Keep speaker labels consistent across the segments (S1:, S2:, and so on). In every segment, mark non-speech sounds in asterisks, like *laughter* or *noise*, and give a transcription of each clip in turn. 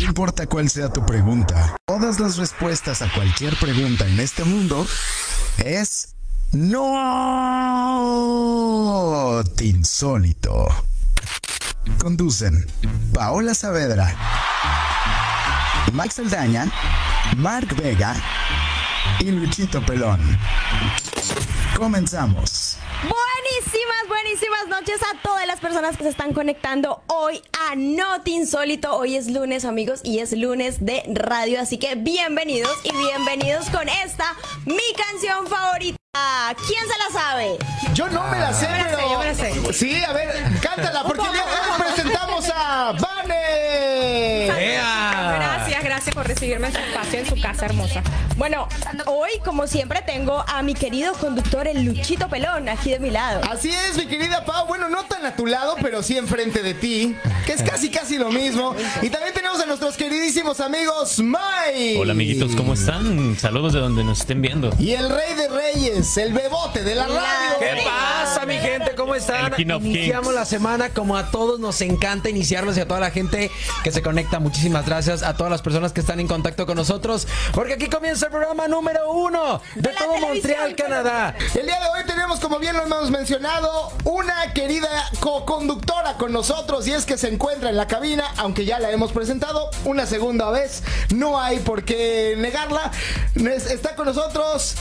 S1: No importa cuál sea tu pregunta, todas las respuestas a cualquier pregunta en este mundo es no insólito. Conducen Paola Saavedra, Max Saldaña, Mark Vega y Luchito Pelón. Comenzamos.
S2: Buenísimas, buenísimas noches a todas las personas que se están conectando hoy a Not Insólito. Hoy es lunes, amigos, y es lunes de radio, así que bienvenidos y bienvenidos con esta, mi canción favorita. ¿Quién se la sabe?
S3: Yo no me la sé, pero.
S4: Ah, yo me la sé.
S3: Sí, a ver, cántala, porque ya le presentamos a Vane.
S4: Gracias, gracias por recibirme en su espacio en su casa hermosa.
S2: Bueno, hoy, como siempre, tengo a mi querido conductor, el Luchito Pelón, aquí de mi lado.
S3: Así es, mi querida Pau. Bueno, no tan a tu lado, pero sí enfrente de ti, que es casi, casi lo mismo. Y también tenemos a nuestros queridísimos amigos Mai.
S5: Hola amiguitos, ¿cómo están? Saludos de donde nos estén viendo.
S3: Y el rey de reyes, el bebote de la radio.
S6: ¿Qué pasa, mi gente? ¿Cómo están?
S5: El King of
S6: Iniciamos
S5: Kings.
S6: la semana como a todos nos encanta iniciarlos y a toda la gente que se conecta. Muchísimas gracias a todas las personas que están en contacto con nosotros, porque aquí comienza el programa número uno de,
S2: De la
S6: todo
S2: televisión
S6: Montreal, Canadá.
S3: El día de hoy tenemos, como bien lo hemos mencionado, una querida co-conductora con nosotros y es que se encuentra en la cabina, aunque ya la hemos presentado una segunda vez, no hay por qué negarla. Es- Está con nosotros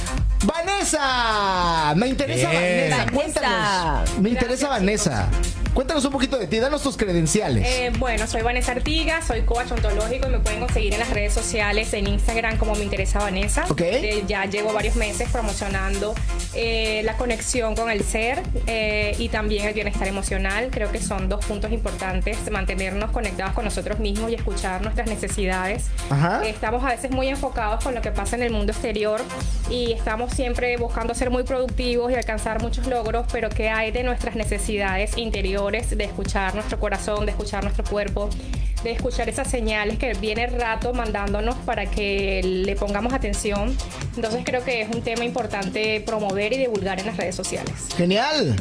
S3: Vanessa. Me interesa
S6: Bien.
S3: Vanessa, cuéntanos. Me interesa Vanessa. Cuéntanos un poquito de ti, danos tus credenciales.
S4: Eh, bueno, soy Vanessa Artigas, soy coach ontológico y me pueden conseguir en las redes sociales, en Instagram como me interesa Vanessa.
S3: Ok.
S4: Eh, ya llevo varios meses promocionando eh, la conexión con el ser eh, y también el bienestar emocional. Creo que son dos puntos importantes, mantenernos conectados con nosotros mismos y escuchar nuestras necesidades.
S3: Ajá.
S4: Estamos a veces muy enfocados con lo que pasa en el mundo exterior y estamos siempre buscando ser muy productivos y alcanzar muchos logros, pero ¿qué hay de nuestras necesidades interiores, de escuchar nuestro corazón, de escuchar nuestro cuerpo, de escuchar esas señales que viene el rato mandándonos para que le pongamos atención? Entonces creo que es un tema importante promover y divulgar en las redes sociales.
S3: Genial.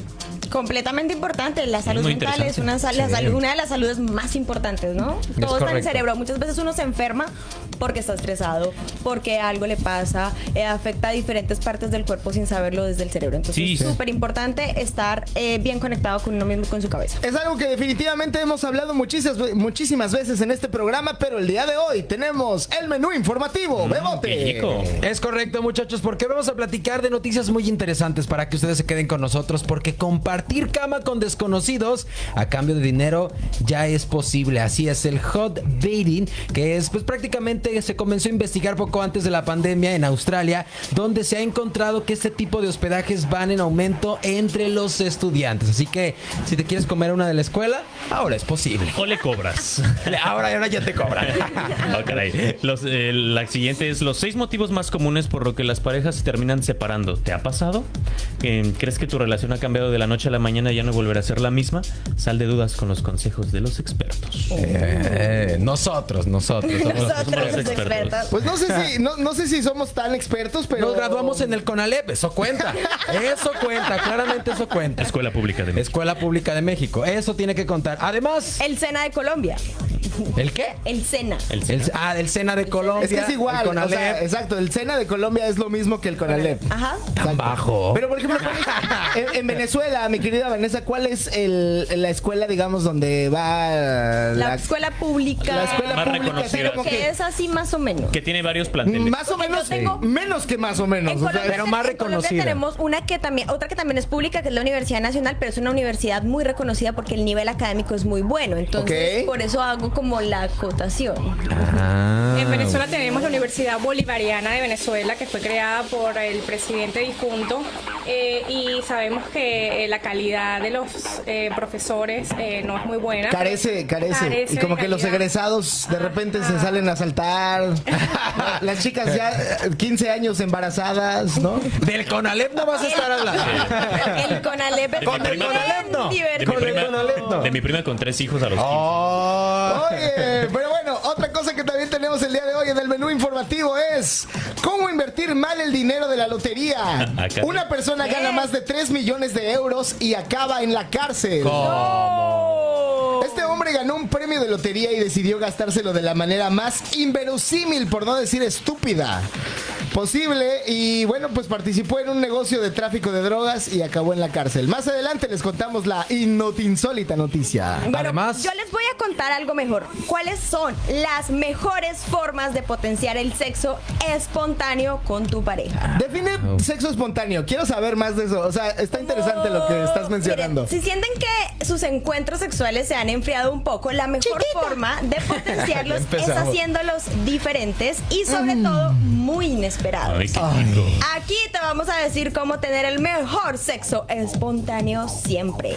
S2: Completamente importante. La salud
S5: muy
S2: mental es una, sal-
S5: interesante.
S2: la
S5: Sí.
S2: salud- una de las saludes más importantes, ¿no? Todo está en el
S6: correcto.
S2: cerebro. Muchas veces uno se enferma porque está estresado, porque algo le pasa, eh, afecta a diferentes partes del cuerpo sin saberlo desde el cerebro. Entonces
S5: Sí.
S2: es súper importante estar eh, bien conectado con uno mismo, y con su
S5: *laughs*
S2: cabeza.
S3: Es algo que definitivamente hemos hablado muchísimas, ve- muchísimas veces en este programa, pero el día de hoy tenemos el menú
S6: Mm,
S3: informativo. Bebote.
S5: qué rico.
S6: Es correcto, muchachos, porque vamos a platicar de noticias muy interesantes para que ustedes se queden con nosotros, porque compartir cama con desconocidos a cambio de dinero ya es posible. Así es, el hot dating, que es pues prácticamente se comenzó a investigar poco antes de la pandemia en Australia, donde se ha encontrado que este tipo de hospedajes van en aumento entre los estudiantes. Así que si te quieres comer una de la escuela, ahora es posible.
S5: ¿O le cobras?
S6: *laughs* Ahora, ahora ya te cobran.
S5: Oh, caray. Los, eh, la siguiente es los seis motivos más comunes por lo que las parejas se terminan separando. ¿Te ha pasado? Eh, ¿Crees que tu relación ha cambiado de la noche a la mañana y ya no volverá a ser la misma? Sal de dudas con los consejos de los expertos.
S6: Eh, nosotros, nosotros.
S5: pues
S6: somos-
S2: Nosotros los expertos.
S3: Pues no sé
S6: *laughs*
S3: si, no, no sé si somos tan expertos, pero.
S6: Nos graduamos en el CONALEP, eso cuenta. Eso cuenta, claramente eso cuenta.
S5: Escuela Pública de México.
S6: Escuela Pública de México, eso tiene que contar. Además,
S2: El Sena de Colombia.
S6: ¿el qué?
S2: El Sena.
S5: El
S6: El, ah, del Sena de Colombia.
S3: Es que es
S6: el
S3: igual. o
S6: CONALEP.
S3: sea, exacto. El Sena de Colombia es lo mismo que el Conalep.
S2: Ajá.
S6: Tan bajo.
S3: Pero por
S6: *laughs*
S3: ejemplo, ¿cuál es- en, en Venezuela, mi querida Vanessa, ¿cuál es el- la escuela, digamos, donde va
S2: La, escuela pública.
S3: la escuela
S5: Más
S3: pública? así
S5: reconocida.
S3: como
S2: Que
S3: que
S2: es así más o menos.
S5: Que tiene varios planteles.
S3: más o
S2: Porque yo
S3: menos,
S2: tengo-
S3: menos que más o menos.
S2: En
S3: o sea,
S2: Colombia,
S6: pero más
S2: en Colombia
S6: reconocida.
S2: tenemos una que también, otra que también es pública, que es la Universidad Nacional, pero es una universidad muy reconocida porque el nivel académico es muy bueno. Entonces,
S3: Ok.
S2: por eso hago como la
S6: *laughs*
S2: acotación.
S4: En Venezuela tenemos la Universidad Bolivariana de Venezuela, que fue creada por el presidente difunto, eh, y sabemos que eh, la calidad de los eh, profesores eh, no es muy buena.
S3: Carece, carece, Y
S4: de
S3: como que los
S4: calidad. Ah.
S3: egresados de repente se salen a
S4: *laughs*
S3: saltar. Las chicas ya eh, 15 años embarazadas, ¿no?
S6: Del CONALEP no vas a estar hablando.
S2: El CONALEP es
S5: Con el
S2: bien
S6: CONALEP no.
S5: de,
S2: divertido.
S5: mi
S6: Con el
S5: prima,
S6: Conalep, no.
S5: de mi prima con tres hijos a los 15.
S3: Oye, pero bueno, otra cosa que también tenemos el día de hoy en el menú informativo es cómo invertir mal el dinero de la lotería.
S5: Acá.
S3: Una persona gana más de 3 millones de euros y acaba en la cárcel.
S6: ¿Cómo?
S3: Este hombre hombre ganó un premio de lotería y decidió gastárselo de la manera más inverosímil, por no decir estúpida, posible. Y bueno, pues participó en un negocio de tráfico de drogas y acabó en la cárcel. Más adelante les contamos la inotinsólita noticia.
S2: Bueno,
S6: Además-
S2: yo les voy a contar algo mejor. ¿Cuáles son las mejores formas de potenciar el sexo espontáneo con tu pareja?
S3: Define sexo espontáneo. Quiero saber más de eso. O sea, está interesante lo que
S2: Oh,
S3: estás mencionando.
S2: Miren, si sienten que sus encuentros sexuales se han enfriado un poco, la mejor forma de
S3: *laughs*
S2: potenciarlos es
S6: empezamos.
S2: haciéndolos diferentes y sobre
S3: Mm.
S2: todo muy inesperados.
S5: Ay, qué rico.
S2: Aquí te vamos a decir cómo tener el mejor sexo espontáneo siempre.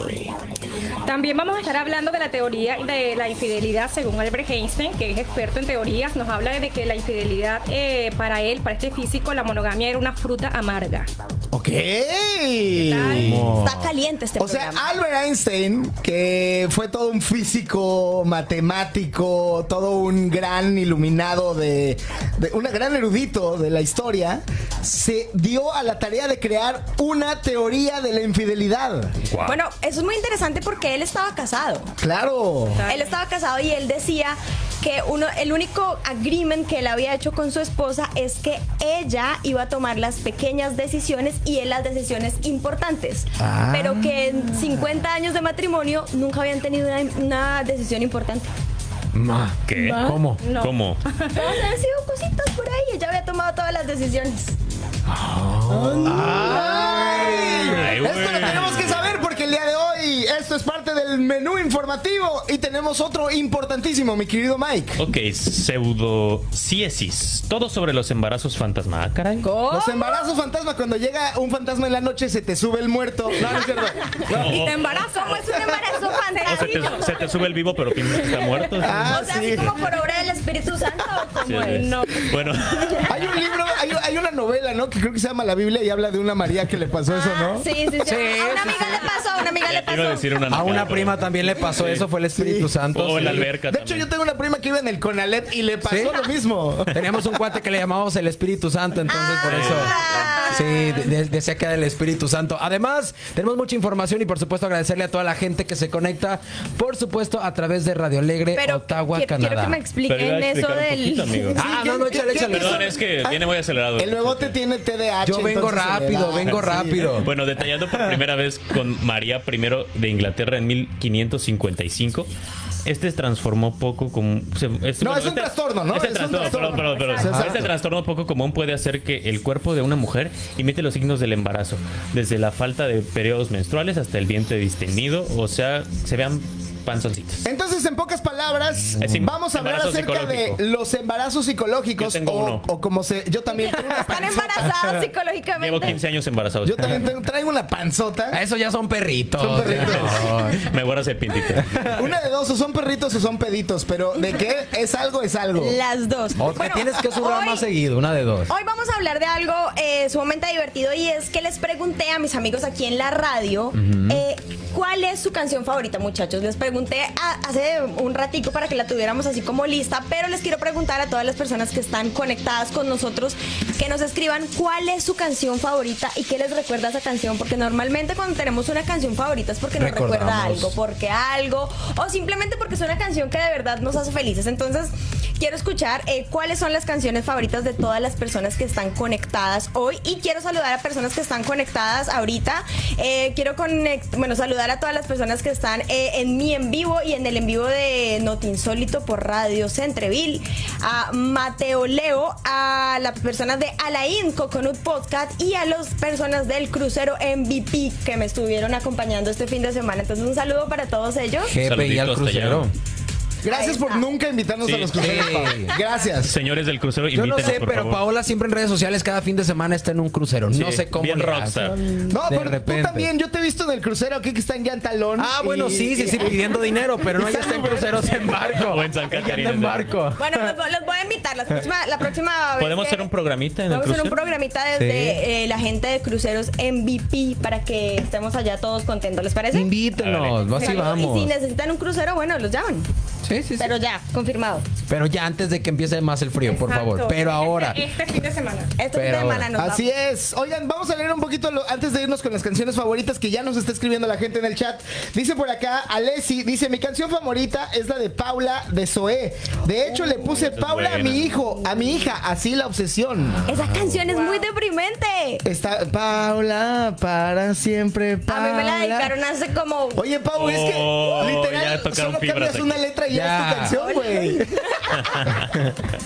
S4: También vamos a estar hablando de la teoría de la infidelidad, según Albert Einstein, que es experto en teorías, nos habla de que la infidelidad eh, para él, para este físico, la monogamia era una fruta amarga.
S3: Ok.
S2: Está caliente este
S3: Oh. O sea, ah,
S2: programa.
S3: Albert Einstein, que fue todo un físico, matemático, todo un gran iluminado de, de un gran erudito de la historia, se dio a la tarea de crear una teoría de la infidelidad.
S5: Guau.
S2: bueno, eso es muy interesante porque él estaba casado.
S3: Claro.
S2: Él estaba casado y él decía que uno, el único agreement que él había hecho con su esposa es que ella iba a tomar las pequeñas decisiones y él las decisiones importantes. Pero que en 50 años de matrimonio nunca habían tenido una, una decisión *laughs* importante.
S6: Ma,
S5: ¿Qué?
S6: ¿Cómo?
S4: No.
S5: ¿Cómo?
S2: Todas han sido cositas por ahí. Ella había tomado todas las decisiones.
S5: Ay,
S3: Esto lo
S5: güey.
S3: tenemos que saber porque el día de hoy esto es parte del menú informativo y tenemos otro importantísimo, mi querido Mike.
S5: Ok, pseudociesis. Todo sobre los embarazos fantasma. Ah, caray.
S4: Oh,
S3: Los
S6: Oh.
S3: embarazos fantasma, cuando llega un fantasma en la noche se te sube el muerto. No, no es cierto. No.
S2: Y te embarazas. ¿Cómo es un *laughs* embarazo
S5: O se, te,
S2: fantástico?
S5: se te sube el vivo, pero piensas que está muerto.
S3: Ah,
S2: O sea,
S3: sí.
S2: así como por obra del Espíritu Santo. ¿o cómo
S5: Sí,
S2: es?
S5: sí.
S4: no.
S2: *laughs*
S5: Bueno, *laughs*
S3: Hay un libro, hay, hay una novela, ¿no? Que creo que se llama La Biblia y habla de una María que le pasó eso,
S6: Ah,
S3: ¿no?
S2: Sí, sí, sí. a una amiga le pasó, a una amiga le
S5: iba a
S2: pasó.
S5: decir una
S6: A una
S5: nacada,
S6: prima
S5: pero-
S6: también le pasó eso, fue el Espíritu Santo.
S5: O en la
S6: sí.
S5: alberca.
S3: De hecho, yo
S5: también.
S3: tengo una prima que iba en el Conalet y le pasó
S6: ¿Sí?
S3: lo
S5: *laughs*
S3: mismo.
S6: Teníamos un cuate que le llamábamos el Espíritu Santo, entonces por eso.
S2: Ah.
S6: Sí, de- de- decía que era el Espíritu Santo. Además, tenemos mucha información y por supuesto agradecerle a toda la gente que se conecta, por supuesto, a través de Radio Alegre,
S2: Pero
S6: Ottawa,
S2: quiero,
S6: Canadá.
S2: quiero que me
S5: Pero iba a
S2: expliquen eso
S5: explicar un
S2: del. *laughs*
S5: poquito, amigo. *laughs*
S6: Ah, no, no, échale, échale.
S5: Perdón, es que viene muy acelerado.
S3: El nuevote tiene TDAH.
S6: Yo vengo
S3: entonces se le
S6: rápido,
S3: va.
S6: vengo
S3: Sí.
S6: rápido.
S5: Bueno, detallando por primera vez con María I de Inglaterra en 1555. Este transformó poco como... se- este-
S3: No, es un
S5: este-
S3: trastorno, ¿no?
S5: Este
S3: Es un
S5: trastorno,
S3: trastorno.
S5: perdón, perdón, perdón.
S3: Exacto.
S5: Este trastorno poco común puede hacer que el cuerpo de una mujer imite los signos del embarazo, desde la falta de periodos menstruales hasta el vientre distendido, o sea, se vean panzoncitos.
S3: Entonces, en pocas palabras,
S5: Es im-
S3: vamos a hablar
S5: embarazo
S3: acerca de
S5: psicológico.
S3: los embarazos psicológicos
S5: Yo tengo
S3: o,
S5: uno.
S3: o como se... Yo también tengo
S2: *laughs*
S3: una
S2: Están
S3: panzota.
S2: embarazadas psicológicamente.
S5: Llevo 15 años embarazado.
S3: Yo también tengo- traigo una
S6: *laughs*
S3: panzota.
S6: Eso ya son perritos.
S3: Son perritos.
S5: *laughs* Me guardo serpientita.
S3: Una de dos, o son perritos o son peditos, pero de qué es algo, es algo.
S2: Las dos.
S6: O te
S2: Bueno,
S6: tienes que zurrar
S2: hoy-
S6: más seguido, una de dos.
S2: Hoy vamos a hablar de algo eh, sumamente divertido y es que les pregunté a mis amigos aquí en la radio eh, cuál es su canción favorita, muchachos. Les pregunté a- hace un ratico para que la tuviéramos así como lista, pero les quiero preguntar a todas las personas que están conectadas con nosotros que nos escriban cuál es su canción favorita y qué les recuerda esa canción, porque normalmente cuando tenemos una canción favorita es porque nos recuerda
S6: Recordamos.
S2: algo, porque algo, o simplemente porque es una canción que de verdad nos hace felices. Entonces, quiero escuchar eh, cuáles son las canciones favoritas de todas las personas que están conectadas hoy. Y quiero saludar a personas que están conectadas ahorita. Eh, quiero conect- bueno, saludar a todas las personas que están eh, en mi en vivo y en el en vivo de Not Insólito por Radio Centreville, a Mateo Leo, a las personas de Alain Coconut Podcast y a las personas del crucero MVP que me estuvieron acompañando este fin de semana. Entonces, un saludo para todos ellos.
S6: Jefe y al
S5: Saluditos, te
S6: crucero.
S5: llamo.
S3: Gracias por nunca invitarnos
S5: Sí.
S3: a los cruceros.
S6: Sí.
S3: Pablo. Gracias.
S5: Señores del crucero,
S6: Yo no
S5: invítenos,
S6: sé,
S5: por
S6: pero
S5: favor.
S6: Paola siempre en redes sociales cada fin de semana está en un crucero. no
S5: Sí,
S6: sé cómo.
S5: bien
S6: le
S5: rockstar.
S6: hace.
S3: No,
S6: De
S3: pero
S6: repente.
S3: tú también, yo te he visto en el crucero aquí que está en Yantalón.
S6: Ah, bueno,
S3: y-
S6: sí, sí, sí, pidiendo dinero, pero no ya está en cruceros en barco.
S5: O en San
S6: Ella anda
S5: Catarina,
S6: en
S5: ya.
S6: barco.
S2: Bueno, los, vo- los voy a invitar. La próxima, la próxima vez
S5: ¿Podemos
S2: que-
S5: hacer un programita en el
S2: Vamos a hacer un
S5: crucero?
S2: programita desde
S6: Sí.
S2: eh, la gente de Cruceros MVP para que estemos allá todos contentos. ¿Les parece?
S6: Invítenos, así
S2: Saludos. Y si
S6: vamos.
S2: necesitan un crucero, bueno, los llaman.
S6: Sí, sí, sí.
S2: Pero ya, confirmado.
S6: Pero ya antes de que empiece más el frío, por favor.
S4: Exacto.
S6: Pero
S4: Este-
S6: ahora.
S4: Este, fin de semana.
S2: Este fin
S6: Pero
S2: de semana
S6: ahora-
S2: nos
S3: Así es. Oigan, vamos a leer un poquito lo- antes de irnos con las canciones favoritas que ya nos está escribiendo la gente en el chat. Dice por acá Alessi, dice, mi canción favorita es la de Paula de Zoé. De hecho, le puse
S5: esa es
S3: Paula a
S5: buena.
S3: mi hijo, a mi hija, así la obsesión.
S2: va. Esa canción es muy deprimente.
S3: Está Paula para siempre,
S2: A
S3: Paula.
S2: mí me la dedicaron hace como.
S3: Oye, Pau, es
S5: Oh,
S3: que
S5: ya
S3: literal
S5: tocaron
S3: solo
S5: fibras
S3: cambias
S5: aquí.
S3: una letra y ya
S6: Ya.
S3: es tu canción, güey.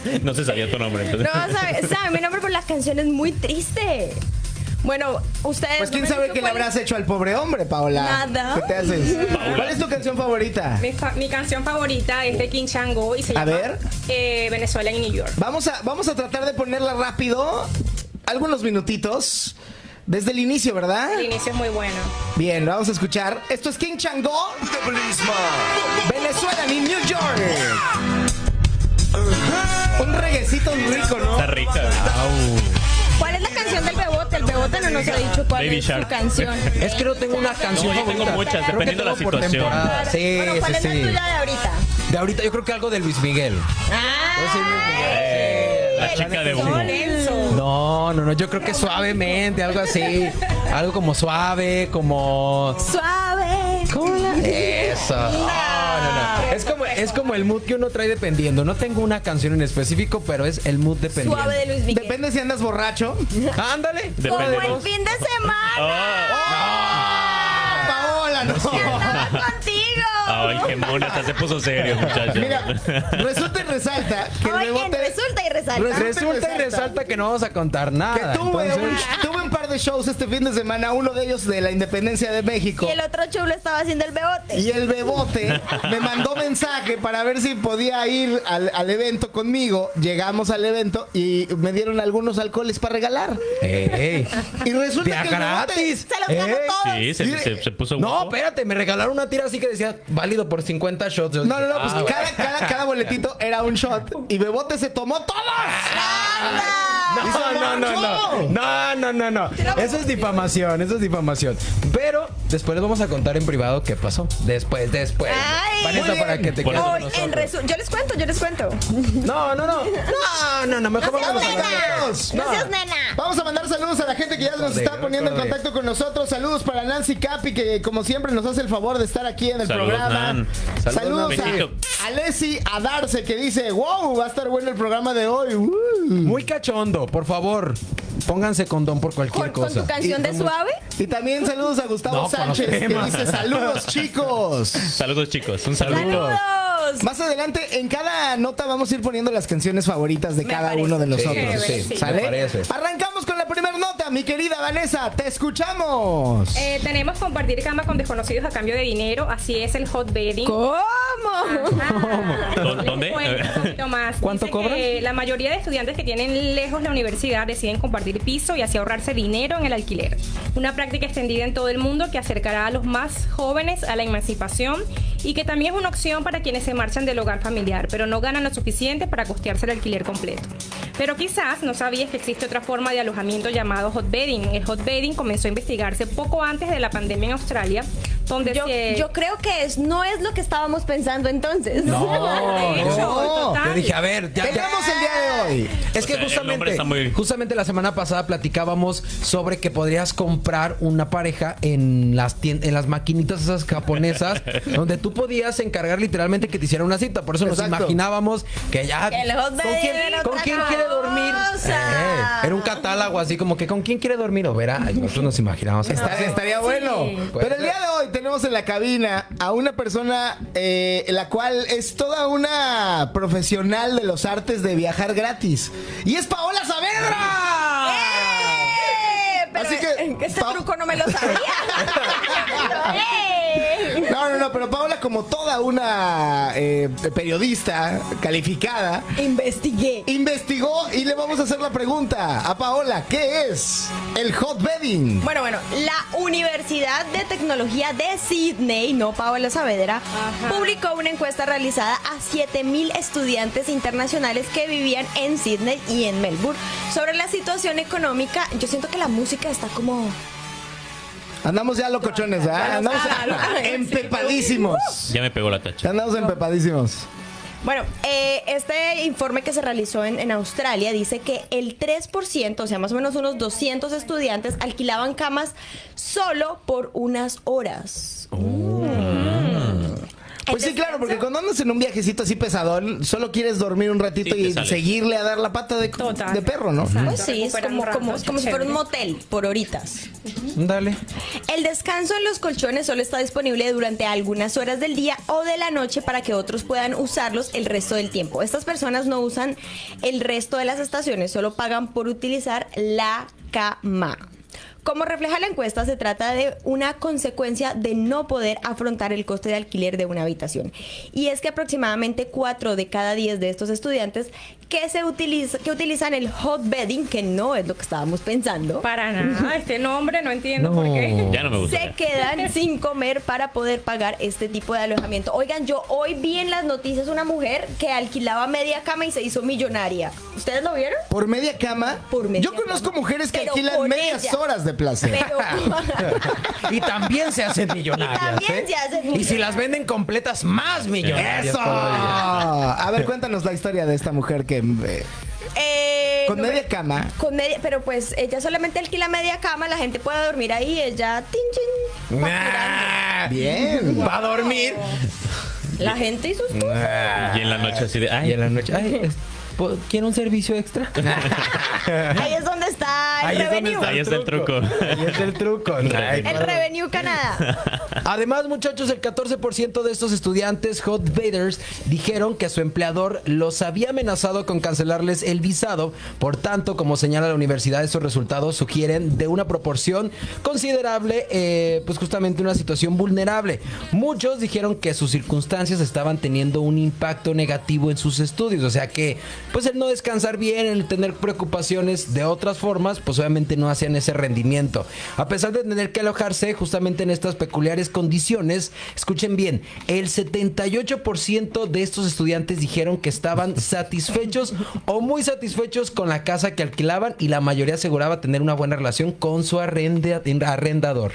S3: Pues,
S5: No se sabía tu nombre.
S2: No,
S5: Entonces.
S2: sabe, sabe mi nombre, pero la canción es muy triste. Bueno, ustedes.
S3: Pues quién
S2: no me han
S3: sabe
S2: dicho
S3: qué le
S2: cuál es-
S3: habrás hecho al pobre hombre, Paula.
S2: Nada.
S3: ¿Qué te haces? ¿Cuál es tu canción favorita?
S4: Mi, fa- mi canción favorita es de King Chango y se
S3: A
S4: llama
S3: ver.
S4: eh, Venezuela en New York.
S3: Vamos a, vamos a tratar de ponerla rápido. Algunos minutitos. Desde el inicio, ¿verdad?
S4: El inicio es muy bueno.
S3: Bien, lo vamos a escuchar. Esto es King Chango. Venezuela y New York. Un reguecito rico, ¿no?
S5: Está rica. güey.
S2: ¿Cuál es la canción del Bebote? El Bebote no nos ha dicho cuál
S5: Baby
S2: es
S5: Shark.
S2: su canción.
S6: Es que no tengo una canción
S5: No, yo tengo
S6: favorita.
S5: muchas,
S6: Creo que
S5: dependiendo de la
S6: tengo por
S5: situación.
S6: temporada. Ah, Sí,
S2: bueno, ¿cuál
S6: sí,
S2: es la
S6: sí.
S2: tuya de ahorita?
S6: De ahorita yo creo que algo de Luis Miguel. Ah.
S2: ¡Ay!
S5: La chica de
S2: Sol.
S5: uno.
S6: No, no, no, yo creo que suavemente, algo así. Algo como suave, como...
S2: Suave.
S6: ¿Cómo la- Eso. No, no, no. Es como, es como el mood que uno trae dependiendo. No tengo una canción en específico, pero es el mood dependiendo.
S2: Suave de Luis Miguel.
S3: Depende si andas borracho.
S6: Ándale.
S5: Depende.
S2: Como el fin de semana.
S5: Ah,
S3: Ah, Paola, no.
S2: Estaba contigo.
S5: Ay, qué mona, hasta se puso serio, muchacho.
S3: Mira, resulta y resalta que el
S2: Ay, en
S3: rebote.
S2: resulta y resalta.
S3: Resulta-
S6: Resulta y resalta que no vamos a contar
S3: Que
S6: nada.
S3: tuve, un,
S6: entonces-
S3: tuve un par de shows este fin de semana, uno de ellos de la Independencia de México.
S2: Y el otro chulo estaba haciendo el Bebote.
S3: Y el bebote me mandó mensaje para ver si podía ir al, al evento conmigo. Llegamos al evento y me dieron algunos alcoholes para regalar.
S6: Ey,
S3: Y resulta
S6: de a
S3: que el bebote-
S6: gratis. ¿Eh?
S2: Se los trajo
S6: Ey.
S2: todos.
S5: Sí, se, se- se puso
S6: No,
S5: guapo.
S6: espérate, me regalaron una tira así que decía válido por 50 shots. Yo
S3: No, no,
S6: dije,
S3: no, pues
S6: ah, bueno.
S3: cada, cada, cada boletito era un shot y Bebote se tomó todos. Y se
S6: *laughs* No, no,
S3: emborrachó.
S6: no, no, no, no, no, no. Eso es difamación, eso es difamación. Pero después les vamos a contar en privado qué pasó. Después, después.
S2: Ay.
S6: Vanessa,
S3: Muy bien.
S6: para que te
S5: Por
S6: quedes
S5: eso
S6: con
S2: Hoy en
S6: nosotros.
S2: resu- yo les cuento, yo les cuento.
S6: No, no, no. No, no, no. Mejor
S2: seas
S6: vamos a
S2: nena.
S3: Adiós.
S2: No seas nena.
S3: Vamos a mandar saludos a la gente que ya nos
S6: Recordé,
S3: está poniendo en
S6: recordé.
S3: contacto con nosotros. Saludos para Nancy Capi, que como siempre nos hace el favor de estar aquí en el
S5: Saludos,
S3: programa.
S5: Nan.
S3: Saludos,
S6: Saludos,
S5: Betito.
S3: a, a Lessi Adarce, que dice, wow, va a estar bueno el programa de hoy. Uh.
S6: Muy cachondo, por favor. Pónganse condón por
S2: Con,
S6: cualquier
S2: con
S6: cosa.
S2: tu canción de suave.
S3: Y también saludos a Gustavo
S6: No, con los
S3: Sánchez, que
S6: temas.
S3: dice, saludos chicos.
S5: Saludos, chicos. Un saludo.
S2: ¡Saludos!
S3: Más adelante, en cada nota vamos a ir poniendo las canciones favoritas de
S2: Me
S3: cada
S2: parece.
S3: uno de
S6: Sí,
S3: nosotros.
S6: sí,
S3: ¿Sale?
S6: me parece.
S3: Arrancamos con la primera nota, mi querida Vanessa. Te escuchamos.
S4: Eh, tenemos compartir cama con desconocidos a cambio de dinero. Así es el hot bedding.
S2: ¿Cómo?
S5: ¿Dó-
S4: Les
S5: dónde?
S4: cuento un poquito más.
S6: ¿Cuánto
S4: Dice
S6: cobran?
S4: que La mayoría de estudiantes que tienen lejos la universidad deciden compartir piso y así ahorrarse dinero en el alquiler. Una práctica extendida en todo el mundo que acercará a los más jóvenes a la emancipación y que también es una opción para quienes se marchan del hogar familiar, pero no ganan lo suficiente para costearse el alquiler completo. Pero quizás no sabías que existe otra forma de alojamiento llamado hot bedding. El hot bedding comenzó a investigarse poco antes de la pandemia en Australia, donde
S2: Yo,
S4: se-
S2: yo creo que es, no es lo que estábamos pensando entonces. *laughs*
S6: No,
S4: De
S6: yo-
S4: hecho,
S3: no.
S4: total.
S6: Yo dije, a ver, ya, ya.
S3: Tenemos el día de hoy.
S6: Es
S5: O sea,
S6: que
S5: el nombre
S6: justamente,
S5: está muy-
S6: justamente la semana pasada platicábamos sobre que podrías comprar una pareja en las tien- en las maquinitas
S5: *laughs*
S6: esas japonesas, donde tú podías encargar literalmente que te hicieran una cita. Por eso
S3: Exacto.
S6: nos imaginábamos que ya.
S2: Que los
S6: ¿Con
S2: de-
S6: quién,
S2: era
S6: con
S2: otra
S6: quién quiere dormir?
S2: cosa.
S6: Eh, era un catálogo así como que con quién quiere dormir o verá. Ay, Nosotros nos imaginábamos.
S3: Está- estaría bueno. Eh, Pero el día de hoy tenemos en la cabina a una persona eh, la cual es toda una profesional de los artes de viajar gratis. Y es Paola Saavedra.
S2: ¡Eh! Pero
S3: Así que-
S2: eh, este
S3: pa-
S2: truco no me lo *laughs* sabía. ¡Eh!
S3: No, no, no, pero Paola, como toda una eh, periodista calificada,
S2: Investigué.
S3: investigó y le vamos a hacer la pregunta a Paola, ¿qué es el hot bedding?
S2: Bueno, bueno, la Universidad de Tecnología de Sydney, no Paola Saavedra,
S4: Ajá.
S2: publicó una encuesta realizada a 7000 estudiantes internacionales que vivían en Sydney y en Melbourne sobre la situación económica. Yo siento que la música está como
S3: Andamos ya locochones, ¿verdad? Andamos *laughs* empepadísimos.
S5: Ya me pegó la tacha.
S3: Andamos empepadísimos.
S2: Bueno, eh, este informe que se realizó en, en Australia dice que el 3%, o sea, más o menos unos 200 estudiantes alquilaban camas solo por unas horas.
S3: Oh.
S2: Mm.
S3: Pues sí, claro, porque cuando andas en un viajecito así pesadón, solo quieres dormir un ratito
S5: Sí, te
S3: y
S5: sales.
S3: seguirle a dar la pata de,
S4: Total.
S3: de perro, ¿no?
S4: Exacto.
S2: Pues sí, es como,
S4: Recuperando
S2: como,
S4: ratos,
S2: como si fuera un
S4: chévere.
S2: motel por horitas.
S6: Dale.
S2: El descanso en los colchones solo está disponible durante algunas horas del día o de la noche para que otros puedan usarlos el resto del tiempo. Estas personas no usan el resto de las estaciones, solo pagan por utilizar la cama. Como refleja la encuesta, se trata de una consecuencia de no poder afrontar el coste de alquiler de una habitación. Y es que aproximadamente 4 de cada 10 de estos estudiantes que, se utiliza, que utilizan el hot bedding, que no es lo que estábamos pensando,
S4: Para nada, este nombre no entiendo
S6: No.
S4: por qué.
S5: Ya no me gusta.
S2: se quedan sin comer para poder pagar este tipo de alojamiento. Oigan, yo hoy vi en las noticias una mujer que alquilaba media cama y se hizo millonaria. ¿Ustedes lo vieron?
S3: Por media cama.
S2: Por media
S3: Yo conozco
S2: cama.
S3: mujeres que
S2: Pero
S3: alquilan
S2: por
S3: medias
S2: ella.
S3: horas de placer. *laughs*
S5: *laughs*
S2: Pero *laughs*
S6: Y también se hacen millonarias.
S2: También
S6: ¿eh?
S2: se hacen
S6: Y si
S2: millonarias.
S6: las venden completas, más millonarias.
S3: ¡Eso! Ah, A ver, cuéntanos la historia de esta mujer que. eh,
S2: eh,
S3: con
S2: no
S3: media
S2: me-
S3: cama.
S2: con media- pero pues ella solamente alquila media cama, la gente puede dormir ahí, ella tin, chin, va girando.
S6: Ah,
S3: Bien.
S6: Va a dormir.
S2: la gente y sus cosas.
S5: Y en la noche así de,
S6: Y
S5: ay,
S6: en la noche, ay, es- po- ¿quiere un servicio extra?
S2: Ahí es donde está el revenue.
S5: está. Ahí el truco.
S6: Ahí está el truco. Ay,
S2: El
S6: padre.
S2: revenue Canadá.
S6: Además, muchachos, el 14% de estos estudiantes hot vaders dijeron que su empleador los había amenazado con cancelarles el visado. Por tanto, como señala la universidad, estos resultados sugieren de una proporción considerable, eh, pues justamente una situación vulnerable. Muchos dijeron que sus circunstancias estaban teniendo un impacto negativo en sus estudios, o sea que, pues el no descansar bien, el tener preocupaciones de otras formas, pues obviamente no hacían ese rendimiento. A pesar de tener que alojarse justamente en estas peculiares condiciones, escuchen bien, el 78% de estos estudiantes dijeron que estaban satisfechos o muy satisfechos con la casa que alquilaban y la mayoría aseguraba tener una buena relación con su arrende- arrendador.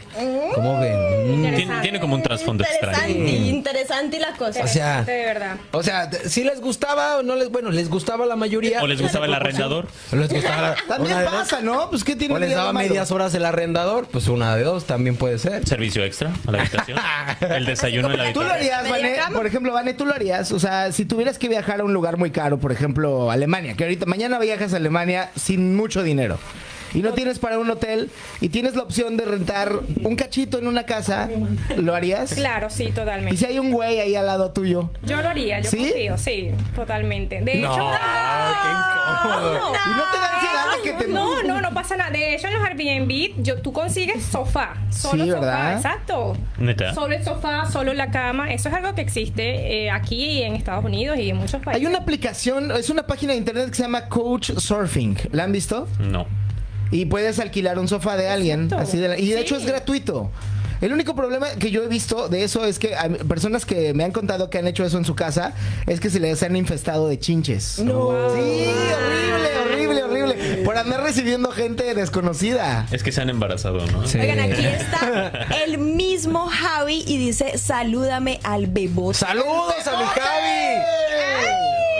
S6: ¿Cómo ven? Mm.
S5: Tiene, tiene *laughs* como un trasfondo extraño.
S2: Interesante, interesante la cosa.
S6: O sea,
S4: De verdad.
S6: O sea, si les gustaba o no les, bueno, les gustaba la mayoría.
S5: ¿O les gustaba
S6: *laughs*
S5: el arrendador?
S6: O les gustaba la-
S3: También
S6: una de dos.
S3: pasa, ¿no? Pues qué tiene
S6: O les
S3: de
S6: daba
S3: malo?
S6: medias horas el arrendador, pues una de dos también puede ser.
S5: Servicio extra a la habitación. El desayuno en la
S3: Tú lo
S5: habitación.
S3: harías,
S2: ¿Media
S3: Vane.
S2: cama?
S3: Por ejemplo, Vane, tú lo harías. O sea, si tuvieras que viajar a un lugar muy caro, por ejemplo, Alemania, que ahorita mañana viajas a Alemania sin mucho dinero. Y no tienes para un hotel y tienes la opción de rentar un cachito en una casa, ¿lo harías?
S4: Claro, sí,
S3: Y
S4: totalmente.
S3: si hay un güey ahí al lado tuyo.
S4: Yo lo haría, yo
S3: ¿Sí?
S4: confío, sí, totalmente. De hecho,
S3: Y no te da ansiedad de que te
S4: No, no, no pasa nada. De hecho, en los Airbnb, yo, tú consigues sofá. Solo
S3: Sí,
S4: sofá,
S3: ¿verdad?
S4: exacto.
S5: Neta.
S4: Solo el sofá, solo la cama. Eso es algo que existe eh, aquí y en Estados Unidos y en muchos países.
S3: Hay una aplicación, es una página de internet que se llama Coach Surfing. ¿La han visto?
S5: No.
S3: Y puedes alquilar un sofá de alguien.
S4: Exacto.
S3: Así de la- y de
S4: Sí.
S3: hecho es gratuito. El único problema que yo he visto de eso es que a mí- personas que me han contado que han hecho eso en su casa es que se les han infestado de chinches. No. Sí, horrible, horrible, horrible. Por andar recibiendo gente desconocida.
S5: Es que se han embarazado, ¿no?
S6: Sí.
S2: Oigan, aquí está el mismo Javi y dice, salúdame al bebote.
S6: Saludos a mi Javi.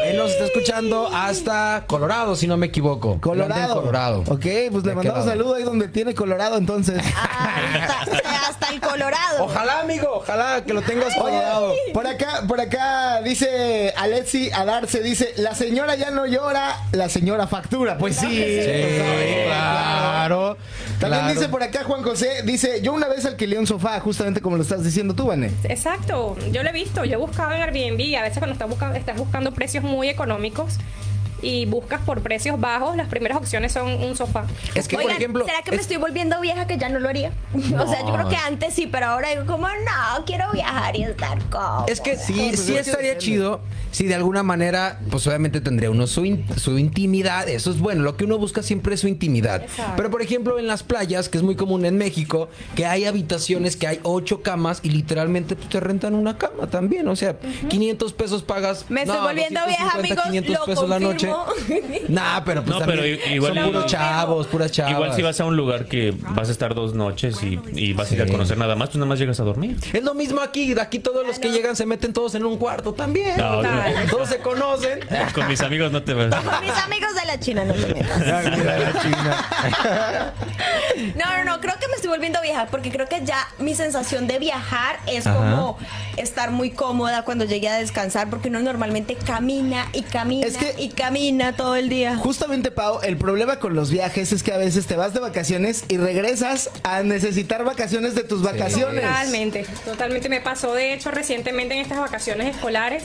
S6: Él nos está escuchando hasta Colorado, si no me equivoco. Él anda
S3: Colorado.
S6: en Colorado.
S3: Ok, pues le
S6: qué
S3: mandamos
S6: lado?
S3: saludo ahí donde tiene Colorado entonces.
S2: Hasta, hasta el Colorado.
S6: Ojalá, amigo, ojalá que lo tengas
S3: Oye,
S6: colorado.
S3: por acá, por acá dice Alexi Adarce, dice, la señora ya no llora, la señora factura. Pues sí.
S6: Sí, claro.
S3: También
S6: claro.
S3: dice por acá Juan José, dice, yo una vez alquilé un sofá, justamente como lo estás diciendo tú, Vane.
S4: Exacto, yo lo he visto, yo he buscado en Airbnb, a veces cuando estás buscando, estás buscando precios muy económicos y buscas por precios bajos, las primeras opciones son un sofá.
S6: Es que,
S2: Oigan,
S6: por ejemplo.
S2: ¿será que me
S6: es-
S2: estoy volviendo vieja que ya no lo haría? *laughs* o sea, yo creo que antes sí, pero ahora digo como, no, quiero viajar y estar cómodo.
S6: Es que sí,
S3: pues
S6: sí
S3: es que
S6: estaría
S3: depende.
S6: chido si de alguna manera, pues obviamente tendría uno su, in- su intimidad. Eso es bueno, lo que uno busca siempre es su intimidad.
S4: Exacto.
S6: Pero por ejemplo en las playas, que es muy común en México, que hay habitaciones, que hay ocho camas y literalmente pues, te rentan una cama también. O sea, 500 pesos pagas.
S2: Me estoy volviendo vieja, amigos.
S6: 500
S2: Lo
S6: pesos la
S2: confirmo
S6: noche. *laughs* Nah, pero pues
S5: No,
S6: también
S5: pero i- igual-
S6: son puros chavos, puras chavas.
S5: Igual si vas a un lugar que vas a estar dos noches y, y vas a ir a
S6: Sí.
S5: conocer nada más, tú nada más llegas a dormir.
S6: Es lo mismo aquí, de aquí todos
S2: Ah,
S6: los que llegan se meten todos en un cuarto también.
S5: No, no.
S6: Todos se conocen.
S5: *laughs* Con mis amigos no te vas.
S2: Mis amigos de la China, no te metas. No, no, no, creo que me estoy volviendo a viajar porque creo que ya mi sensación de viajar es
S6: Ajá.
S2: como estar muy cómoda cuando llegue a descansar porque uno normalmente camina y camina
S3: Es que-
S2: y camina todo el día.
S3: Justamente, Pau, el problema con los viajes es que a veces te vas de vacaciones y regresas a necesitar vacaciones de tus vacaciones.
S4: Totalmente, totalmente me pasó. De hecho, recientemente en estas vacaciones escolares,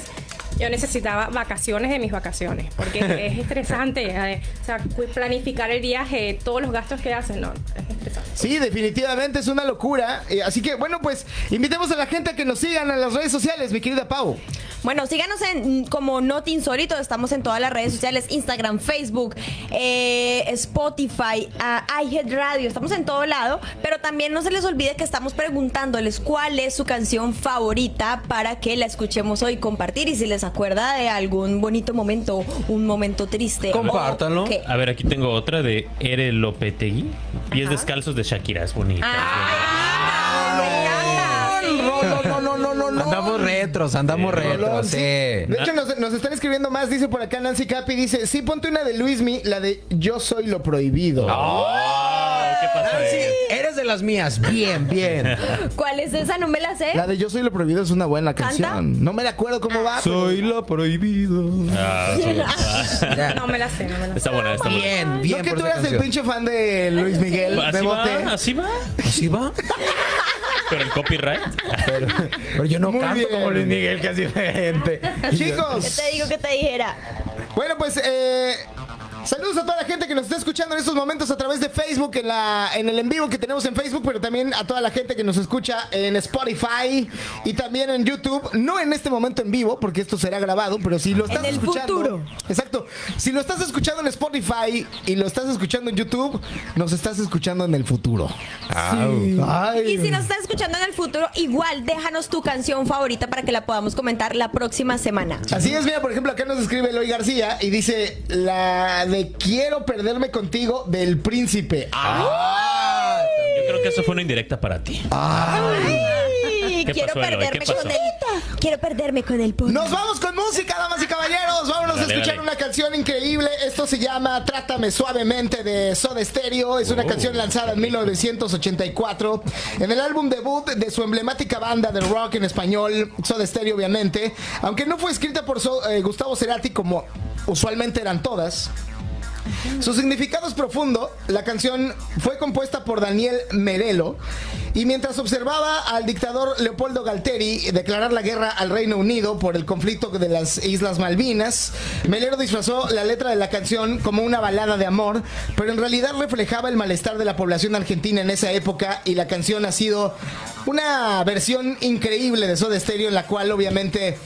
S4: yo necesitaba vacaciones de mis vacaciones, porque es estresante. eh, O sea, cu- planificar el viaje, todos los gastos que hacen, no, es estresante.
S3: Sí, definitivamente es una locura. Eh, Así que, bueno, pues invitemos a la gente a que nos sigan en las redes sociales, mi querida Pau.
S2: Bueno, síganos en mm, como Not Insólito, estamos en todas las redes sociales, Instagram, Facebook, eh, Spotify, ah, iHead Radio, estamos en todo lado, pero también no se les olvide que estamos preguntándoles cuál es su canción favorita para que la escuchemos hoy, compartir y si les acuerda de algún bonito momento, un momento triste. o
S6: Compártanlo.
S2: que-
S5: A ver, aquí tengo otra de Ere Lopetegui. Pies
S2: Ajá.
S5: descalzos de Shakira, es bonita.
S3: Ah.
S2: ¡Ay, me encanta!
S6: Ah, No, no, no, no, no. Andamos retros, andamos
S5: Sí,
S6: retros,
S3: Rolón, sí.
S6: sí.
S3: De hecho, nos, nos están escribiendo más. Dice por acá Nancy Capi, dice, sí, ponte una de Luismi, la de Yo Soy lo Prohibido.
S5: Oh, ¿Qué pasa?
S6: Nancy,
S5: eh?
S6: eres de las mías. Bien, bien.
S2: ¿Cuál es esa? No me la sé.
S3: La de Yo Soy lo Prohibido es una buena
S2: ¿Canta?
S3: canción. No me la acuerdo cómo va. pero-
S6: lo prohibido.
S5: Ah, sí.
S6: Mira,
S4: No me la sé, no me la sé.
S5: Está buena, está buena.
S6: Bien,
S3: ¿No
S6: bien.
S3: que
S6: por
S3: tú
S6: esa
S3: eras el
S6: canción.
S3: pinche fan de Luis Miguel de
S5: Así
S3: bote.
S5: va, así va.
S6: ¿Así va?
S5: Pero el copyright.
S6: Pero, pero yo no
S3: Muy
S6: canto
S3: bien.
S6: como Luis Miguel, que es diferente.
S2: ¿Qué
S3: *laughs* Chicos,
S2: te digo que te dijera?
S3: bueno, pues eh, saludos a toda la gente que nos está escuchando en estos momentos a través de Facebook, en, la, en el en vivo que tenemos en Facebook, pero también a toda la gente que nos escucha en Spotify y también en YouTube. No en este momento en vivo, porque esto será grabado, pero si lo estás
S2: el
S3: escuchando.
S2: futuro.
S3: Exacto. Si lo estás escuchando en Spotify y lo estás escuchando en YouTube, nos estás escuchando en el futuro. Sí. Ay.
S2: Y si nos estás escuchando en el futuro, igual déjanos tu canción favorita para que la podamos comentar la próxima semana.
S3: Así es, mira, por ejemplo, acá nos escribe Eloy García y dice la de quiero perderme contigo del príncipe.
S5: Yo creo que eso fue una indirecta para ti.
S2: Ay,
S5: ¿Qué
S2: quiero
S5: pasó, Eloy?
S2: perderme
S5: ¿Qué pasó?
S2: con el quiero perderme con el poder.
S3: Nos vamos con música, damas y caballeros. Vámonos
S5: Dale,
S3: a escuchar
S5: dale.
S3: una canción increíble. Esto se llama Trátame suavemente de Soda Stereo. Es una
S5: Oh.
S3: canción lanzada en 1984 en el álbum debut de su emblemática banda de rock en español, Soda Stereo, obviamente. Aunque no fue escrita por So- eh, Gustavo Cerati como usualmente eran todas. Su significado es profundo. La canción fue compuesta por Daniel Merelo. Y mientras observaba al dictador Leopoldo Galtieri declarar la guerra al Reino Unido por el conflicto de las Islas Malvinas, Melero disfrazó la letra de la canción como una balada de amor, pero en realidad reflejaba el malestar de la población argentina en esa época y la canción ha sido una versión increíble de Soda Stereo en la cual obviamente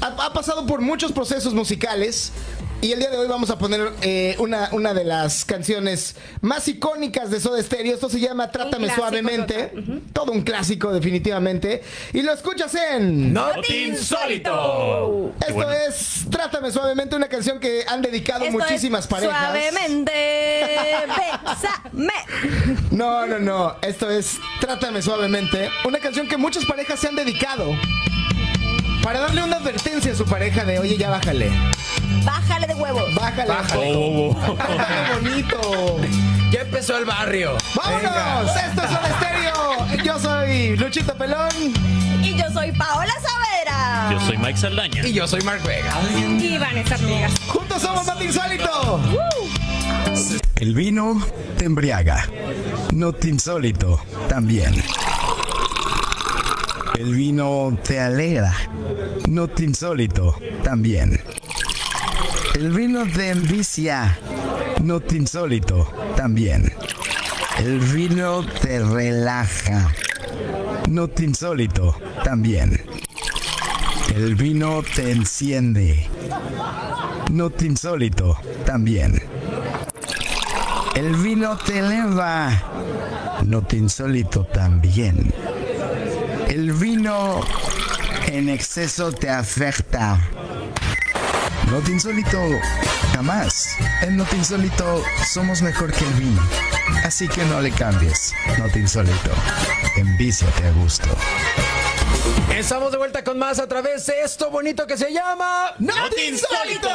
S3: ha, ha pasado por muchos procesos musicales y el día de hoy vamos a poner eh, una, una de las canciones más icónicas de Soda Stereo. Esto se llama Trátame
S4: clásico
S3: suavemente.
S4: total.
S3: Todo un clásico, definitivamente. Y lo escuchas en.
S5: ¡Not insólito! Qué
S3: Esto
S5: bueno.
S3: es Trátame suavemente, una canción que han dedicado
S2: Esto es
S3: muchísimas parejas.
S2: Suavemente, bésame.
S3: No, no, no. Esto es Trátame suavemente, una canción que muchas parejas se han dedicado para darle una advertencia a su pareja de, oye, ya bájale,
S2: Bájale de huevos.
S3: bájale,
S5: Oh,
S3: bájale.
S5: oh,
S3: *laughs*
S5: oh.
S3: Bájale bonito.
S6: Ya empezó el barrio.
S3: ¡Vámonos! Esto es Soda Estéreo. Yo soy Luchito Pelón.
S2: Y yo soy Paola Saavedra.
S5: Yo soy Mike Saldaña.
S6: Y yo soy Mark Vega.
S4: Y Vanessa Villegas.
S3: Juntos somos Mati Insólito.
S1: El vino te embriaga. No te insólito también. El vino te alegra. No te insólito también. El vino te envicia. No te insólito también. El vino te relaja. No te insólito también. El vino te enciende. No te insólito también. El vino te eleva. No te insólito también. El vino en exceso te afecta. Not Insólito, jamás. En Not Insólito somos mejor que el vino. Así que no le cambies. Not Insólito, envíciate a gusto.
S6: Estamos de vuelta con más a través de esto bonito que se llama...
S3: ¡Not insólito!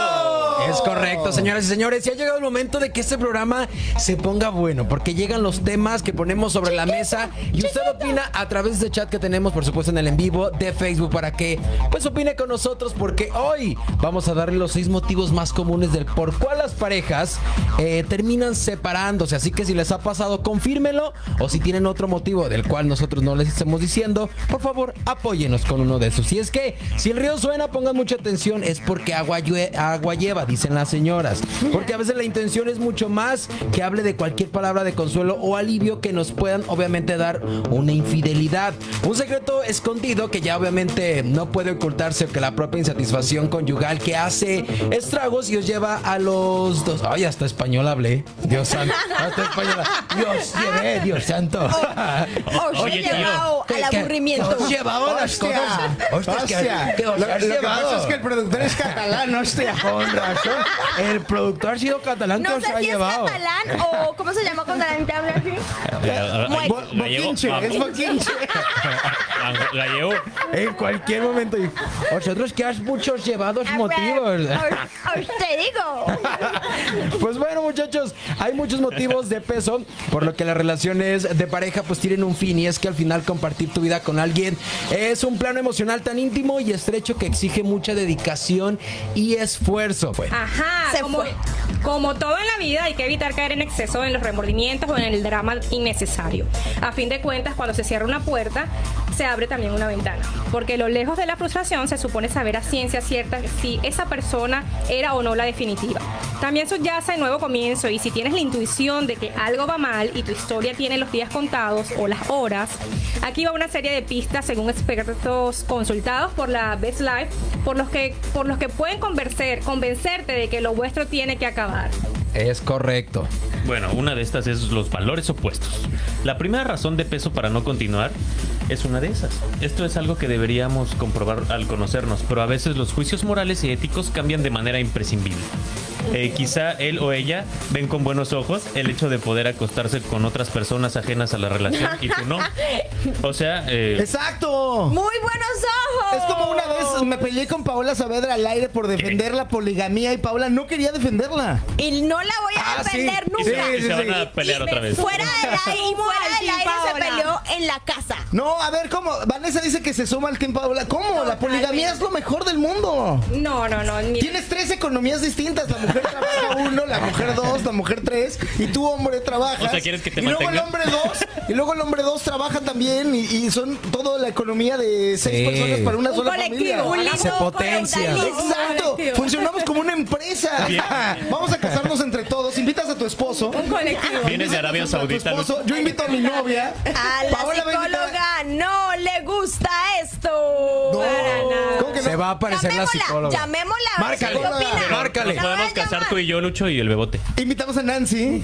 S6: Es correcto, señoras y señores. Y ha llegado el momento de que este programa se ponga bueno, porque llegan los temas que ponemos sobre la mesa y usted opina a través de chat que tenemos, por supuesto, en el en vivo de Facebook para que pues opine con nosotros, porque hoy vamos a darle los seis motivos más comunes del por cuál las parejas eh, terminan separándose. Así que si les ha pasado, confírmelo o si tienen otro motivo del cual nosotros no les estemos diciendo, por favor, apóyenos con uno de esos. Y es que si el río suena, pongan mucha atención, es porque agua, llue- agua lleva, dicen las señoras. Porque a veces la intención es mucho más que hable de cualquier palabra de consuelo o alivio que nos puedan obviamente dar una infidelidad. Un secreto escondido que ya obviamente no puede ocultarse que la propia insatisfacción conyugal que hace estragos y os lleva a los dos. Ay, hasta español hablé. Dios santo. Hasta español. Dios llevé, Dios santo.
S2: Os he
S5: Oye, tío.
S2: llevado al
S6: ¿Qué?
S2: aburrimiento.
S6: Os llevado a las
S3: Hostia,
S6: cosas. Hostias, que-
S3: hostia.
S6: que os
S3: Lo,
S6: has
S3: lo que
S6: llevado.
S3: pasa es que el productor es catalán, hostia.
S6: Con razón. Ah, El productor ha sido catalán que
S2: No
S6: os
S2: sé
S6: ha
S2: si es
S6: llevado.
S2: catalán o cómo se llama cuando la gente habla así.
S5: Eh, Ay,
S3: Bo-
S5: la llevo.
S3: boquinche,
S5: Ah,
S3: es boquinche.
S5: ah, La llevo.
S6: En cualquier momento. Y- Vosotros que has muchos llevados
S2: Ah,
S6: motivos.
S2: Os, os te digo.
S6: *laughs* Pues bueno, muchachos, hay muchos motivos de peso por lo que las relaciones de pareja pues tienen un fin y es que al final compartir tu vida con alguien es un plano emocional tan íntimo y estrecho que exige mucha dedicación y esfuerzo. Bueno,
S4: Ajá,
S2: Se
S4: como,
S2: fue.
S4: como todo en la vida hay que evitar caer en exceso en los remordimientos o en el drama innecesario. A fin de cuentas, cuando se cierra una puerta, se abre también una ventana. Porque lo lejos de la frustración se supone saber a ciencia cierta si esa persona era o no la definitiva. También subyace el nuevo comienzo y si tienes la intuición de que algo va mal y tu historia tiene los días contados o las horas, aquí va una serie de pistas según expertos consultados por la Best Life, por los que, por los que pueden convencer, convencerte de que lo vuestro tiene que acabar.
S2: Ah.
S6: es correcto.
S5: Bueno, una de estas es los valores opuestos. La primera razón de peso para no continuar es una de esas. Esto es algo que deberíamos comprobar al conocernos, pero a veces los juicios morales y éticos cambian de manera imprescindible. Eh, quizá él o ella ven con buenos ojos el hecho de poder acostarse con otras personas ajenas a la relación y tú no. O sea, eh,
S3: Exacto.
S2: Muy buenos ojos.
S3: Es como una vez me peleé con Paola Saavedra al aire por defender la poligamía y Paola no quería defenderla.
S2: Y no la voy a
S6: Ah, sí.
S2: defender
S5: y
S2: nunca.
S5: se, y se van a pelear otra vez.
S2: Fuera del aire, fuera del aire se peleó en la casa.
S3: No, a ver, ¿cómo? Vanessa dice que se suma al tiempo de hablar. ¿Cómo? La poligamía es lo mejor del mundo.
S4: No, no, no. mira.
S3: Tienes tres economías distintas. La mujer trabaja uno, la mujer dos, la mujer tres. Y tú, hombre, trabajas.
S5: O sea, ¿quieres que te
S3: Y luego el
S5: mantenga?
S3: hombre dos. Y luego el hombre dos trabaja también. Y, y son toda la economía de seis
S6: Sí.
S3: personas para una
S2: Un
S3: sola
S2: colectivo,
S3: familia.
S2: un lindo
S6: Se potencia.
S2: colectivo.
S3: Exacto. Funcionamos como una empresa.
S5: Bien.
S3: *laughs* Vamos a casarnos entre todos. Invitas a tu esposo.
S4: Un colectivo.
S5: Vienes de Arabia
S3: A tu
S5: Saudita, Luz.
S3: esposo. Yo invito a mi novia.
S2: A la
S3: Paola va a invitar-
S2: psicóloga no le gusta esto.
S3: No.
S2: Para nada.
S3: ¿Cómo que no?
S6: Se va a aparecer la
S2: Llamémosla,
S6: psicóloga.
S2: llamémosla. a ver si
S6: Márcale,
S2: ¿Qué opina?
S6: márcale.
S5: Nos
S2: La voy
S5: podemos
S2: a
S5: casar
S2: llamar.
S5: tú y yo, Lucho, y el bebote.
S3: Invitamos a Nancy.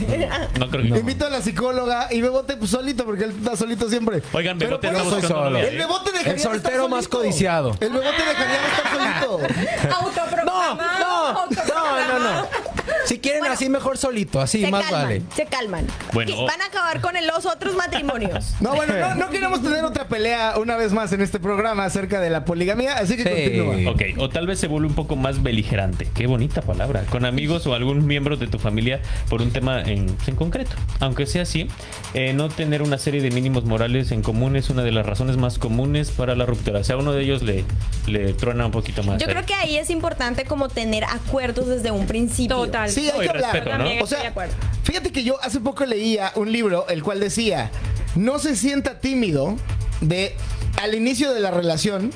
S5: No creo que
S3: Invito a la psicóloga y Bebote pues solito porque él está solito siempre.
S5: Oigan,
S3: Pero
S5: Bebote
S3: por
S5: está
S3: eso-
S5: buscando
S6: soy solo.
S5: novia,
S3: El
S5: ¿eh?
S3: Bebote dejaría
S6: El
S3: de estar
S6: soltero más
S3: solito.
S6: codiciado.
S3: El Bebote dejaría de estar solito.
S6: No,
S4: Autoprogramado.
S6: no, no, no,
S4: autoprogramado.
S6: no. Si quieren
S2: Bueno,
S6: así mejor solito, así
S2: se
S6: más
S2: calman,
S6: vale.
S2: Se calman.
S5: Bueno,
S2: Que van a acabar con el- los otros matrimonios.
S3: No, bueno, no, no queremos tener otra pelea una vez más en este programa acerca de la poligamía, así que
S6: Sí.
S3: continúa.
S5: Ok, o tal vez se vuelve un poco más beligerante. Qué bonita palabra. Con amigos o algún miembro de tu familia por un tema en, en concreto. Aunque sea así, eh, no tener una serie de mínimos morales en común es una de las razones más comunes para la ruptura. O sea, uno de ellos le, le truena un poquito más.
S2: Yo creo que ahí es importante como tener acuerdos desde un principio.
S4: Total.
S3: Sí, hay
S5: No, y
S3: que hablar.
S5: respeto, ¿no?
S3: O
S4: Estoy de
S3: sea,
S4: acuerdo.
S3: fíjate que yo hace poco leía un libro el cual decía, no se sienta tímido de al inicio de la relación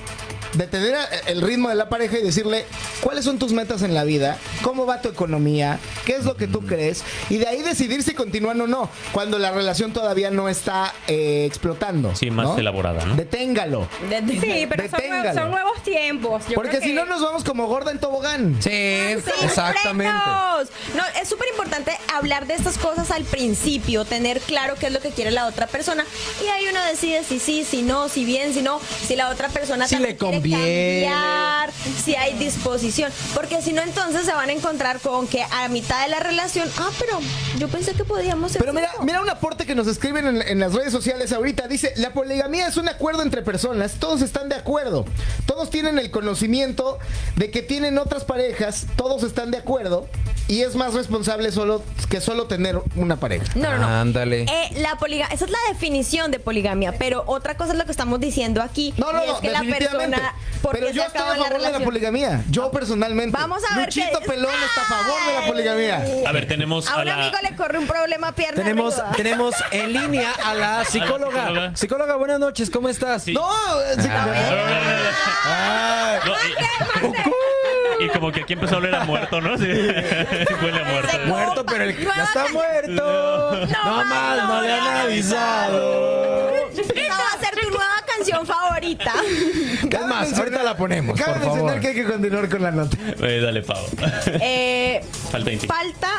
S3: detener a- el ritmo de la pareja y decirle cuáles son tus metas en la vida, cómo va tu economía, qué es lo que
S5: Mm.
S3: tú crees y de ahí decidir si continúan o no cuando la relación todavía no está eh, explotando.
S5: Sí, más
S3: ¿no?
S5: elaborada, ¿no?
S3: Deténgalo.
S2: Desde-
S4: Sí, pero son,
S3: Deténgalo.
S4: nuevos- son nuevos tiempos. Yo
S3: Porque
S4: creo
S3: si
S4: que-
S3: no nos vamos como gorda en tobogán.
S6: Sí,
S2: Sí,
S6: exactamente.
S2: frenos. No, es súper importante hablar de estas cosas al principio, tener claro qué es lo que quiere la otra persona y ahí uno decide si sí, si no, si bien, si no, si la otra persona
S6: Si
S2: también
S6: le
S2: quiere
S6: conviene.
S2: cambiar, si hay disposición, porque si no entonces se van a encontrar con que a mitad de la relación, ah, pero yo pensé que podíamos ser
S3: Pero mira,
S2: cinco".
S3: mira un aporte que nos escriben en, en las redes sociales ahorita. Dice, la poligamía es un acuerdo entre personas, todos están de acuerdo, todos tienen el conocimiento de que tienen otras parejas, todos están de acuerdo y es más responsable solo que solo tener una pareja.
S2: No, no, no.
S6: Ándale.
S2: Eh, la poliga- esa es la definición de poligamia, pero otra cosa es lo que estamos diciendo aquí.
S3: No, no,
S2: y es
S3: no,
S2: que la
S3: definitivamente.
S2: persona, ¿por
S3: Pero
S2: qué
S3: yo
S2: se
S3: estoy
S2: acaba
S3: a favor de la
S2: relación?
S3: poligamía. Yo personalmente.
S2: Vamos a ver
S3: Luchito
S2: qué-
S3: Pelón está a favor de la poligamia.
S5: A ver, tenemos
S2: A
S5: a
S2: un
S5: la...
S2: amigo le corre un problema pierna
S6: Tenemos,
S2: arriba.
S6: tenemos en línea a la psicóloga.
S5: psicóloga.
S6: Psicóloga, buenas noches, ¿cómo estás?
S5: Sí.
S3: No, sí,
S5: No, y- y, como que aquí empezó a oler a muerto, ¿no? Sí. Huele a muerto.
S6: Muerto, pero el...
S2: Nueva
S6: ya está
S2: ca-
S6: muerto. No, más, no le han avisado.
S2: Esa va a ser tu nueva canción favorita.
S6: Es más, ahorita la ponemos,
S3: cabe
S6: por favor.
S3: mencionar que hay que continuar con la nota.
S5: Eh, dale, Pavo.
S2: Eh,
S5: Falta en ti.
S2: Falta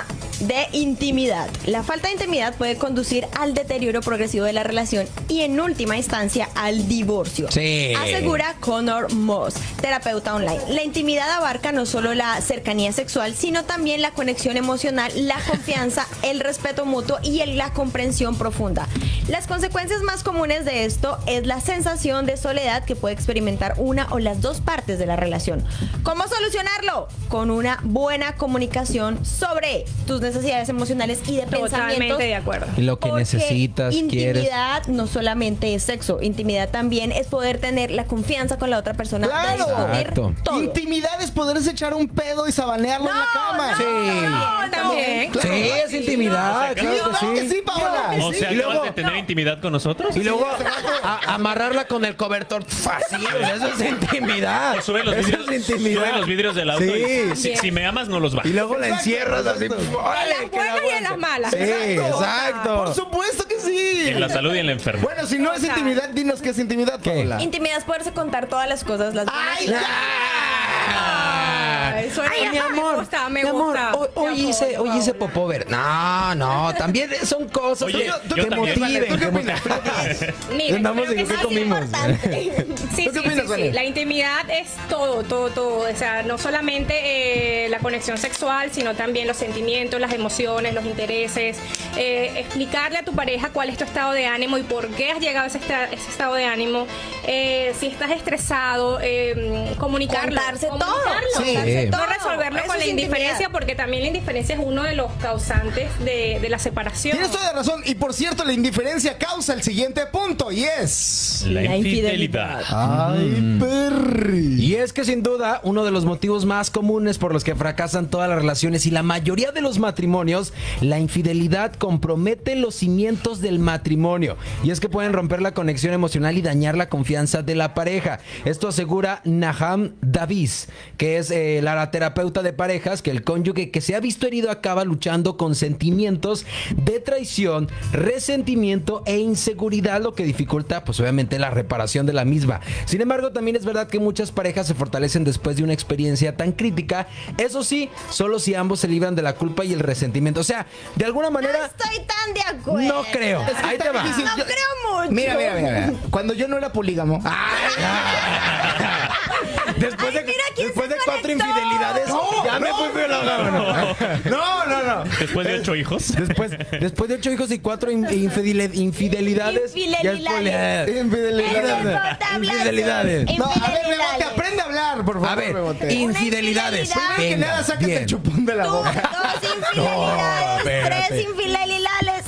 S2: de intimidad. La falta de intimidad puede conducir al deterioro progresivo de la relación y en última instancia al divorcio.
S6: Sí.
S2: Asegura Connor Moss, terapeuta online. La intimidad abarca no solo la cercanía sexual, sino también la conexión emocional, la confianza, el respeto mutuo y el- la comprensión profunda. Las consecuencias más comunes de esto es la sensación de soledad que puede experimentar una o las dos partes de la relación. ¿Cómo solucionarlo? Con una buena comunicación sobre tus necesidades emocionales y de pensamientos
S4: Totalmente de acuerdo.
S6: Lo que
S2: porque
S6: necesitas, quieres.
S2: Intimidad no solamente es sexo, intimidad también es poder tener la confianza con la otra persona. de
S3: Claro.
S2: discutir
S6: Exacto.
S2: todo.
S3: Intimidad es poderse echar un pedo y sabanearlo en la cama.
S6: Sí.
S4: También.
S6: Sí, es intimidad, claro
S3: Claro
S6: que
S3: que sí,
S6: sí.
S3: Paola.
S5: O sea,
S6: Y
S5: ¿acabas
S6: luego-
S5: de tener intimidad con nosotros?
S6: Y luego a- amarrarla con el cobertor. Fácil, eso es intimidad.
S5: O Pues sube los,
S6: eso
S5: vidrios,
S6: es intimidad.
S5: sube los vidrios del auto.
S6: Sí.
S5: y si, si me amas, no los bajas.
S6: Y luego la
S3: Exacto,
S6: encierras así.
S3: exacto.
S6: ¡órale,
S4: En las
S6: que
S4: buenas
S6: la
S4: y en las
S6: aguante!
S4: malas.
S6: Sí, exacto.
S3: Por supuesto que sí.
S5: En la salud y en la enfermedad.
S3: Bueno, si no es intimidad, dinos qué es intimidad, Paola.
S2: Intimidad es poderse contar todas las cosas, las buenas y las
S6: ¡Ah!
S4: Eso era-
S6: Ay, mi
S4: me
S6: amor,
S4: gusta, me
S6: mi amor,
S4: gusta.
S6: hoy- Hoy,
S4: Mi amor,
S6: hice, hoy hice
S4: Paola.
S6: popó ver. No, no, también son cosas
S5: Oye,
S6: que-
S5: yo
S6: que
S5: también.
S6: motiven.
S3: ¿Tú qué
S6: que
S3: opinas?
S6: motiven.
S4: Mira,
S3: Eh,
S6: Andamos
S4: creo
S6: en
S4: que
S6: qué
S4: sí,
S6: comimos.
S3: *laughs*
S4: Sí,
S3: ¿Tú qué
S4: sí,
S3: opinas,
S4: sí, sí.
S3: Vane?
S4: La intimidad es todo, todo, todo. O sea, no solamente eh, la conexión sexual, sino también los sentimientos, las emociones, los intereses. Eh, explicarle a tu pareja cuál es tu estado de ánimo y por qué has llegado a ese, esta- ese estado de ánimo. Eh, si estás estresado, eh, comunicarlo.
S2: Contarse todo.
S4: comunicarlo,
S6: Sí.
S4: contarse todo,
S2: Todo.
S4: resolverlo
S2: Eso
S4: con
S2: es
S4: la
S2: intimidad.
S4: indiferencia, porque también la indiferencia es uno de los causantes de, de la separación.
S3: Tienes toda la razón. Y por cierto, la indiferencia causa el siguiente punto y es. Mm.
S5: La
S2: La
S5: infidelidad.
S3: Ay, perri.
S6: Y es que sin duda uno de los motivos más comunes por los que fracasan todas las relaciones y la mayoría de los matrimonios, la infidelidad compromete los cimientos del matrimonio. Y es que pueden romper la conexión emocional y dañar la confianza de la pareja. Esto asegura Naham Davis, que es eh, la terapeuta de parejas, que el cónyuge que se ha visto herido acaba luchando con sentimientos de traición, resentimiento e inseguridad, lo que dificulta pues obviamente la reparación de la misma. Sin embargo, también es verdad que muchas parejas se fortalecen después de una experiencia tan crítica. Eso sí, solo si ambos se libran de la culpa y el resentimiento. O sea, de alguna
S2: No
S6: manera
S2: estoy tan de acuerdo.
S6: no creo.
S3: Es que
S6: Ahí
S3: está
S6: te va.
S3: difícil.
S2: No
S3: Yo-
S2: creo mucho.
S3: Mira, mira, mira. mira. Cuando yo no era polígamo.
S6: *laughs* Ah. Después de,
S2: Ay, mira quién
S6: después
S2: se
S6: de cuatro
S2: conectó.
S6: infidelidades,
S3: No,
S6: ya me
S3: no,
S6: fui violada.
S3: No, no, no.
S5: Después de ocho hijos.
S6: Después, después de ocho hijos y cuatro in- infidele- infidelidades. ya es
S2: Infidelidades.
S6: poli-
S3: Infidelidad.
S6: Infidelidades.
S2: Infidelidades.
S3: No, a ver, Rebote, aprende a hablar, por favor,
S6: A ver,
S3: Rebote.
S2: y-
S6: infidelidades.
S2: infidelidad.
S3: Primero que
S6: Venga,
S3: nada, sácate
S6: bien.
S3: el chupón de la
S2: Tú,
S3: boca.
S2: dos
S6: pues. No,
S2: infidelidades,
S6: espérate.
S2: tres infidelidades.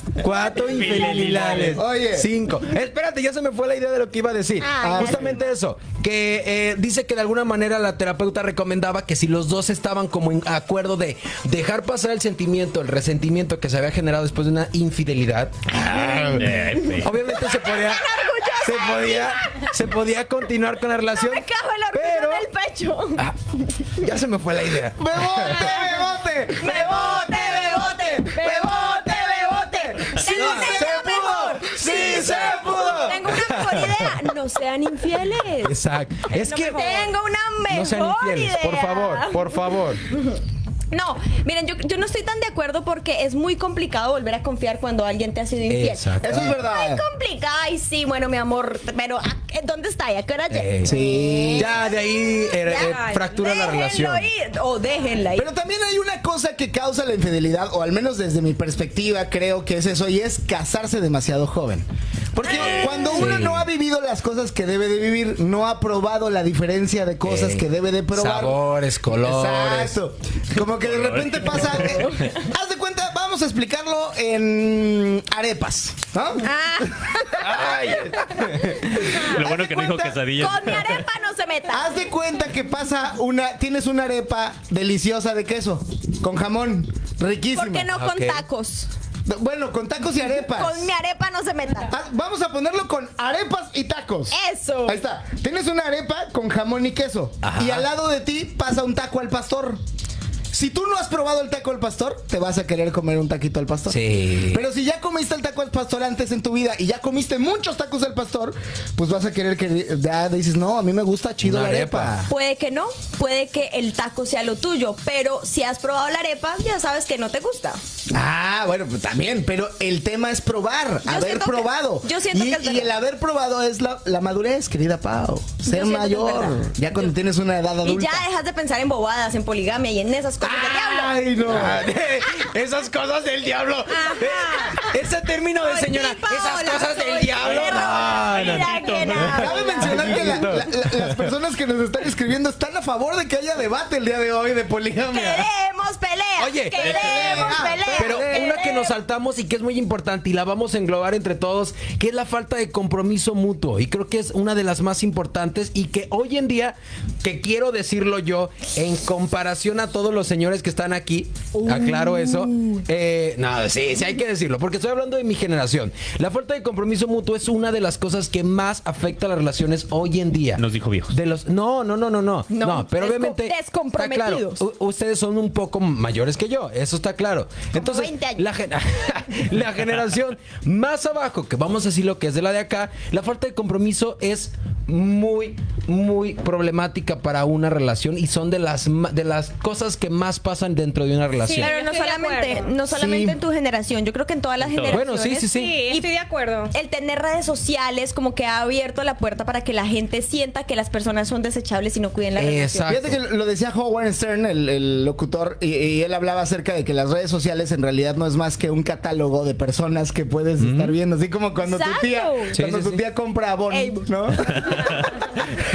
S2: *laughs*
S6: Cuatro infidelidades.
S3: Oye.
S6: Cinco. Espérate, ya se me fue la idea de lo que iba a decir.
S2: Ah,
S6: Justamente eso. Que eh, dice que de alguna manera la terapeuta recomendaba que si los dos estaban como en acuerdo de dejar pasar el sentimiento, el resentimiento que se había generado después de una infidelidad, *laughs*
S5: Eh,
S6: obviamente
S2: *laughs*
S6: se podía. Se podía, se podía continuar con la relación.
S2: Me cago el orgullo
S6: pero
S2: del pecho.
S6: ya se me fue
S2: *laughs*
S6: la idea.
S3: ¡Bebote, bebote! ¡Bebote, bebote! ¡Bebote, bebote! ¡Sí
S2: Tengo una
S3: se
S2: idea
S3: pudo!
S2: mejor.
S3: ¡Sí se pudo!
S2: Tengo una mejor idea. No sean infieles.
S6: Exacto. Es que
S2: Tengo una mejor
S6: no sean infieles,
S2: idea.
S6: por favor, por favor.
S2: No, miren, yo, yo no estoy tan de acuerdo porque es muy complicado volver a confiar cuando alguien te ha sido infiel.
S6: Exacto.
S3: Eso es verdad.
S2: Complicado, ay sí, bueno, mi amor, pero ¿a- ¿dónde está? ¿Y a qué hora llega?
S3: Eh,
S6: Ey. Ya de Eh, ahí eh, eh,
S2: Ya,
S6: fractura la
S2: déjenlo
S6: relación.
S2: ir, o déjenla ir.
S3: Pero también hay una cosa que causa la infidelidad, o al menos desde mi perspectiva creo que es eso, y es casarse demasiado joven. Porque
S2: Eh,
S3: cuando uno
S6: Sí.
S3: no ha vivido las cosas que debe de vivir, no ha probado la diferencia de cosas
S2: Eh,
S6: Ey.
S3: que debe de probar.
S6: Sabores, colores.
S3: Exacto. Como que de repente pasa... eh,
S2: *laughs*
S3: haz de cuenta, vamos a explicarlo en arepas. ¿no?
S2: Ah,
S5: Lo bueno
S3: Haz de
S5: que no dijo
S3: cuenta-
S5: quesadilla.
S2: con mi arepa no se meta.
S3: Haz de cuenta que pasa una... Tienes una arepa deliciosa de queso, con jamón, riquísima.
S2: ¿Por qué no con
S6: Ok.
S2: tacos?
S3: Bueno, con tacos y arepas.
S2: Con mi arepa no se meta.
S3: Ah, Vamos a ponerlo con arepas y tacos.
S2: Eso.
S3: Ahí está. Tienes una arepa con jamón y queso.
S6: Ajá.
S3: Y al lado de ti pasa un taco al pastor. Si tú no has probado el taco al pastor, te vas a querer comer un taquito al pastor.
S6: Sí.
S3: Pero si ya comiste el taco al pastor antes en tu vida y ya comiste muchos tacos al pastor, pues vas a querer que ya dices, no, a mí me gusta chido
S6: Una
S3: la arepa.
S6: arepa.
S2: Puede que no, puede que el taco sea lo tuyo, pero si has probado la arepa, ya sabes que no te gusta.
S3: Ah, bueno, pues también, pero el tema es probar,
S2: Yo
S3: haber
S2: siento que-
S3: probado.
S2: yo siento
S3: y,
S2: que es
S3: y
S2: verdad.
S3: el haber probado es la, la madurez, querida Pau. Ser
S2: siento que es
S3: mayor,
S2: verdad.
S3: ya cuando tienes una edad
S2: Y
S3: adulta.
S2: ya dejas de pensar en bobadas, en poligamia y en esas cosas del diablo.
S3: Ay, no.
S6: Esas cosas del diablo. Eh, Ese término de
S2: Soy
S6: señora.
S2: tipo,
S6: Esas
S2: la
S6: cosas del
S2: soy
S6: diablo.
S2: perro.
S6: No, no,
S2: Mira que nada.
S3: *laughs* Cabe mencionar que la- la- la- las personas que nos están escribiendo están a favor de que haya debate el día de hoy de poligamia.
S2: Queremos pelea.
S6: Oye,
S2: queremos
S3: eh,
S2: pelea.
S6: Pero una que nos
S2: queremos-
S6: saltamos y que es muy importante y la vamos a englobar entre todos, que es la falta de compromiso mutuo. Y creo que es una de las más importantes y que hoy en día, que quiero decirlo yo, en comparación a todos los señores que están aquí,
S2: Uh.
S6: aclaro eso, eh, no, sí, sí hay que decirlo, porque estoy hablando de mi generación. La falta de compromiso mutuo es una de las cosas que más afecta a las relaciones hoy en día.
S5: Nos dijo viejos.
S6: Pues, De los, no, no, no, no, no. No,
S2: No,
S6: pero
S2: descom-
S6: obviamente. está
S2: descomprometidos.
S6: claro, u- ustedes son un poco mayores que yo, eso está claro. Entonces,
S2: 20 años.
S6: La, gen- *laughs* la generación más abajo, que vamos a decir lo que es de la de acá, la falta de compromiso es muy, muy problemática para una relación y son de las, ma- de las cosas que más pasan dentro de una relación.
S2: Pero no
S4: Estoy de
S2: solamente,
S4: acuerdo.
S2: no solamente
S3: Sí.
S2: en tu generación, yo creo que en todas las
S5: todas.
S2: generaciones.
S6: Bueno, sí, sí, sí.
S4: Sí, estoy de acuerdo.
S2: El tener redes sociales como que ha abierto la puerta para que la gente sienta que las personas son desechables y no cuiden la relación.
S6: Exacto.
S3: Fíjate que lo decía Howard Stern, el, el locutor, y, y él hablaba acerca de que las redes sociales en realidad no es más que un catálogo de personas que puedes estar viendo. Así como cuando tu
S2: Exacto.
S3: tía,
S6: Sí,
S3: cuando
S6: sí,
S3: tu
S6: sí.
S3: tía compra abono,
S2: Ey.
S3: ¿no?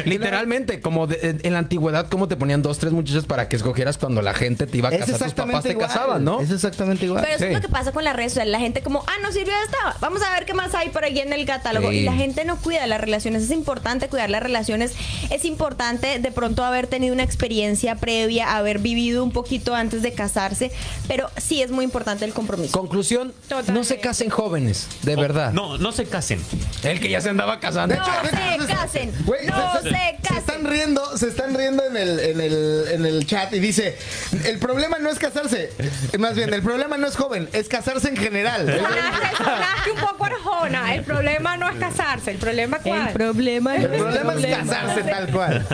S6: Literalmente, como de- en- en la antigüedad, como te ponían dos, tres muchachas para que escogieras cuando la gente te iba a
S3: Es
S6: casar, tus papás te casaban, ¿no?
S3: Es exactamente igual.
S2: Pero eso
S6: Sí.
S2: es lo que pasa con las redes sociales. La gente como, ah, no sirvió esta. Vamos a ver qué más hay por ahí en el catálogo.
S6: Sí.
S2: Y la gente no cuida las relaciones. Es importante cuidar las relaciones. Es importante de pronto haber tenido una experiencia previa, haber vivido un poquito antes de casarse. Pero sí es muy importante el compromiso.
S6: Conclusión, no se
S4: Totalmente.
S6: casen jóvenes, de verdad.
S5: Oh, No, no se casen.
S6: El que ya se andaba casando.
S2: No se casen.
S3: Güey,
S2: No
S3: se-
S2: se
S3: Se están
S2: casen.
S3: riendo, se están riendo en el, en el, en el chat y dice, el problema no es casarse, Eh, más bien, el problema no es joven, es casarse en
S2: *laughs*
S3: general.
S4: Sonaste, sonaste un poco arjona. El problema no es casarse, el problema cuál.
S2: problema
S3: El problema es casarse tal cual.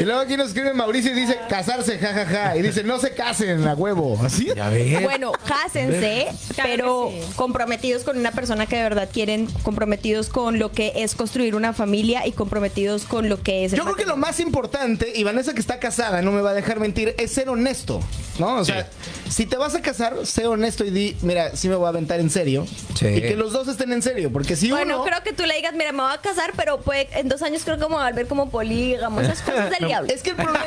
S3: Y luego aquí nos escribe Mauricio y dice, casarse, jajaja. Y dice, no se casen a huevo. ¿Así?
S6: Ya ves.
S2: Bueno, cásense,
S4: Claro
S2: pero
S4: que sí.
S2: comprometidos con una persona que de verdad quieren, comprometidos con lo que es construir una familia y comprometidos con lo que es. el
S3: Yo creo que lo más importante, y Vanessa que está casada, no me va a dejar mentir, es ser honesto, ¿no? O sea, si te vas a casar, sé honesto y di, mira, sí me voy a aventar en serio.
S6: Sí.
S3: Y que los dos estén en serio, porque si
S2: Bueno,
S3: uno...
S2: creo que tú le digas, mira, me voy a casar, pero pues, en dos años creo que me voy a volver como polígamo, esas cosas
S3: *laughs*
S2: del diablo.
S3: Es que
S2: *laughs*
S3: el problema...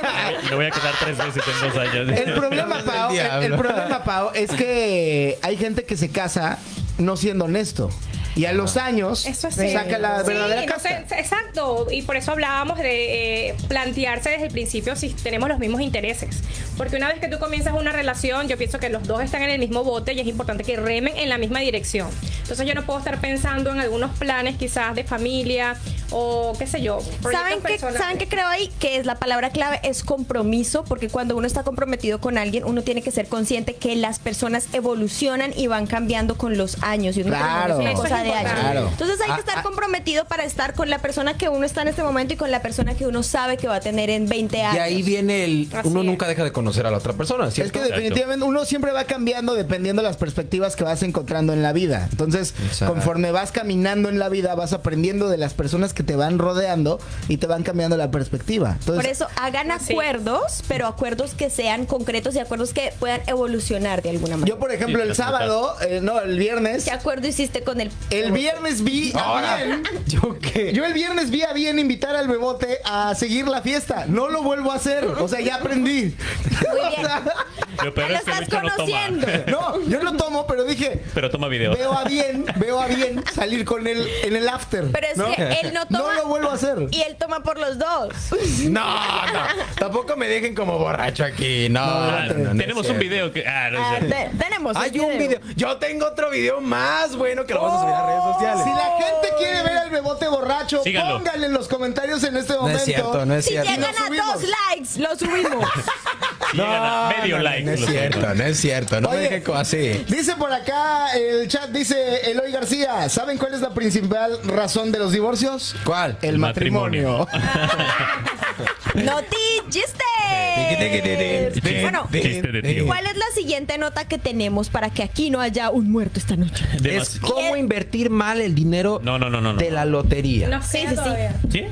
S5: Me voy a quedar tres veces en dos años.
S3: El problema, Pao, el, el
S6: diablo.
S3: problema, Pao, es que hay gente que se casa no siendo honesto. Y a los años
S4: Eso es
S3: saca la verdadera casta.
S4: exacto, y por eso hablábamos de eh, plantearse desde el principio si tenemos los mismos intereses. Porque una vez que tú comienzas una relación, yo pienso que los dos están en el mismo bote y es importante que remen en la misma dirección. Entonces yo no puedo estar pensando en algunos planes quizás de familia o qué sé yo.
S2: ¿Saben
S4: proyectos
S2: qué,
S4: personales.
S2: ¿Saben qué creo ahí? Que es la palabra clave, es compromiso, porque cuando uno está comprometido con alguien, uno tiene que ser consciente que las personas evolucionan y van cambiando con los años. Y uno
S3: Claro.
S2: no es una
S4: Eso
S2: cosa
S4: es
S2: de años.
S4: importante.
S3: Claro.
S2: Entonces hay
S3: Ah,
S2: que estar
S3: ah.
S2: comprometido para estar con la persona que uno está en este momento y con la persona que uno sabe que va a tener en 20 años.
S6: Y ahí viene el.
S4: Así
S6: uno
S4: es.
S6: nunca deja de conocer a la otra persona,
S3: Es
S6: ¿cierto?
S3: que definitivamente uno siempre va cambiando dependiendo de las perspectivas que vas encontrando en la vida. Entonces,
S6: Exacto.
S3: conforme vas caminando en la vida, vas aprendiendo de las personas que te van rodeando y te van cambiando la perspectiva. Entonces,
S2: Por eso hagan
S4: Así es.
S2: acuerdos, pero acuerdos que sean concretos y acuerdos que puedan evolucionar de alguna manera.
S3: yo, por ejemplo,
S5: Sí,
S3: el
S5: las
S3: sábado, eh, no, el viernes,
S2: ¿Qué acuerdo hiciste con el
S3: el viernes vi a Bien.
S6: ¿Yo qué?
S3: Yo el viernes vi a Bien invitar al bebote a seguir la fiesta. No lo vuelvo a hacer. O sea, ya aprendí. *laughs*
S2: Muy bien.
S5: Lo
S2: Ya
S5: peor
S2: lo
S5: es que
S2: estás
S5: Lucho no toma.
S2: conociendo.
S3: No, yo lo tomo, pero dije,
S5: Pero toma video.
S3: veo a Bien, veo a Bien salir con él en el after.
S2: Pero es
S3: ¿no?
S2: que él no
S3: *laughs* No
S2: toma.
S3: lo vuelvo a hacer.
S2: Y él toma por los dos.
S6: No, no. Tampoco me dejen como borracho aquí. No,
S5: Ah,
S6: no, no, no es
S5: tenemos un
S6: cierto.
S5: video que. Ah, no es
S2: Ah,
S5: cierto.
S2: te- tenemos.
S6: Hay un video. Yo tengo otro video más bueno que lo vamos a subir a redes sociales.
S3: Si la gente quiere ver al bebote borracho,
S5: Síganlo.
S3: pónganle en los comentarios en este
S6: No
S3: momento.
S6: es cierto, no es
S2: Si
S6: cierto.
S2: llegan
S3: Lo
S2: a
S3: subimos.
S2: dos likes, lo
S3: *laughs*
S2: subimos.
S5: Sí, gana medio
S6: no,
S5: like.
S6: No es
S5: lo siento.
S6: cierto, no es cierto. No me
S3: Oye,
S6: dejen como así.
S3: Dice por acá el chat, dice Eloy García, ¿saben cuál es la principal razón de los divorcios?
S6: ¿Cuál?
S3: El matrimonio.
S5: Matrimonio.
S2: no te chiste. Bueno,
S5: Chiste de tío.
S2: ¿cuál es la siguiente nota que tenemos para que aquí no haya un muerto esta noche?
S6: Es
S5: Demasi-
S6: cómo invertir mal el dinero
S5: No, no, no, no. no.
S6: de la lotería.
S4: No sé
S2: Sí, sí, sí.
S4: todavía.
S5: ¿Sí?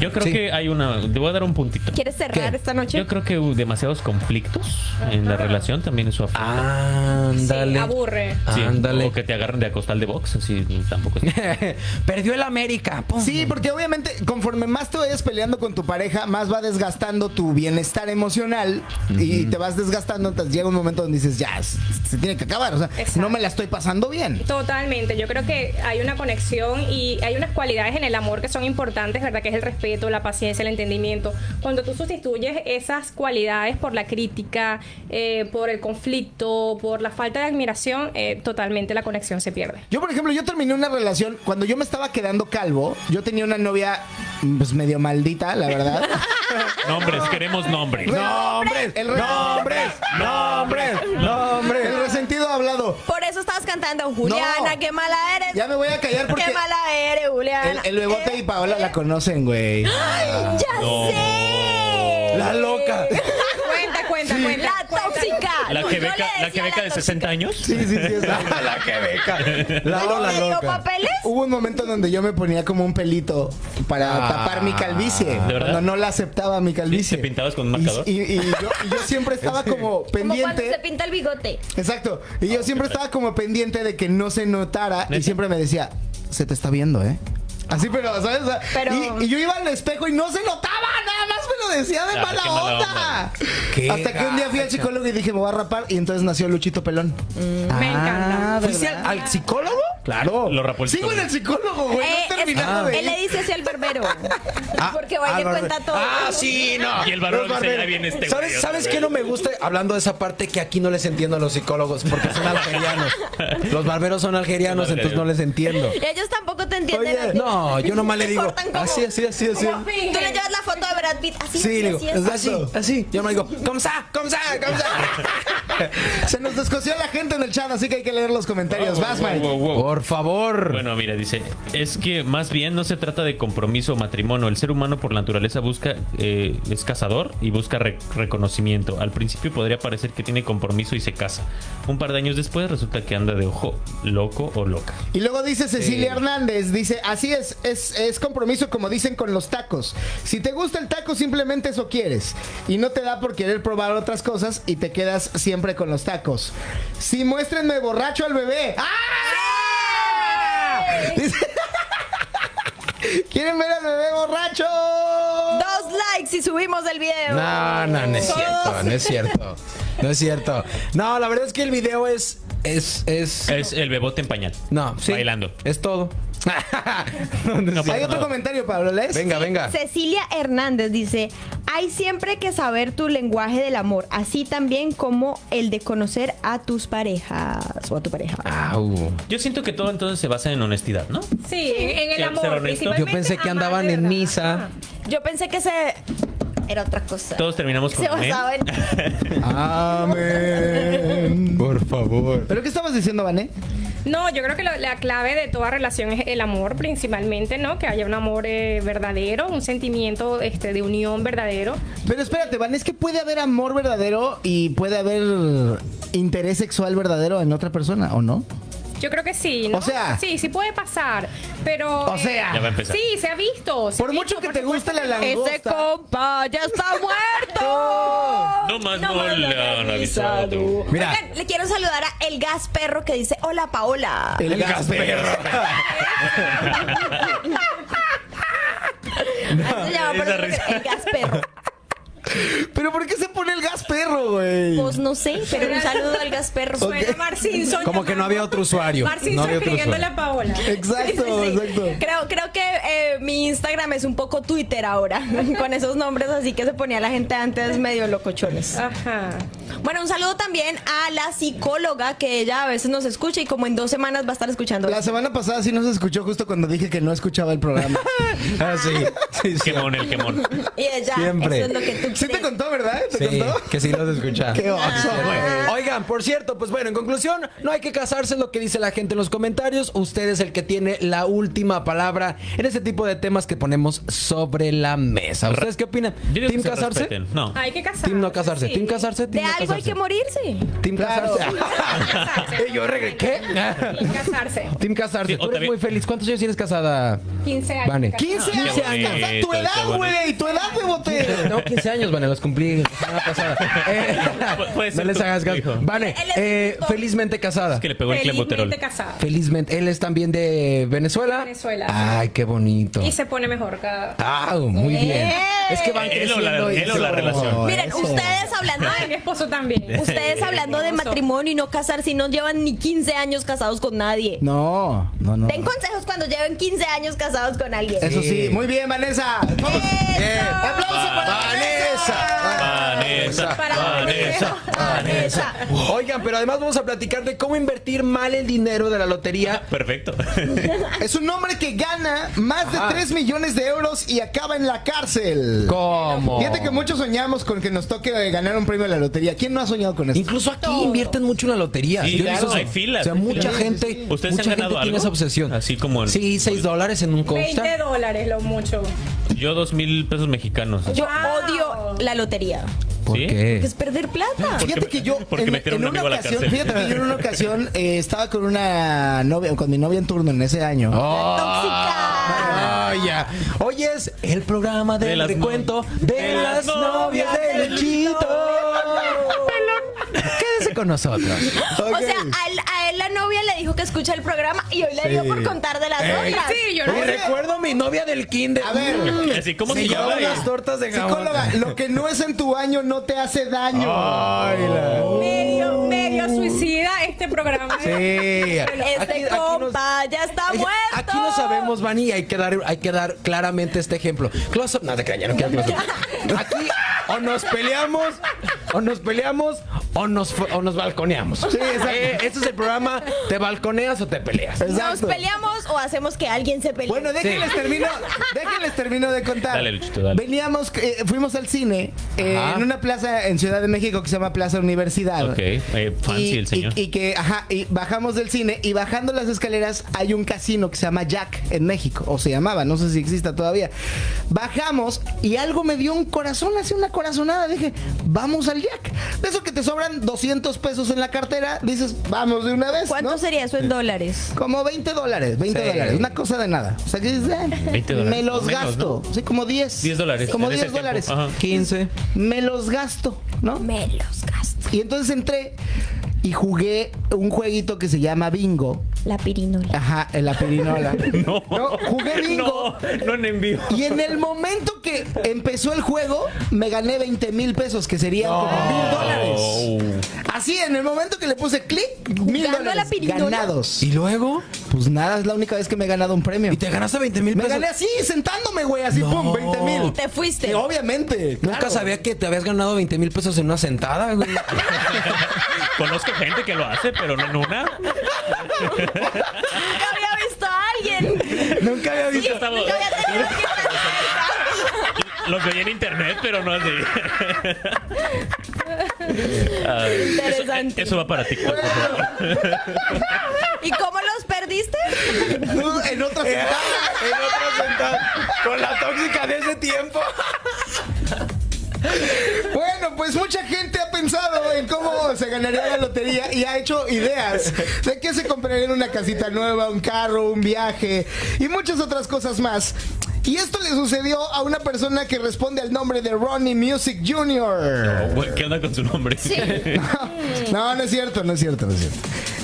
S5: Yo creo
S6: Sí.
S5: que hay una. Te voy a dar un puntito.
S2: ¿Quieres cerrar
S6: ¿Qué?
S2: esta noche?
S5: Yo creo que uh, demasiados conflictos en la relación también eso afecta.
S6: Ándale.
S4: Sí, aburre.
S5: Sí,
S6: Ándale.
S5: O que te agarren de acostal de box, así tampoco es.
S6: *laughs* Perdió el América. pum.
S3: Sí, porque obviamente conforme más te vayas peleando con tu pareja, más va desgastando tu bienestar emocional y te vas desgastando. Entonces llega un momento donde dices, ya, se se tiene que acabar. O sea,
S4: Exacto.
S3: no me la estoy pasando bien.
S4: Totalmente, yo creo que hay una conexión y hay unas cualidades en el amor que son importantes, ¿verdad? Que es el respeto, la paciencia, el entendimiento. Cuando tú sustituyes esas cualidades por la crítica, eh, por el conflicto, por la falta de admiración, eh, totalmente la conexión se pierde.
S3: Yo, por ejemplo, yo terminé una relación cuando yo me estaba quedando calvo. Yo tenía una novia, pues medio maldita, la verdad.
S5: *laughs* *laughs* Nombres, queremos nombres.
S6: Nombres,
S3: El-
S6: nombres, nombres, nombres.
S3: El resentido ha hablado.
S2: Por eso estabas cantando, Juliana,
S3: No.
S2: qué mala eres.
S3: Ya me voy a callar porque
S2: Qué mala eres,
S3: el,
S2: Juliana.
S3: el bebote y Paola la conocen, güey.
S2: ¡Ay, ya
S5: No.
S2: sé!
S6: La loca.
S4: Cuenta, cuenta, cuenta.
S2: La tóxica.
S5: La que
S2: Yo le
S5: beca, la que
S2: decía
S5: beca de
S2: tóxica.
S5: 60 años.
S3: Sí, sí, sí. es la-
S6: La que beca. La
S2: ¿No
S6: ola
S2: te dio
S6: loca.
S2: papeles?
S3: Hubo un momento donde yo me ponía como un pelito para
S6: Ah.
S3: tapar mi calvicie.
S5: verdad?
S3: Cuando no la aceptaba mi calvicie.
S5: ¿Te pintabas con un
S3: Y-
S5: marcador?
S3: Y, y yo, y yo siempre
S5: *laughs*
S3: estaba como
S2: Como cuando se
S3: pendiente.
S2: pinta el bigote.
S3: Exacto. Y yo siempre estaba como pendiente de que no se notara. Y siempre me decía, se te está viendo, ¿eh? Así, pero, ¿sabes? O sea,
S2: Pero-
S3: y, y yo iba al espejo y no se notaba. Nada más me lo decía de
S5: Ah,
S3: mala
S5: qué mala
S3: onda.
S5: onda.
S6: Qué
S3: Hasta que un día fui al
S6: gacha.
S3: psicólogo y dije, me voy a rapar. Y entonces nació Luchito Pelón.
S4: Ah. Me encanta.
S6: ¿Fuiste al, al psicólogo?
S3: Claro.
S5: Lo rapó el
S3: Sigo en el psicólogo,
S6: Pues
S3: güey.
S2: Eh,
S3: no he
S2: es que
S3: terminado de
S2: él le
S3: ir.
S2: dice así al barbero.
S6: *laughs* Ah,
S2: porque va y le
S6: al
S2: cuenta
S6: barbe-
S2: todo.
S6: Ah, sí, no.
S5: Y el barbero
S6: Los
S5: dice,
S6: barberos.
S5: "Ya viene este güey
S6: ¿Sabes,
S5: otra
S6: ¿sabes
S5: vez".
S6: qué no me gusta? Hablando de esa parte que aquí no les entiendo a los psicólogos porque
S5: *laughs*
S6: son algerianos. Los barberos son algerianos,
S5: Son
S6: entonces no les entiendo.
S2: Y ellos tampoco te entienden.
S3: Oye,
S2: a ti.
S6: No, yo
S2: *laughs*
S6: nomás le
S2: Te
S6: digo,
S2: cortan como-
S6: así, así, así, así.
S4: como fin.
S2: Tú le llevas la foto de Brad Pitt. Así,
S6: Sí,
S2: así,
S6: le digo,
S2: así, así.
S6: así, así. Yo me digo, ¿cómo está? ¿Cómo está? ¿Cómo está?
S3: *laughs* Se nos descosió la gente en el chat, así que hay que leer los comentarios. Vas, Mike.
S5: Wow, wow, wow.
S6: Por favor.
S5: Oh. Bueno, mira, dice, es que más bien no se trata de compromiso o matrimonio. El ser humano por naturaleza busca, eh, es cazador y busca re- reconocimiento. Al principio podría parecer que tiene compromiso y se casa. Un par de años después resulta que anda de ojo loco o loca.
S3: Y luego dice Cecilia Hernández, dice, así es, es, es compromiso como dicen con los tacos. Si te gusta el taco, simplemente eso quieres. Y no te da por querer probar otras cosas y te quedas siempre con los tacos. Si muéstrenme borracho al bebé. ¡Ah! Dice- *laughs* ¿Quieren ver al bebé borracho?
S2: Dos likes y subimos el video.
S6: No, no, no es cierto, no es cierto. No es cierto. No, la verdad es que el video es. Es. es
S5: Es el bebote en pañal.
S6: no, sí.
S5: Bailando.
S6: Es todo. *laughs*
S3: Hay otro comentario, Pablo, ¿lees?
S6: Venga, venga.
S7: Cecilia Hernández dice, hay siempre que saber tu lenguaje del amor, así también como el de conocer a tus parejas o a tu pareja.
S6: Au.
S5: Yo siento que todo entonces se basa en honestidad, ¿no?
S4: Sí, en, en
S5: Ser-
S4: el
S5: ser
S4: amor.
S5: honesto.
S6: Yo
S4: principalmente
S6: pensé que
S4: amar de
S6: andaban en
S4: verdad.
S6: misa.
S2: Yo pensé que se era otra cosa.
S5: Todos terminamos con
S2: se
S5: amén.
S2: basaba en
S3: Amén.
S6: Por favor.
S3: ¿Pero qué estabas diciendo, Vané?
S4: No, yo creo que lo- la clave de toda relación es el amor, principalmente, ¿no? Que haya un amor eh, verdadero, un sentimiento este, de unión verdadero.
S3: Pero espérate, Van, es que puede haber amor verdadero y puede haber interés sexual verdadero en otra persona, ¿o no?
S4: Yo creo que sí, ¿no?
S3: O sea-
S4: Sí, sí puede pasar, pero...
S3: O
S5: Ya va
S4: eh,
S5: a
S3: sea,
S5: empezar.
S4: Sí, se ha visto. se ha
S3: por mucho
S4: visto,
S3: que
S4: por
S3: te guste la
S2: ese
S3: langosta.
S2: compa ¡Ah, ya está
S6: *laughs*
S2: muerto.
S5: No más
S2: No
S5: no,
S2: más
S5: le
S2: lo
S5: han
S2: han
S5: avisado.
S3: Mira.
S2: Oigan, le quiero saludar a El Gas Perro que dice, hola
S3: *laughs*
S2: Paola.
S3: El gasperro.
S2: Así se llama, pero creo
S5: esa
S2: que
S5: risa.
S2: El Gas Perro.
S3: ¿Pero por qué se pone el gasperro, güey?
S2: Pues no sé, pero un saludo al Gas Perro.
S4: Suena Marcinson.
S6: Como que no había otro usuario.
S4: Marcinson
S6: No había otro
S4: escribiéndole
S6: usuario.
S4: a Paola.
S3: *laughs* Exacto,
S2: Sí, sí.
S3: exacto.
S2: Creo, creo que eh, mi Instagram es un poco Twitter ahora, *laughs* con esos nombres así que se ponía la gente antes medio locochones.
S4: Ajá.
S2: Bueno, un saludo también a la psicóloga que ella a veces nos escucha y como en dos semanas va a estar escuchando.
S3: La semana pasada sí nos escuchó justo cuando dije que no escuchaba el
S5: *laughs*
S3: programa.
S2: Pues,
S6: Ah, sí. Sí, *laughs* sí.
S5: Quemón, el quemón.
S2: Y ella,
S6: Siempre.
S2: eso es lo que tú
S3: Sí te
S2: crees.
S3: contó, ¿verdad? ¿Te
S6: Sí,
S3: contó?
S6: que sí los escucha.
S3: Qué
S5: Ah,
S3: oso, güey.
S6: *laughs* Oigan, por cierto, pues bueno, en conclusión, no hay que casarse es lo que dice la gente en los comentarios. Usted es el que tiene la última palabra en este tipo de temas que ponemos sobre la mesa. ¿Ustedes qué opinan?
S5: Yo digo que
S6: ¿Team
S5: se
S6: casarse?
S5: respeten. No.
S4: Hay que casarse.
S6: ¿Team no casarse?
S4: sí.
S6: ¿Team casarse?
S2: De
S6: ¿Team no
S2: algo hay
S6: casarse?
S2: que morirse.
S6: ¿Team
S3: Claro.
S6: casarse?
S4: Casarse.
S3: *laughs*
S6: Y yo regresé. ¿Qué?
S4: Team casarse.
S6: Team casarse.
S5: Sí, o
S6: Tú eres
S5: también-
S6: muy feliz. ¿Cuántos años tienes casada?
S4: 15 años.
S6: Vane.
S4: casada.
S3: 15
S5: Ah, Qué
S3: años.
S5: bonito,
S3: tu
S5: qué
S3: edad,
S5: bonito.
S3: güey. Tu edad, bebote.
S6: *laughs* No, 15 años, Vane, los cumplí la semana *laughs* pasada. Eh,
S5: Pu- puede
S6: no
S5: ser
S6: les
S5: tu-
S6: hagas
S5: tu
S6: caso.
S5: hijo.
S6: Vane,
S2: Él es
S6: eh,
S2: doctor.
S6: felizmente casada.
S5: Es que le pegó el clemoterol.
S4: Felizmente casada.
S6: Felizmente, él es también de Venezuela.
S4: Venezuela.
S6: Ay, qué bonito.
S4: Y se pone mejor cada...
S6: Ah, muy bien. Es que van
S5: Él o la-
S6: creciendo y
S5: él o la
S6: se-
S5: relación.
S6: Oh,
S2: Miren,
S6: eso.
S2: ustedes hablando
S4: Ay, mi
S2: de...
S4: esposo también. *laughs*
S2: Ustedes hablando de matrimonio y no casarse y no llevan ni 15 años casados con nadie.
S3: No, no, no.
S2: Den consejos cuando lleven 15 años casados con alguien.
S3: Eso
S5: eh,
S1: Eh.
S3: sí. Muy bien, Vanessa. Vamos.
S2: Eso.
S3: ¡Aplauso para Vanessa!
S5: Vanessa, Vanessa, Vanessa.
S6: Oigan, pero además vamos a platicar de cómo invertir mal el dinero de la lotería.
S5: Perfecto. *laughs*
S3: Es un hombre que gana más de
S1: Ah.
S6: Ajá.
S3: 3 millones de euros y acaba en la cárcel.
S6: ¿Cómo?
S3: Fíjate que muchos soñamos con que nos toque ganar un premio de la lotería. ¿Quién no ha soñado con esto?
S6: Incluso aquí invierten mucho en la lotería.
S5: Sí,
S6: he visto
S5: claro,
S6: eso.
S5: hay filas,
S6: O sea,
S5: hay
S6: mucha
S5: filas.
S6: gente.
S5: ¿Ustedes
S6: mucha
S5: han ganado
S6: gente tiene
S5: algo?
S6: esa obsesión.
S5: Así como en-
S6: Sí, 6 dólares en un
S4: 20
S6: coaster.
S4: dólares, lo mucho.
S5: Yo dos mil pesos mexicanos.
S2: Yo
S4: Wow.
S2: odio la lotería.
S6: ¿Por
S5: ¿Sí?
S2: porque
S6: qué?
S2: es perder plata.
S5: Porque
S3: Fíjate
S5: me-
S3: que yo
S5: porque metieron un
S3: una
S5: amigo a la
S3: ocasión,
S5: cárcel.
S3: fíjate que yo en una ocasión eh, estaba con una novia, con mi novia en turno en ese año.
S6: Ah,
S2: Tóxica.
S6: Ay, Ah, ya. Hoy es el programa
S5: De
S6: del
S5: las
S6: recuento de
S5: de las
S6: las novias
S5: novias
S6: de
S5: de
S6: Luchito. Quédense con nosotros.
S2: O sea, a él, a él la novia le dijo que escucha el programa y hoy le dio por contar de las otras.
S4: Sí, yo
S6: Y
S4: no sé.
S6: recuerdo a mi novia del kinder.
S3: A ver,
S5: Así como
S6: se
S5: que
S6: llevaba
S5: habla
S6: unas tortas de jamón.
S3: psicóloga, lo que no es en tu año no te hace daño.
S5: Ah,
S4: Medio, medio suicida este programa.
S6: Sí. Aquí-
S2: Este
S6: aquí nos-
S2: compa ya está
S6: Ella-
S2: muerto.
S6: Aquí no sabemos, Vani, y hay que dar, hay que dar claramente este ejemplo. Close up, no te creas, ya no quiero close *laughs* up. Aquí o nos peleamos, o nos peleamos, o nos, fu- o nos balconeamos. Sí, este es el programa, te balconeas o te peleas.
S2: Nos
S3: Exacto.
S2: peleamos o hacemos que alguien se pelee.
S3: Bueno, déjenles
S5: *laughs*
S3: termino, déjenles termino de contar.
S5: Dale, Luchito, dale.
S3: Veníamos, eh, fuimos al cine eh,
S6: Ajá.
S3: en una plaza en Ciudad de México que se llama Plaza Universidad.
S5: Ok, eh, fancy
S3: y,
S5: el señor.
S3: y- y que, ajá, y bajamos del cine y bajando las escaleras hay un casino que se llama Jack en México, o se llamaba, no sé si exista todavía. Bajamos y algo me dio un corazón, así una corazonada. Dije, vamos al Jack. De eso que te sobran 200 pesos en la cartera, dices, vamos de una vez.
S2: ¿Cuánto
S3: ¿no?
S2: sería eso en dólares?
S3: Como 20 dólares, 20
S6: Sí.
S3: dólares, una cosa de nada. O sea, que dices, "Ah,
S5: 20 dólares,
S3: me los
S5: o menos,
S3: gasto.
S5: ¿no?
S3: Sí, como 10.
S5: 10 dólares.
S3: Como
S5: en ese
S3: 10 dólares.
S5: tiempo. Ajá.
S6: 15.
S3: Me los gasto, ¿no?
S2: Me los gasto.
S3: Y entonces entré y jugué un jueguito que se llama Bingo.
S2: La pirinola.
S3: Ajá, en la pirinola.
S5: No,
S3: jugué bingo.
S5: *laughs* No, no en envío.
S3: Y en el momento que
S5: Oh.
S3: empezó el juego, me gané 20 mil pesos, que serían como mil dólares. Así, en el momento que le puse clic, mil
S2: Jugando a la
S3: dólares
S2: pirinola.
S3: ganados.
S6: ¿Y luego?
S3: Pues nada, es la única vez que me he ganado un premio.
S6: ¿Y te ganaste 20 mil
S3: Me
S6: pesos?
S3: gané así, sentándome, güey, así,
S6: No.
S3: pum, 20 mil.
S2: Y te fuiste.
S3: Sí, obviamente.
S6: Nunca
S3: claro.
S6: sabía que te habías ganado 20 mil pesos *laughs* en una sentada, güey.
S5: Conozco gente que lo hace, pero no en una.
S2: Nunca había visto a alguien.
S3: Nunca había
S2: Sí,
S3: visto.
S2: nunca había tenido que estar
S5: Los veía en internet, pero no así.
S2: cerca. Interesante.
S5: Eso va para TikTok. por favor.
S2: ¿Y cómo los perdiste?
S3: No, en otra sentada. en otra sentada.
S6: Con la tóxica de ese tiempo.
S3: Bueno, pues mucha gente ha pensado en cómo se ganaría la lotería y ha hecho ideas de qué se comprarían una casita nueva, un carro, un viaje y muchas otras cosas más. Y esto le sucedió a una persona que responde al nombre de Ronnie Music Jr.
S5: Oh, güey, ¿Qué onda con su nombre? *laughs* Sí.
S3: No, no es cierto, no es cierto, no es cierto.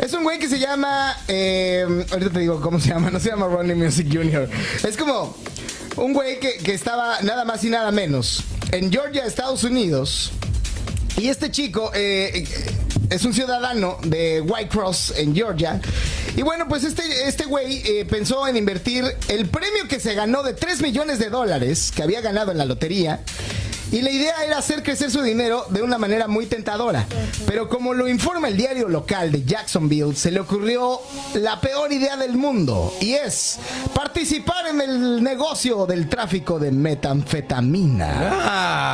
S3: Es un güey que se llama. eh, ahorita te digo cómo se llama, no se llama Ronnie Music Jr. Es como un güey que, que estaba nada más y nada menos en Georgia, Estados Unidos. Y este chico eh, es un ciudadano de White Cross en Georgia. Y bueno, pues este, este güey eh, pensó en invertir el premio que se ganó de 3 millones de dólares que había ganado en la lotería. Y la idea era hacer crecer su dinero de una manera muy tentadora. Pero como lo informa el diario local de Jacksonville, se le ocurrió la peor idea del mundo. Y es participar en el negocio del tráfico de metanfetamina.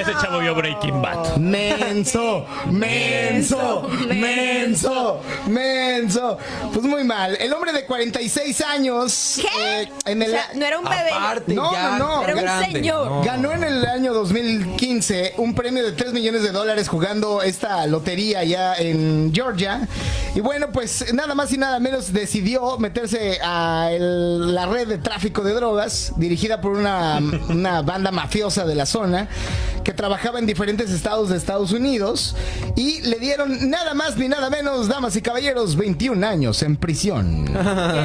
S5: Ese chavo vio Breaking
S3: *laughs*
S5: Bad.
S3: Menso, menso, menso, menso. Pues muy mal. El hombre de 46 años
S2: ¿Qué?
S3: eh, en
S2: O
S3: el
S2: sea, no era un bebé.
S6: Aparte,
S3: No, no,
S6: ya
S3: no.
S2: Era un
S6: grande.
S2: señor.
S6: No.
S3: ganó en el año 2015 un premio de 3 millones de dólares jugando esta lotería ya en Georgia. Y bueno, pues nada más y nada menos decidió meterse a el- la red de tráfico de drogas dirigida por una, una banda mafiosa de la zona que trabajaba en diferentes estados de Estados Unidos y le dieron nada más ni nada
S1: *laughs*
S3: menos, damas y caballeros, 21 años en prisión.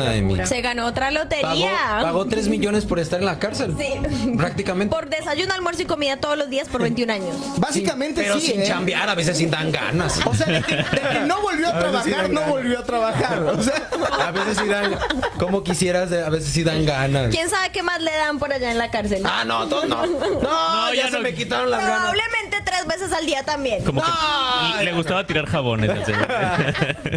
S6: Ay, mi-
S2: Se ganó otra
S6: Pagó,
S2: lotería.
S6: pagó 3 millones por estar en la cárcel.
S2: Sí.
S6: Prácticamente.
S2: Por desayuno, almuerzo y comida todos los días por 21 años.
S3: Básicamente
S6: Pero
S3: sí,
S6: sin
S3: ¿eh?
S6: chambear, a veces sin dan ganas.
S3: O sea, de que, de que no volvió a
S6: A veces sí
S3: trabajar,
S6: dan
S3: no
S6: ganas.
S3: volvió a trabajar. O sea,
S6: A veces sí dan. Como quisieras, a veces sí dan ganas.
S2: ¿Quién sabe qué más le dan por allá en la cárcel?
S6: Ah, no, todos no. No, ya,
S5: ya
S6: se
S5: no.
S6: me quitaron las ganas.
S2: Probablemente tres veces al día también.
S5: Como que
S6: Ay,
S5: le gustaba tirar jabones al señor.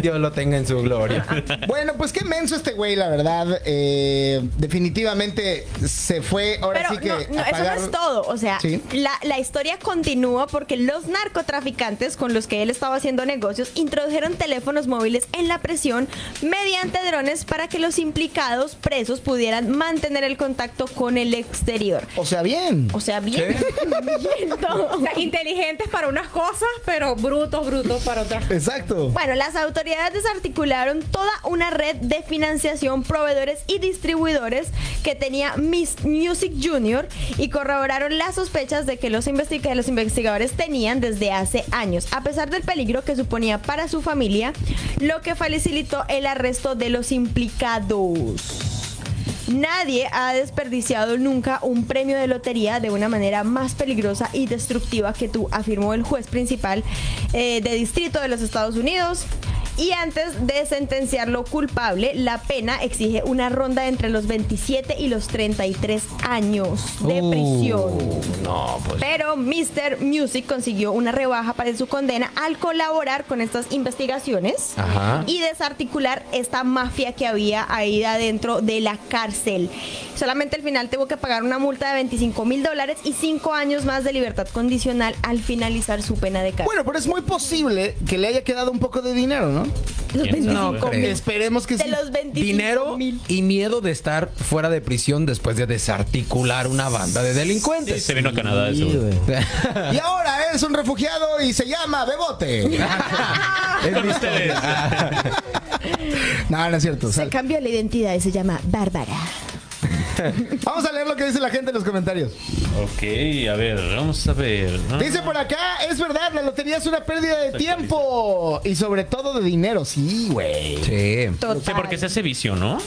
S6: Dios lo tenga en su gloria.
S3: Bueno, pues qué menso este güey, la verdad. Eh, definitivamente se fue. Ahora
S2: Pero
S3: sí que.
S2: no, no,
S3: a
S2: eso no
S3: pagar-
S2: es todo. O sea,
S3: Sí.
S2: la, la historia continúa porque los narcotraficantes con los que él estaba haciendo negocios introdujeron teléfonos móviles en la prisión mediante drones para que los implicados presos pudieran mantener el contacto con el exterior.
S3: O sea, bien.
S2: O sea, bien. *laughs* bien todo.
S4: O sea, inteligentes para unas cosas, pero brutos, brutos para otras.
S3: Exacto.
S2: Bueno, las autoridades desarticularon toda una red de financiación, proveedores y distribuidores que tenía Miss Music Junior y corroboraron las sospechas de que los, investi- que los investigadores tenían desde hace años, a pesar del peligro que suponía para su familia, lo que facilitó el arresto de los implicados. Nadie ha desperdiciado nunca un premio de lotería de una manera más peligrosa y destructiva que tú, afirmó el juez principal eh, de distrito de los Estados Unidos. Y antes de sentenciarlo culpable, la pena exige una ronda entre los 27 y los 33 años de
S6: Oh.
S2: prisión.
S6: Uh, pues,
S2: Pero Mr. Music consiguió una rebaja para su condena al colaborar con estas investigaciones
S6: Ajá.
S2: y desarticular esta mafia que había ahí adentro de la cárcel. Solamente al final tuvo que pagar una multa de 25 mil dólares y 5 años más de libertad condicional al finalizar su pena de cárcel.
S3: Bueno, pero es muy posible que le haya quedado un poco de dinero, ¿no?
S2: Los
S5: ¿quién sabe?
S2: 25
S6: No,
S2: mil.
S6: creo.
S3: Esperemos que
S2: De
S3: sí.
S2: los 25
S6: Dinero
S2: mil.
S6: y miedo de estar fuera de prisión después de desarticular una banda de
S5: Sí,
S6: delincuentes.
S5: se vino a Canadá eso.
S3: Y ahora es un refugiado y se llama Bebote.
S6: Es
S5: Con
S6: mi
S5: ustedes.
S6: historia.
S3: No, no es cierto.
S2: Se
S3: sal.
S2: cambió la identidad y se llama Bárbara.
S3: Vamos a leer lo que dice la gente en los comentarios.
S5: Ok, a ver, vamos a ver. ¿no?
S3: Dice por acá, es verdad, la lotería es una pérdida de tiempo. Y sobre todo de dinero, sí, güey.
S6: Sí.
S5: Sí,
S2: Total.
S5: porque se hace vicio, ¿no?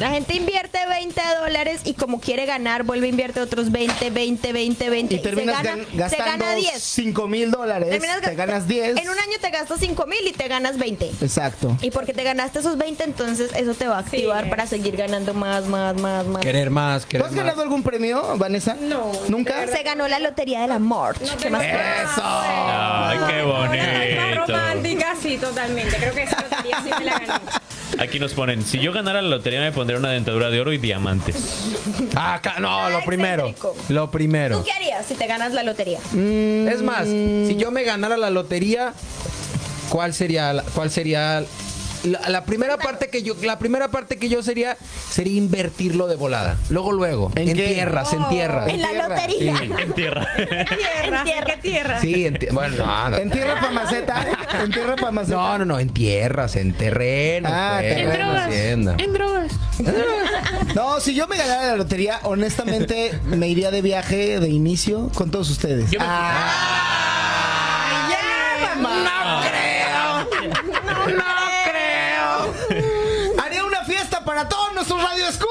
S2: La gente invierte 20 dólares y como quiere ganar, vuelve a invierte otros 20, 20, 20, 20.
S3: Y terminas
S2: se gana,
S3: gan-
S2: se
S3: gastando
S2: gana 10.
S3: 5 mil dólares.
S2: Terminas
S3: Te
S2: ga-
S3: ganas 10.
S2: En un año te gastas 5 mil y te ganas 20.
S3: Exacto.
S2: Y porque te ganaste esos 20, entonces eso te va a activar
S4: Sí.
S2: para seguir ganando más, más, más, más.
S6: Querer más,
S3: ¿Tú
S6: querer
S3: has
S6: más.
S3: ganado algún premio, Vanessa?
S4: No,
S3: ¿Nunca?
S2: Se ganó la lotería del amor. ¿Qué más?
S5: Ay, qué
S4: Más
S5: bonito.
S4: romántica, sí, totalmente. Creo que esa lotería sí me la gané.
S5: Aquí nos ponen, si yo ganara la lotería me pondría una dentadura de oro y diamantes.
S6: Ah, ca- no, lo
S2: Ay,
S6: primero.
S2: excéntrico.
S6: Lo primero.
S2: ¿Tú qué harías si te ganas la lotería?
S6: Es más, si yo me ganara la lotería, ¿cuál sería la- cuál sería la, la primera parte que yo la primera parte que yo sería sería invertirlo de volada. Luego luego
S3: ¿En
S6: en,
S3: qué?
S6: tierras, Oh. en
S2: *laughs*
S6: tierras.
S2: En la
S3: tierra.
S2: lotería.
S5: En *laughs* tierra.
S4: Tierra, ¿qué tierra?
S6: Sí, en ti- bueno, no, no.
S3: ¿En tierra pa' maceta? ¿En tierra pa' maceta?
S6: No, no, no, en tierras, en terrenos,
S3: Ah,
S6: pues,
S3: terrenos.
S6: en hacienda.
S3: No, si yo me ganara la lotería, honestamente me iría de viaje de inicio con todos ustedes. Ah.
S5: Yo me-
S3: Haría una fiesta para todos nuestros radioescuchas.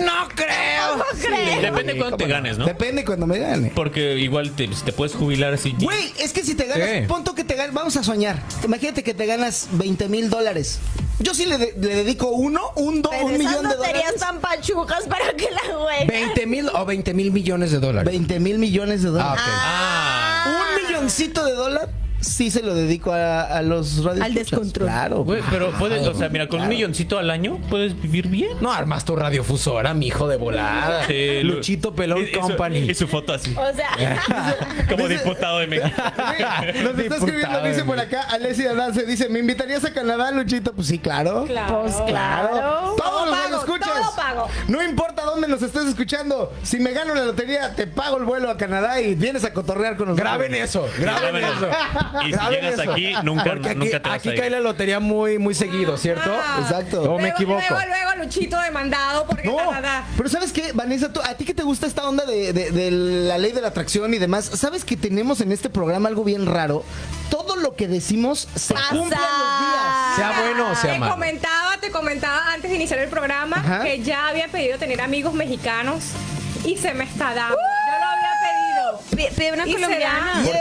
S6: No creo.
S5: Depende cuánto te ganes, ¿no?
S3: Depende cuando me gane.
S5: Porque igual te, te puedes jubilar así.
S3: Güey, es que si te ganas,
S6: Sí.
S3: punto que te ganas, vamos a soñar. Imagínate que te ganas 20 mil dólares. Yo sí le, de- le dedico uno, un, do-
S2: Pero
S3: un
S2: esas
S3: millón de
S2: loterías
S3: dólares.
S2: tan pachucas para que la jueguen.
S6: 20 mil o 20 mil millones de dólares.
S3: 20 mil millones de
S6: Ah,
S3: dólares.
S6: ok.
S5: Ah,
S3: Un milloncito de dólar sí se lo dedico a, a los radios.
S2: descontrol.
S3: Claro.
S5: güey, pero puedes, o sea, mira, con un milloncito al año puedes vivir bien.
S6: No armas tu radiofusora, mi hijo de volada.
S5: Sí, Eh, lo-
S6: Luchito Pelón
S5: Y- y su-
S6: Company.
S5: Y su foto así,
S4: Oh,
S2: O sea,
S5: *laughs* como diputado de México.
S3: *laughs* Nos está escribiendo, dice por acá, Alessi Adance, dice, ¿me invitarías a Canadá, Luchito? Pues sí, claro.
S4: Claro.
S2: pues
S3: Claro.
S2: claro.
S3: Todos los
S4: pago,
S3: escuchas.
S4: todo pago.
S3: No importa dónde nos estés escuchando. Si me gano la lotería, te pago el vuelo a Canadá y vienes a cotorrear con nosotros.
S6: Graben eso, *laughs* graben
S5: Graben
S6: eso.
S5: eso. Y si
S6: Graben
S5: llegas
S6: eso.
S5: aquí, nunca-
S6: Porque aquí,
S5: nunca te vas
S6: aquí
S5: a ir.
S6: cae la lotería muy, muy seguido, ¿cierto?
S3: Exacto.
S6: O me
S4: Luego-
S6: equivoco.
S4: Luego, luego, Luchito demandado porque
S3: No,
S4: Canadá.
S3: pero ¿sabes qué, Vanessa? tú- ¿A ti que te gusta esta onda de, de- de la ley de la atracción y demás? ¿Sabes que tenemos en este programa algo bien raro? Todo lo que decimos se
S2: Pasa.
S3: cumple en los días.
S6: Sea bueno o sea
S4: te
S6: malo.
S4: comentaba, te comentaba antes de iniciar el programa
S3: Ajá.
S4: que ya había pedido tener amigos mexicanos y se me está dando. Yo lo había
S2: pide pide una
S4: ¿Y
S2: colombiana.
S6: ¿Por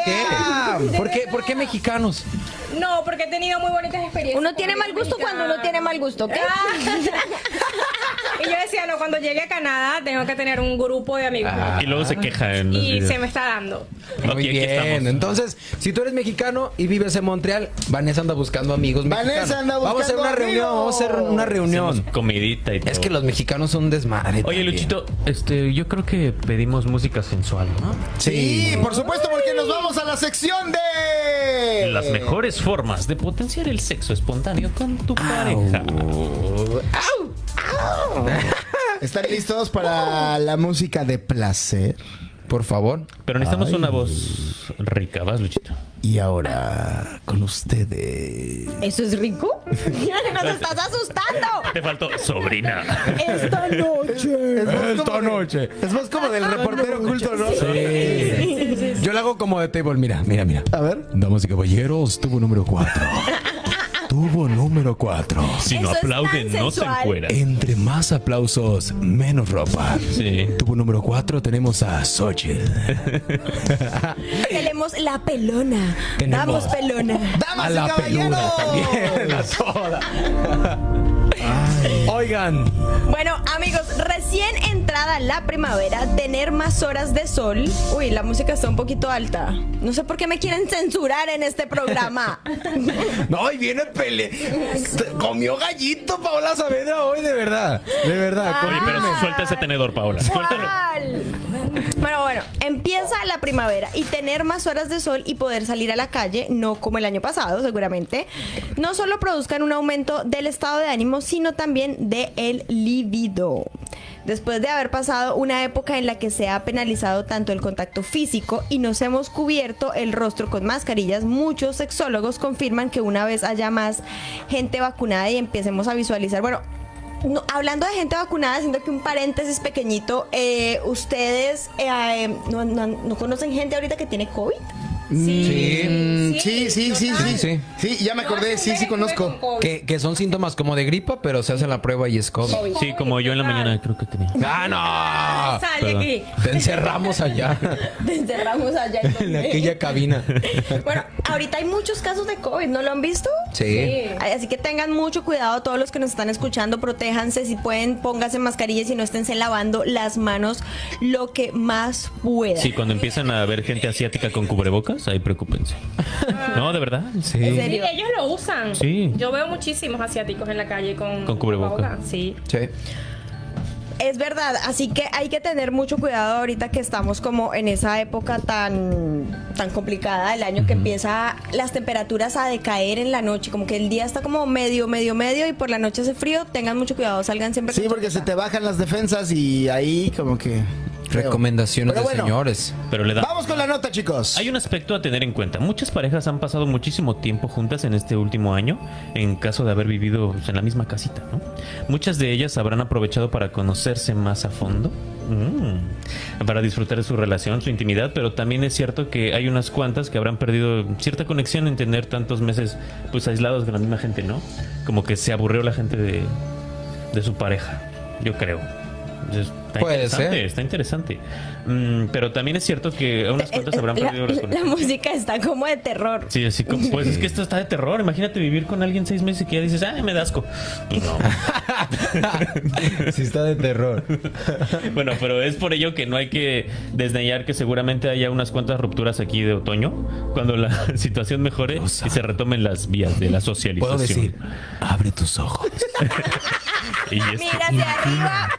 S6: qué? ¿Por qué? ¿Por qué mexicanos?
S4: pedido. No, porque he tenido muy bonitas experiencias.
S2: Uno
S4: con
S2: tiene mal
S4: amigos
S2: gusto cuando uno tiene mal gusto, ¿ok?
S4: mexicanos. Ah. *laughs* y yo decía, no, cuando llegue a Canadá tengo que tener un grupo de amigos.
S5: Y luego se queja en los
S4: y
S5: videos.
S4: se me está dando.
S5: Ok,
S6: Ah. Muy
S5: aquí
S6: bien.
S5: estamos.
S6: Entonces, si tú eres mexicano y vives en Montreal, Vanessa anda buscando amigos mexicanos.
S3: Vanessa anda
S6: Vamos a hacer una
S3: buscando
S6: reunión, vamos a hacer una
S5: Hacemos
S6: reunión.
S5: comidita y todo.
S6: Es que los mexicanos son desmadre.
S5: Oye,
S6: también.
S5: Luchito, este, yo creo que pedimos música sensual, ¿no?
S3: Sí, por supuesto, porque nos vamos a la sección de...
S5: Las mejores formas de potenciar el sexo espontáneo con tu pareja.
S3: ¿Están listos para la música de placer?
S6: Por favor.
S5: Pero necesitamos una voz rica, ¿vas, Luchito?
S3: Y ahora, con ustedes...
S2: ¿Eso es *laughs* rico? ¡Nos estás asustando!
S5: Te faltó sobrina.
S2: Esta noche.
S6: Esta noche.
S3: Es más como
S6: Ah,
S3: del reportero culto, ¿no?
S6: Yo la hago como de table, mira, mira, mira.
S3: A ver.
S6: Damas y caballeros, tuvo número 4. tuvo número 4.
S5: Si
S2: Eso es
S5: no
S2: tan
S5: aplauden, no se
S2: sensual.
S5: encueran.
S6: Entre más aplausos, menos ropa.
S5: Sí.
S6: Tuvo número 4 tenemos a Xochitl.
S2: Tenemos la pelona.
S6: Tenemos.
S2: Vamos, pelona.
S3: ¡Damas
S6: a
S3: y
S6: la
S3: caballeros!
S6: peluda también, a toda. Oigan,
S2: Bueno, amigos, recién entrada la primavera, tener más horas de sol. Uy, la música está un poquito alta. No sé por qué me quieren censurar en este
S6: *laughs*
S2: programa.
S6: *laughs* no, y viene pele. Este, Comió gallito Paola Saavedra hoy, de verdad. De verdad,
S5: Oye, pero
S2: Ah.
S5: suelta ese tenedor, Paola. Suéltalo.
S2: ¿Cuál? Bueno, bueno, empieza la primavera y tener más horas de sol y poder salir a la calle, no como el año pasado, seguramente, no solo produzcan un aumento del estado de ánimo, sino también del el libido. Después de haber pasado una época en la que se ha penalizado tanto el contacto físico y nos hemos cubierto el rostro con mascarillas, muchos sexólogos confirman que una vez haya más gente vacunada y empecemos a visualizar, bueno, no, hablando de gente vacunada, haciendo que un paréntesis eh, pequeñito, eh, ¿ustedes eh, no, no- no conocen gente ahorita que tiene COVID? *laughs*
S3: Sí, sí, sí, sí, sí.
S4: total.
S6: sí.
S3: Sí, ya me
S4: Yo
S3: acordé,
S4: hace un
S3: sí,
S4: mes
S3: sí
S4: estuve
S3: conozco.
S4: con COVID.
S6: Que, que son síntomas como de gripa, pero se hace la prueba y es COVID.
S5: Sí, como yo en la mañana creo que tenía.
S6: ¡Ah, no!
S2: Sale
S5: Perdón.
S2: aquí.
S6: Te encerramos allá,
S2: Te encerramos allá. en
S6: en
S2: donde-
S6: aquella cabina.
S2: Bueno, ahorita hay muchos casos de COVID, ¿no lo han visto?
S6: Sí.
S2: Ay, Así que tengan mucho cuidado todos los que nos están escuchando, protéjanse si pueden, pónganse mascarillas y no esténse lavando las manos lo que más puedan.
S5: Sí, cuando empiezan a ver gente asiática con cubrebocas, ahí *laughs* preocupense. No, de verdad.
S2: En
S6: Sí.
S4: Sí,
S2: serio.
S4: ellos lo usan.
S5: Sí.
S4: Yo veo muchísimos asiáticos en la calle con,
S5: Con cubreboca.
S4: Sí.
S6: Sí.
S2: Es verdad, así que hay que tener mucho cuidado ahorita que estamos como en esa época tan, tan complicada del año que empieza las temperaturas a decaer en la noche, como que el día está como medio, medio, medio y por la noche hace frío, tengan mucho cuidado, salgan siempre.
S3: Sí,
S2: con
S3: porque se
S2: chaqueta.
S3: te bajan las defensas y ahí como que... creo.
S6: Recomendaciones
S3: Pero
S6: de
S3: bueno,
S6: *laughs* señores.
S5: Pero le da.
S3: Vamos con la nota, chicos.
S5: Hay un aspecto a tener en cuenta. Muchas parejas han pasado muchísimo tiempo juntas en este último año, en caso de haber vivido pues, en la misma casita, ¿no? Muchas de ellas habrán aprovechado para conocerse más a fondo, mm, para disfrutar de su relación, su intimidad, pero también es cierto que hay unas cuantas que habrán perdido cierta conexión en tener tantos meses pues aislados de la misma gente, ¿no? Como que se aburrió la gente de, de su pareja, yo creo. Entonces, Está
S6: Puede
S5: interesante,
S6: ser.
S5: está interesante. Mm, pero también es cierto que a unas
S2: El-
S5: cuantas habrán
S2: Eh, la-
S5: perdido la
S2: la,
S5: conexión.
S2: música está como de terror.
S5: Sí, así como, pues es que esto está de terror. Imagínate vivir con alguien seis meses y que ya dices, ah, me da asco. Pues no.
S6: Sí, está de terror.
S5: bueno, pero es por ello que no hay que desdeñar que seguramente haya unas cuantas rupturas aquí de otoño cuando la *laughs* situación mejore y se retomen las vías de la socialización.
S6: Puedo decir, abre tus ojos.
S5: Y es-
S2: Mira hacia arriba.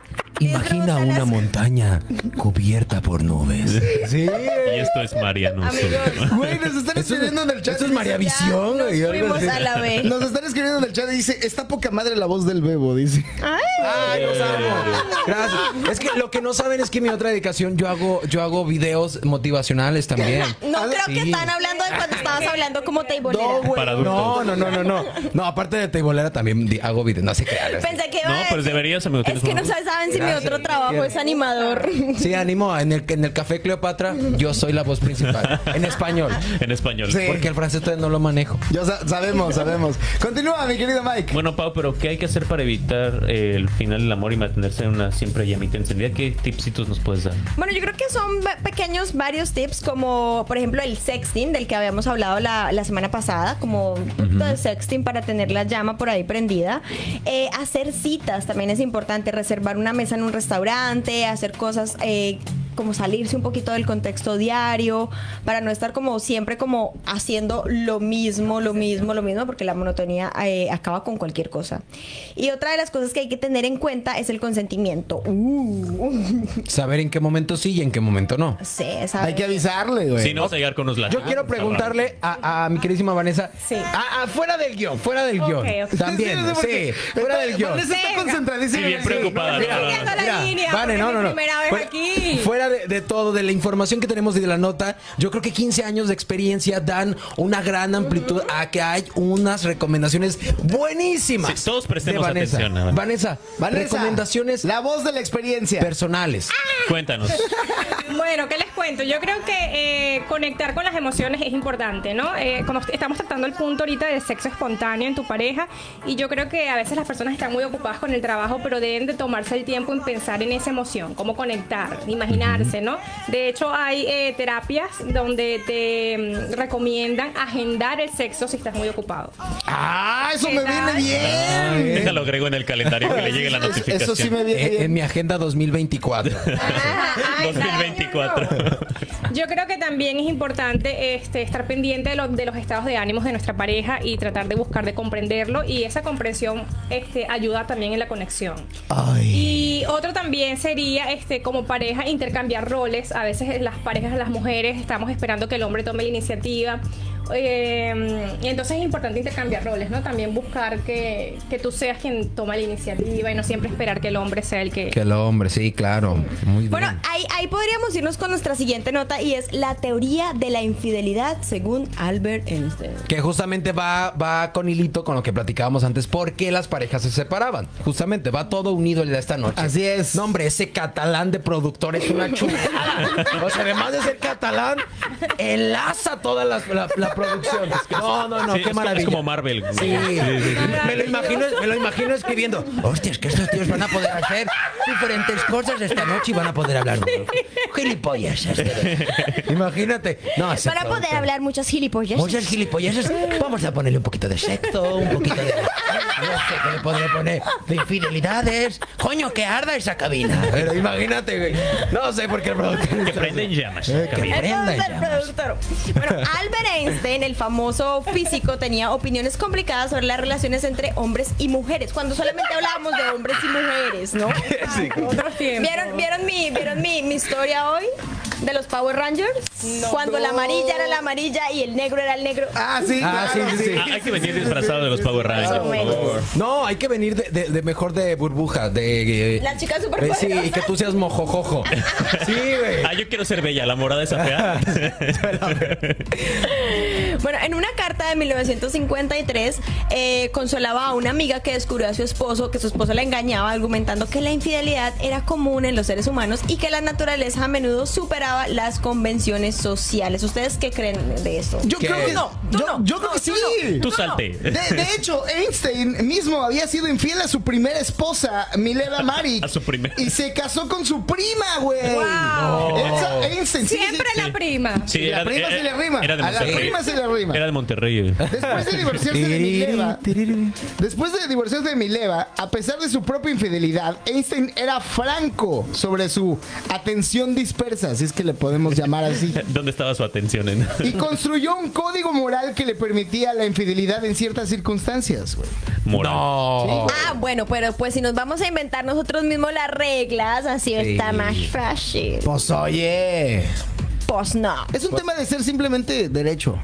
S6: Imagina
S2: disfrútalas.
S6: una montaña cubierta por nubes. Sí.
S5: y esto es Mariano.
S2: Amigos.
S3: Güey, nos están escribiendo en el chat.
S6: Esto es María
S2: Ya
S6: Visión,
S2: nos
S6: güey. algo
S2: fuimos
S6: así.
S2: a la B.
S3: Nos están escribiendo en el chat y dice, está poca madre la voz del bebo, dice.
S6: Ay, los amo. Gracias. Es que lo que no saben es que mi otra dedicación, yo hago, yo hago videos motivacionales también.
S2: *laughs* No creo que
S6: Sí.
S2: están hablando de cuando estabas hablando como teibolera.
S6: No, güey.
S5: Para
S6: No,
S5: adultos.
S6: no, no, no, no. No, aparte de teibolera también di- hago videos. No se crean.
S2: Pensé que iba
S5: No,
S2: a
S5: pero
S2: decir,
S5: deberías, amigo,
S2: Es
S5: tienes
S2: que
S5: una
S2: no
S5: voz.
S2: saben, saben si mi otro trabajo es animador.
S6: Sí, animo. En el, en el Café Cleopatra, yo soy la voz principal. En español.
S5: En español.
S3: Sí.
S6: Porque el francés todavía no lo manejo.
S3: Ya sa- sabemos, sabemos. Continúa, mi querido Mike.
S5: Bueno, Pau, pero ¿qué hay que hacer para evitar eh, el final del amor y mantenerse en una siempre llamita encendida? ¿Qué tipsitos nos puedes dar?
S2: Bueno, yo creo que son va- pequeños varios tips, como por ejemplo el sexting, del que habíamos hablado la, la semana pasada, como un poquito de sexting para tener la llama por ahí prendida. Eh, hacer citas también es importante, reservar una mesa en un restaurante, hacer cosas eh, como salirse un poquito del contexto diario, para no estar como siempre como haciendo lo mismo, lo mismo, lo mismo, porque la monotonía eh, acaba con cualquier cosa. Y otra de las cosas que hay que tener en cuenta es el consentimiento. Uh,
S6: Saber en qué momento sí y en qué momento no.
S2: sí, esa-
S3: Hay que avisarle, güey.
S5: Si no, vas a llegar con los
S6: Yo quiero preguntarle a, a mi queridísima Vanessa.
S4: Sí.
S6: Ah, ah, fuera del guión, fuera del
S4: Ok,
S6: guión.
S4: ok.
S6: También,
S3: no sé por qué.
S6: sí, fuera del guión.
S3: Vanessa está concentradísima.
S5: Sí, bien
S3: en el-
S5: preocupada,
S3: Mira,
S5: ¿no?
S3: mira,
S4: Siguiendo la
S3: mira.
S4: línea,
S6: Vane,
S4: porque
S6: no,
S4: es mi
S6: no, no.
S4: primera vez
S6: fuera,
S4: aquí.
S6: fuera de, de todo, de la información que tenemos y de la nota, yo creo que 15 años de experiencia dan una gran amplitud a que hay unas recomendaciones buenísimas.
S5: Sí, todos prestemos
S6: de Vanessa.
S5: atención, nada más.
S6: Vanessa,
S3: Vanessa,
S6: recomendaciones
S3: La voz de la experiencia.
S6: personales.
S5: Ah, Cuéntanos.
S4: Bueno, ¿qué les cuento? Yo creo que eh, conectar con las emociones es importante, ¿no? Eh, como est- estamos tratando el punto ahorita del sexo espontáneo en tu pareja, y yo creo que a veces las personas están muy ocupadas con el trabajo, pero deben de tomarse el tiempo en pensar en esa emoción, cómo conectar, imaginarse, ¿no? De hecho, hay eh, terapias donde te mm, recomiendan agendar el sexo si estás muy ocupado.
S3: Ah, eso
S4: ¿Qué
S3: me
S4: tal?
S3: viene bien.
S5: Déjalo agrego en el calendario que le llegue la notificación.
S3: Eso sí me viene
S6: Eh, en
S3: bien.
S6: mi agenda 2024.
S2: Ah, ay,
S5: 2024. *laughs*
S4: Yo creo que también es importante este, estar pendiente de, lo- de los estados de ánimos de nuestra pareja y tratar de buscar de comprenderlo y esa comprensión este, ayuda también en la conexión. Y otro también sería este, como pareja intercambiar roles. A veces las parejas, las mujeres, estamos esperando que el hombre tome la iniciativa Eh, y entonces es importante intercambiar roles, ¿no? También buscar que, que tú seas quien toma la iniciativa y no siempre esperar que el hombre sea el que...
S6: Que el hombre, sí, claro. Muy bien.
S2: Bueno, ahí, ahí podríamos irnos con nuestra siguiente nota y es la teoría de la infidelidad según Albert Einstein.
S6: Que justamente va, va con hilito con lo que platicábamos antes, por qué las parejas se separaban. Justamente, va todo unido el de esta noche.
S3: Así es.
S6: No, hombre, ese catalán de productor es una chulada. o sea, además de ser catalán, enlaza todas las la,
S5: *laughs*
S6: la producción. No, no, no,
S5: Sí, es
S6: qué
S5: como-
S6: maravilla.
S5: Es como Marvel. güey.
S6: Sí. Me lo imagino, me lo imagino escribiendo. Hostias, que estos tíos van a poder hacer diferentes cosas esta noche y van a poder hablar. de- Gilipollas. este. Imagínate. No, ese
S2: Para poder
S6: productor.
S2: hablar muchas gilipollas.
S6: Muchas gilipolleces. Vamos a ponerle un poquito de sexo, un poquito de. No sé qué le podría poner. De infidelidades. Coño, que arda esa cabina. Pero imagínate, güey. No sé por qué el productor.
S5: Que prenden llamas.
S6: Eh, que
S5: Camila.
S6: prenda en
S2: Entonces, el
S6: llamas.
S2: productor. Bueno, Albert Einstein, el famoso físico, tenía opiniones complicadas sobre las relaciones entre hombres y mujeres, cuando solamente hablábamos de hombres y mujeres, ¿no?
S4: Otros tiempos.
S2: ¿Vieron, vieron, mi, ¿vieron mi, mi historia hoy de los Power Rangers? Cuando la amarilla era la amarilla y el negro era el negro.
S3: Ah, sí,
S6: Ah,
S3: claro,
S6: sí, sí, sí.
S5: Ah, hay que venir disfrazado de los Power Rangers, por favor.
S6: No, hay que venir de, de- de mejor de burbuja, de... eh,
S2: La chica
S6: eh,
S2: superpoderosa.
S6: Sí, y que tú
S3: *laughs*
S6: seas mojojojo. Sí, güey.
S5: Ah, yo quiero ser bella, la morada esa fea.
S2: Bueno, en una carta de 1953 eh, consolaba a una amiga que descubrió a su esposo que su esposo la engañaba argumentando que la infidelidad era común en los seres humanos y que la naturaleza a menudo superaba las convenciones sociales. ¿Ustedes qué creen de eso?
S3: Yo
S6: ¿Qué?
S3: creo que
S2: No, tú
S3: yo,
S2: no,
S3: yo creo que sí.
S5: Tú salte.
S3: De, de hecho, Einstein mismo había sido infiel a su primera esposa, Mileva Marik.
S5: *laughs* A su primera.
S3: Y se casó con su prima, güey.
S2: Ah,
S3: Esa- Einstein, sí, sí.
S4: Siempre la prima.
S5: Sí,
S3: La prima se le rima.
S5: Era de
S3: A la
S5: Monterrey.
S3: prima se le rima.
S5: Era de Monterrey.
S3: Después de divorciarse de Mileva, después de divorciarse de Mileva, a pesar de su propia infidelidad, Einstein era franco sobre su atención dispersa, si es que le podemos llamar así.
S5: ¿Dónde estaba su
S3: *laughs*
S5: atención? En...
S3: Y construyó un código moral que le permitía la infidelidad en ciertas circunstancias, güey.
S5: Moral.
S6: No.
S2: Ah, bueno, pero pues si nos vamos a inventar nosotros mismos las reglas, así está más fácil.
S6: Pues oye.
S2: Pues no.
S3: Es un tema de ser simplemente derecho,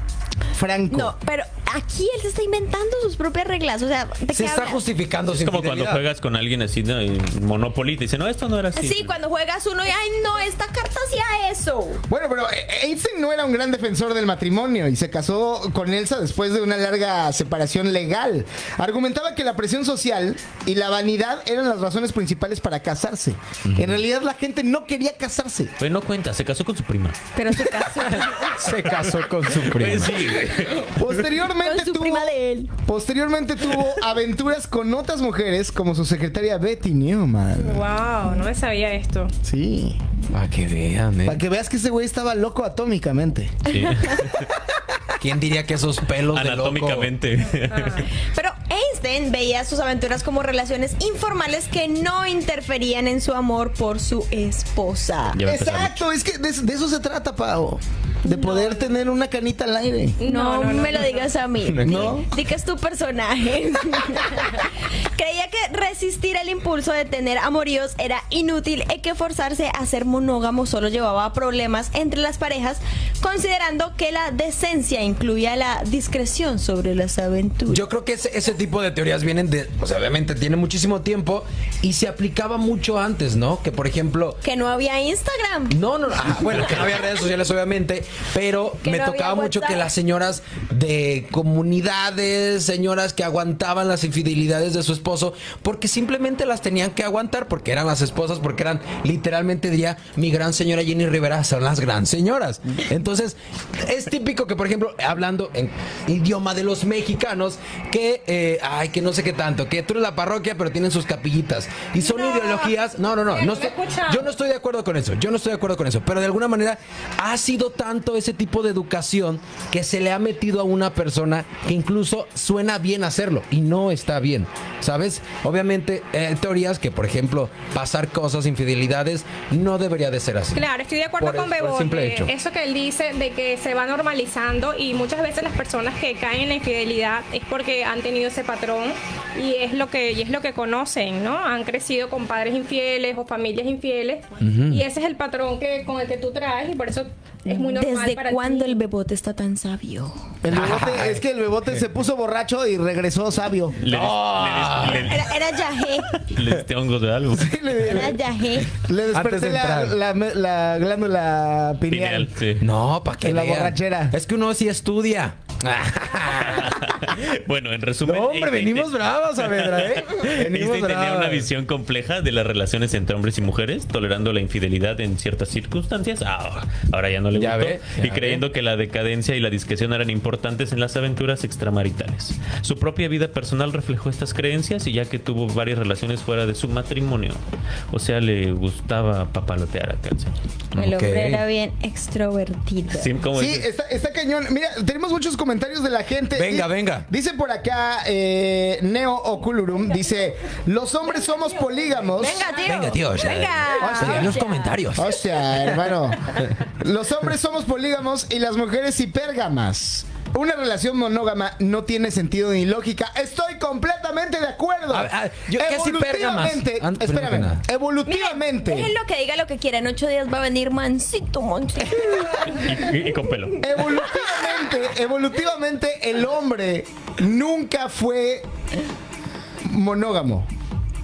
S3: franco.
S2: No, pero aquí él se está inventando sus propias reglas. O sea, ¿de qué
S6: Se está
S2: hablas?
S6: justificando
S5: Es como cuando juegas con alguien así, ¿no? Y Monopoly, te dice, no, esto no era así.
S2: Sí, cuando juegas uno y ay no, esta carta hacía eso.
S3: Bueno, pero eh, Einstein no era un gran defensor del matrimonio y se casó con Elsa después de una larga separación legal. Argumentaba que la presión social y la vanidad eran las razones principales para casarse. En realidad la gente no quería casarse.
S5: Pues no cuenta, se casó con su prima.
S2: Pero su caso
S6: Se casó con su prima.
S3: *laughs* Posteriormente
S2: con su
S3: tuvo,
S2: prima de él.
S3: posteriormente tuvo aventuras con otras mujeres como su secretaria Betty Newman.
S4: Wow, no me sabía esto.
S3: Sí.
S6: Para que vean, eh.
S3: Para que veas que ese güey estaba loco atómicamente.
S6: *laughs*
S5: Sí.
S6: ¿Quién diría que esos pelos de loco?
S5: Anatómicamente.
S2: Pero Einstein veía sus aventuras como relaciones informales que no interferían en su amor por su esposa.
S5: Ya va a empezar
S3: Exacto, es que de, de eso se trata, Pau. De poder tener una canita al aire.
S2: No, me lo digas a
S6: *laughs*
S2: mí.
S3: No.
S2: Di, di que es tu personaje. *laughs* Creía que resistir el impulso de tener amoríos era inútil y que forzarse a ser monógamo solo llevaba a problemas entre las parejas, considerando que la decencia incluía la discreción sobre las aventuras.
S6: Yo creo que ese, ese tipo de teorías vienen de. O sea, obviamente tiene muchísimo tiempo y se aplicaba mucho antes, ¿no? Que por ejemplo.
S2: Que no había Instagram.
S6: No, no, no. Ah, bueno, que no había redes sociales, obviamente, pero
S2: Que
S6: me
S2: no había
S6: tocaba mucho
S2: WhatsApp.
S6: que las señoras de comunidades, señoras que aguantaban las infidelidades de su esposo, porque simplemente las tenían que aguantar, porque eran las esposas, porque eran, literalmente diría, mi gran señora Jenny Rivera, son las gran señoras. Entonces, es típico que, por ejemplo, hablando en idioma de los mexicanos, que, eh, ay, que no sé qué tanto, que tú eres la parroquia, pero tienen sus capillitas. Y son ideologías, no, no, no, no,
S4: no
S6: estoy-
S4: escucha.
S6: yo no estoy de acuerdo con eso, yo no estoy de acuerdo con eso, pero de alguna manera ha sido tanto ese tipo de educación que se le ha metido a una persona que incluso suena bien hacerlo y no está bien, ¿sabes? Obviamente eh, teorías que, por ejemplo, pasar cosas, infidelidades, no debería de ser así.
S4: Claro, estoy de acuerdo
S6: Por
S4: con
S6: el- por el
S4: Bebo.
S6: simple
S4: eh,
S6: hecho.
S4: Eso que él dice de que se va normalizando y muchas veces las personas que caen en la infidelidad es porque han tenido ese patrón y es lo que y es lo que conocen, ¿no? Han crecido con padres infieles o familias infieles y ese es el patrón que con el que tú traes y por eso Es muy normal
S2: ¿Desde
S4: para
S2: cuándo
S4: ti.
S2: el bebote está tan sabio?
S3: El bebote, es que el bebote se puso borracho y regresó sabio.
S5: *laughs* Le,
S6: ¡Ah!
S5: le, le-
S2: Era, era Yahé.
S5: le diste hongos de algo. *laughs*
S2: Era Yahé.
S3: Le
S6: Antes de
S3: desperté la,
S6: entrar.
S3: la- la glándula pineal.
S5: Pineal, sí. *laughs*
S6: No, para que
S3: En la
S6: vean.
S3: borrachera.
S6: Es que uno sí estudia.
S5: Bueno, en resumen. eh,
S6: No, hombre,
S5: Einstein-
S6: venimos bravos, Saavedra,
S5: *laughs*
S6: ¿eh? Venimos
S5: Einstein tenía
S6: bravos.
S5: una visión compleja de las relaciones entre hombres y mujeres, tolerando la infidelidad en ciertas circunstancias. Ah, ahora ya no le
S6: Ya
S5: gustó.
S6: ve,
S5: y
S6: ya
S5: creyendo que la decadencia y la discreción eran importantes en las aventuras extramaritales. Su propia vida personal reflejó estas creencias y ya que tuvo varias relaciones fuera de su matrimonio. O sea, le gustaba papalotear acá. el señor.
S2: El
S6: *laughs* Ok.
S2: hombre era bien extrovertido.
S5: Sí, como
S3: Sí,
S5: dices,
S3: está, está cañón. Mira, tenemos muchos comentarios de la gente.
S6: Venga,
S3: Di-
S6: venga.
S3: Dice por acá eh, Neo Oculurum, dice, los hombres somos polígamos.
S2: Venga, tío.
S6: *laughs* Venga, tío. o sea,
S2: Venga.
S6: estudia en los comentarios.
S3: O sea, hermano, los hombres somos polígamos y las mujeres hipérgamas. Una relación monógama no tiene sentido ni lógica. Estoy completamente de acuerdo.
S6: A ver, a ver, yo- ¿qué es hipérgamas?
S3: Evolutivamente-
S6: An- primero que
S3: Espérame.
S6: nada.
S3: Evolutivamente.
S2: Miren, lo que diga lo que quiera. En ocho días va a venir mansito,
S6: *laughs*
S2: mansito.
S5: y, y con pelo.
S3: Evolutivamente, evolutivamente el hombre nunca fue monógamo.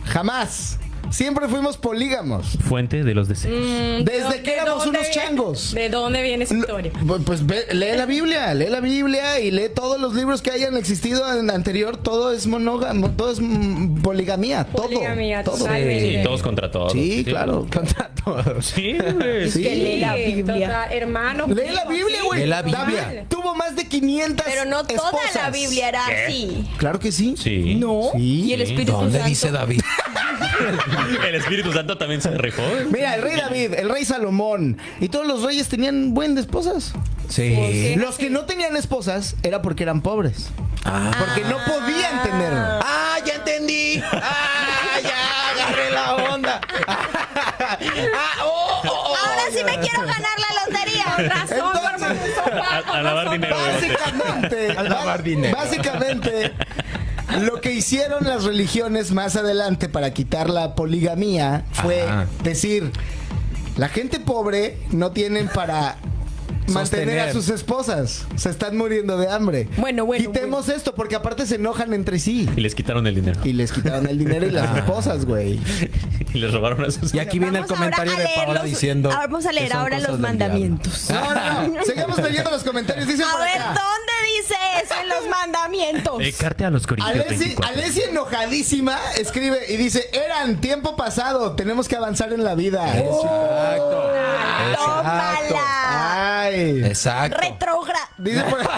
S3: Jamás. Siempre fuimos polígamos.
S5: Fuente de los deseos.
S4: Mm,
S3: Desde que éramos unos changos.
S4: ¿De dónde viene esa historia?
S3: Pues, Pues ve- lee la Biblia, lee la Biblia y lee todos los libros que hayan existido en la anterior. Todo es monógamo, todo es mm, poligamía, todo.
S4: Poligamía,
S3: todo.
S4: totalmente.
S5: Y todos contra todos.
S3: Mm. Sí, claro.
S6: Contra *laughs* todos.
S5: Sí, güey.
S3: Sí.
S2: Que lee la Biblia.
S4: total, hermanos.
S3: Lee la
S4: primos,
S3: Biblia,
S4: sí,
S3: güey.
S6: Lee la Biblia.
S3: David tuvo más de 500
S2: Pero no toda la
S3: esposas.
S2: Biblia era
S5: ¿Qué?
S2: así.
S3: Claro que sí.
S5: Sí.
S3: No. Sí.
S2: Y el Espíritu
S6: ¿Dónde
S2: Santo.
S6: dice David?
S5: El Espíritu Santo también se rejó.
S3: Mira, el rey David, el rey Salomón y todos los reyes tenían buen de esposas.
S6: Sí.
S3: Los que no tenían esposas era porque eran pobres.
S6: Ah.
S3: Porque no podían tenerlo.
S6: ¡Ah, ya entendí! ¡Ah, ya agarré la onda! ¡Ah, oh, oh, oh!
S2: Ahora sí me quiero ganar la lotería. *laughs* Con razón,
S3: Entonces-
S2: por favor.
S5: A, a lavar dinero. güey.
S6: *laughs*
S3: Básicamente,
S6: A lavar
S3: bas-
S6: dinero.
S3: básicamente, lo que hicieron las religiones más adelante para quitar la poligamía fue
S6: Ajá.
S3: decir, la gente pobre no tienen para mantener a
S6: Sostener.
S3: sus esposas, se están muriendo de hambre.
S2: Bueno, bueno,
S3: Quitemos esto porque aparte se enojan entre sí.
S5: Y les quitaron el dinero.
S3: Y les quitaron el dinero y
S6: Ah.
S3: las esposas, güey.
S5: Y les robaron a sus...
S6: Y aquí viene el
S2: Vamos ahora
S6: comentario
S2: a
S6: de
S2: leer
S6: Paola
S2: los-
S6: diciendo.
S2: ah, vamos a
S6: que
S2: leer
S6: son
S2: ahora
S6: cosas
S2: los
S6: del Ah,
S2: mandamientos.
S3: No, no, no. Sigamos leyendo los comentarios. Dicen
S2: A
S3: por
S2: ver,
S3: acá.
S2: ¿dónde dice eso en
S6: *laughs*
S2: los mandamientos?
S5: Eh, carta a los corintios
S3: Alessi,
S5: 24.
S3: Alessi enojadísima escribe y dice, eran tiempo pasado, tenemos que avanzar en la vida.
S6: Eh. Exacto.
S2: ¡Tómala!
S3: Ay.
S6: Exacto. Exacto.
S2: Retrogra.
S3: Dice por, dice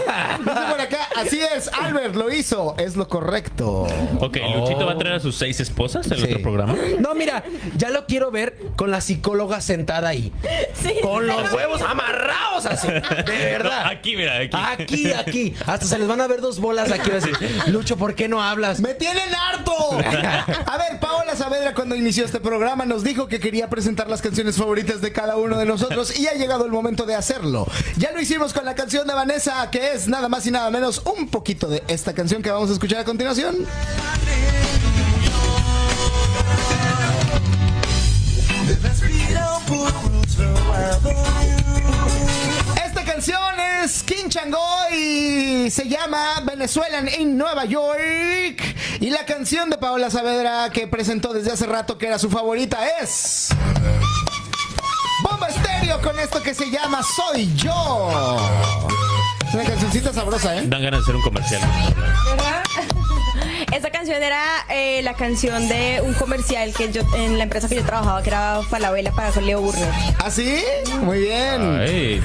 S3: por acá, así es, Albert lo hizo, es lo correcto.
S5: Ok, Luchito va a traer a sus seis esposas en el otro programa.
S6: No, mira, ya lo quiero ver con la psicóloga sentada ahí.
S2: Sí,
S6: Con los
S2: pero-
S6: huevos amarrados así. De verdad.
S5: No, aquí, mira, aquí.
S3: Ah.
S6: Aquí, aquí. Hasta se les van a ver dos bolas aquí. va a decir, Lucho, ¿por qué no hablas?
S3: ¡Me tienen harto! A ver, Paola Saavedra cuando inició este programa nos dijo que quería presentar las canciones favoritas de cada uno de nosotros y ha llegado el momento de hacerlo. Ya lo hicimos con la canción de Vanessa, que es nada más y nada menos un poquito de esta canción que vamos a escuchar a continuación. Esta canción es King Chango y se llama Venezuelan en Nueva York. Y la canción de Paola Saavedra que presentó desde hace rato que era su favorita es. Bomba Estéreo con esto que se llama Soy Yo. Es una cancioncita sabrosa, ¿eh?
S5: Dan ganas de hacer un comercial.
S2: *laughs* Esa canción era eh, la canción de un comercial que yo en la empresa que yo trabajaba, que era Falabella para con Leo Burner.
S3: ¿Ah, sí? Muy bien.
S5: Ay,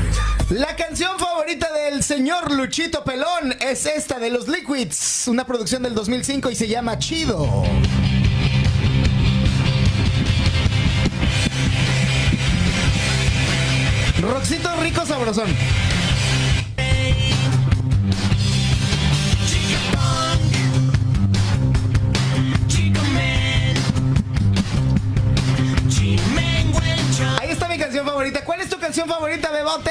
S3: La canción favorita del señor Luchito Pelón es esta de los Liquids, una producción del 2005 y se llama Chido. Roxito Rico Sabrosón. Ahí está mi canción favorita. ¿Cuál es tu canción favorita, Bebote?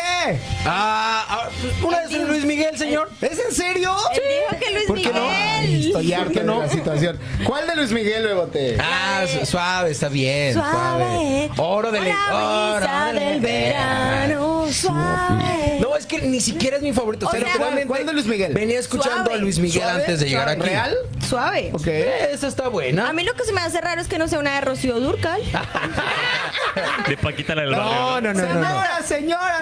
S6: Ah, ah, una de San Luis Miguel, señor.
S3: ¿Es en serio?
S2: Él dijo que Luis
S6: ¿Por qué no?
S2: Miguel.
S3: Estoy harto de la situación. ¿Cuál de Luis Miguel Bebote?
S6: Ah, su- suave, está bien.
S2: Suave.
S6: Suave. Oro del
S2: La
S6: oro
S2: brisa del verano. Suave.
S6: No, es que ni siquiera es mi favorito. O sea,
S2: O sea,
S6: literalmente
S3: ¿cuál de Luis Miguel?
S6: Venía escuchando
S2: Suave.
S6: a Luis Miguel
S3: ¿Suave?
S6: antes de llegar
S3: ¿Suave?
S6: aquí.
S3: ¿Real?
S2: Suave.
S3: Ok.
S6: Eh, Esa está buena.
S2: A mí lo que se me hace raro es que no sea una de Rocío Durcal.
S6: Ah,
S5: De Paquita la del
S6: No,
S5: barrio.
S6: no, no, no. no.
S3: Señora, señora,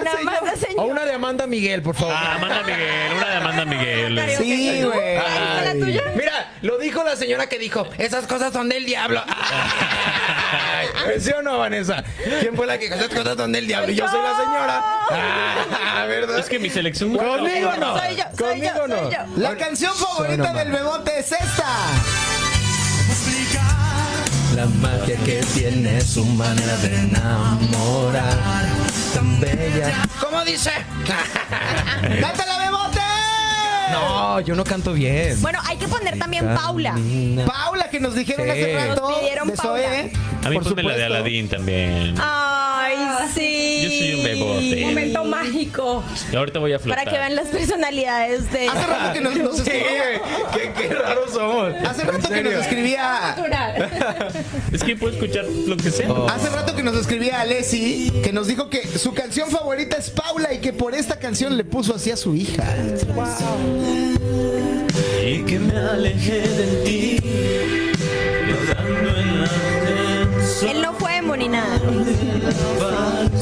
S2: Nada más
S3: señora.
S2: la señora.
S6: O una de Amanda Miguel, por favor.
S5: Ah, Amanda Miguel, una de Amanda Miguel.
S3: Sí, güey.
S2: ¿Esta es la tuya?
S6: Mira, lo dijo la señora que dijo, esas cosas son del diablo. Ay, ¿Sí o no, Vanessa? ¿Quién fue la que dijo, esas cosas son del diablo? Y yo soy la señora. Ah, ¿verdad?
S5: Es que mi selección.
S6: ¿Conmigo no?
S2: Soy yo, soy
S6: ¿Conmigo
S2: yo,
S6: no?
S2: soy yo.
S3: La canción favorita
S6: nomás.
S3: del Bebote es esta.
S6: La magia que tiene su manera de enamorar. Tan bella. ¿Cómo dice?
S3: ¡Cántala, Bebote!
S6: No, yo no canto bien.
S2: Bueno, hay que poner también Paula.
S3: Paula, que nos dijeron
S6: Sí.
S3: hace rato.
S2: Nos pidieron
S3: de Zoe.
S5: A mí
S3: Por
S5: ponme la
S3: supuesto.
S5: de Aladdin también.
S2: Ah. Ay, sí.
S5: Yo soy un bebote.
S4: Momento mágico.
S5: Y ahorita voy a
S2: Para
S5: flotar.
S2: que vean las *laughs* personalidades de.
S3: Hace rato que nos, nos escribía.
S6: qué, qué raros somos.
S3: Hace rato que nos escribía.
S5: Es que puedo escuchar lo que sea.
S3: Hace rato que nos escribía Alessi, que nos dijo que su canción favorita es Paula y que por esta canción le puso así a su hija.
S5: Y que me alejé de ti.
S2: Él no fue emo ni nada.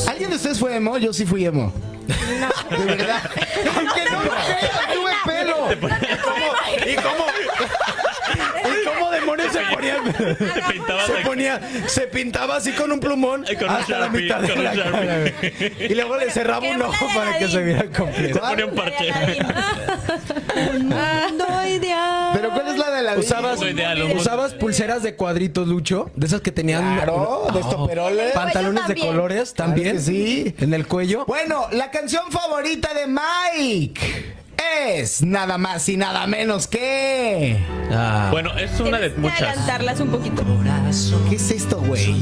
S3: ¿Alguien de ustedes fue emo? Yo sí fui emo. *laughs* De verdad. Aunque no lo creas, tuve pelo.
S6: ¿Y cómo? ¿Y cómo demonios se ponía?
S5: Te pintabas
S6: Se
S5: aquí.
S6: ponía, se pintaba así con un plumón
S5: Ay, con un
S6: hasta la
S5: Sharpie,
S6: mitad de
S5: con un
S6: la cara.
S5: Sharpie.
S6: güey. Y luego le cerraba un
S2: queremos
S6: ojo
S2: la de
S6: para que se
S2: Aladdin.
S6: viera completo.
S5: Ponía un parche.
S2: No ideal.
S3: Pero ¿cuál es la de la
S6: Usabas,
S5: Lo ideal, lo
S6: usabas pulseras de cuadritos, Lucho, de esas que tenían
S3: Claro, de estoperoles.
S6: pantalones de
S2: también.
S6: colores
S3: Claro
S6: también.
S3: que sí.
S6: En el cuello.
S3: Bueno, la canción favorita de Mike es nada más y nada menos que.
S6: Ah.
S5: Bueno, es una de
S2: Tienes que
S5: muchas.
S2: adelantarlas un poquito.
S3: ¿Qué es esto, güey?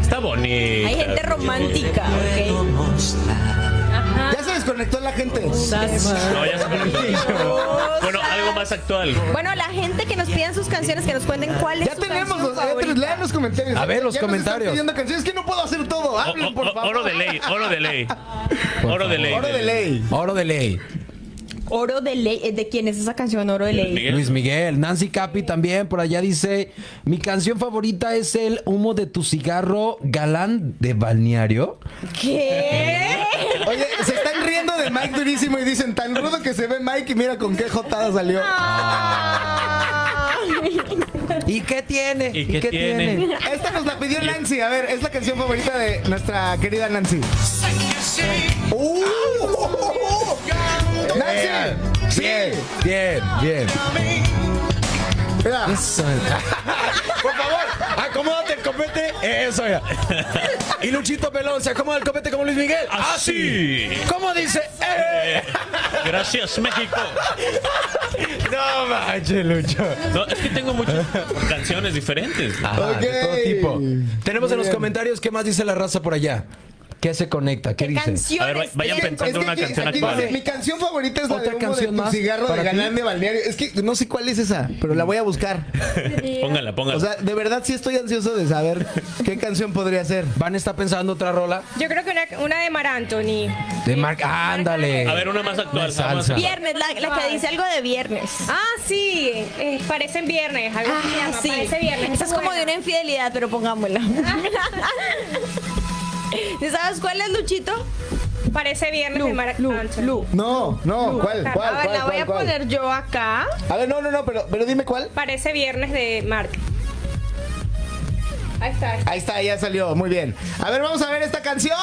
S5: Está bonita.
S2: Hay gente romántica, ¿ok?
S3: Ya se desconectó la gente.
S5: No, ya se *laughs* Bueno, algo más actual.
S2: Bueno, la gente que nos pidan sus canciones, que nos cuenten cuál es
S3: Ya
S2: su
S3: tenemos eh,
S2: canción
S3: los, ya
S2: favorita.
S3: tenemos- lean los comentarios.
S6: A ver, los
S3: Ya nos están
S6: comentarios.
S3: pidiendo canciones. Es que no puedo hacer todo. ¿ah?
S5: O-
S3: Hablen,
S5: o-
S3: por
S5: o-
S3: favor.
S5: oro de ley, oro de ley. Oro de ley.
S6: Eh,
S3: Oro de ley.
S6: Oro de ley.
S2: Oro de ley. eh, ¿De quién es esa canción? Oro de ley.
S5: Miguel.
S6: Luis Miguel, Nancy Capi también por allá dice, mi canción favorita es el humo de tu cigarro galán de balneario.
S2: ¿Qué?
S5: *laughs*
S3: Oye, se están riendo de Mike durísimo y dicen tan rudo que se ve Mike y mira con qué jotada salió.
S6: ¿Y qué tiene?
S5: ¿Y qué tiene?
S3: Esta nos la pidió Nancy. A ver, es la canción favorita de nuestra querida Nancy. ¡Uh! Nancy, sí.
S6: Bien, bien, bien.
S3: Mira,
S6: Eso. Por favor, acomódate el copete. Eh, Eso ya. Y Luchito Pelón se acomoda el copete como Luis Miguel.
S5: Así.
S6: ¿Cómo dice? ¡Eh!
S5: Gracias, México.
S6: No manches, Lucho.
S5: No, es que tengo muchas canciones diferentes.
S2: Ah.
S6: Ajá, Ah, de todo
S3: Ok.
S6: tipo. Tenemos en los
S3: bien.
S6: comentarios qué más dice la raza por allá. ¿Qué se conecta? ¿Qué,
S2: ¿Qué
S6: dice?
S5: A ver, va-
S2: canciones?
S5: vayan
S2: tienen?
S5: pensando una canción
S3: aquí
S5: actual.
S3: dice, mi canción favorita es la
S6: Otra
S3: de humo de
S6: canción
S3: tu
S6: más
S3: cigarro de
S6: para ti.
S3: galán de balneario. Es que no sé cuál es esa, pero la voy a buscar.
S5: Póngala, póngala.
S3: O sea, de verdad sí estoy ansioso de saber qué canción podría ser.
S6: Van está pensando otra rola
S4: Yo creo que una, una de Mar Anthony.
S6: de Marc. Ándale.
S5: a ver, una más actual.
S6: Una salsa.
S5: Vamos a-
S2: Viernes, la, la que dice algo de viernes.
S4: Ah, sí. eh, parecen viernes. Algo así se
S2: Ah,
S4: llama,
S2: sí.
S4: Parece viernes.
S2: Esa es como de una infidelidad, pero
S3: *laughs*
S2: pongámosla. *laughs* ¿Y ¿Sabes cuál es, Luchito?
S4: Parece viernes de Mar Anthony.
S3: No, no, ¿cuál? ¿Cuál?
S2: a ver,
S3: ¿Cuál?
S2: la voy
S3: ¿Cuál?
S2: a
S3: cuál?
S2: poner yo acá.
S3: A ver, no, no, no, pero, pero dime cuál.
S4: Parece viernes de Mark. Ahí está.
S3: Ahí está, ya salió, muy bien. A ver, vamos a ver esta canción.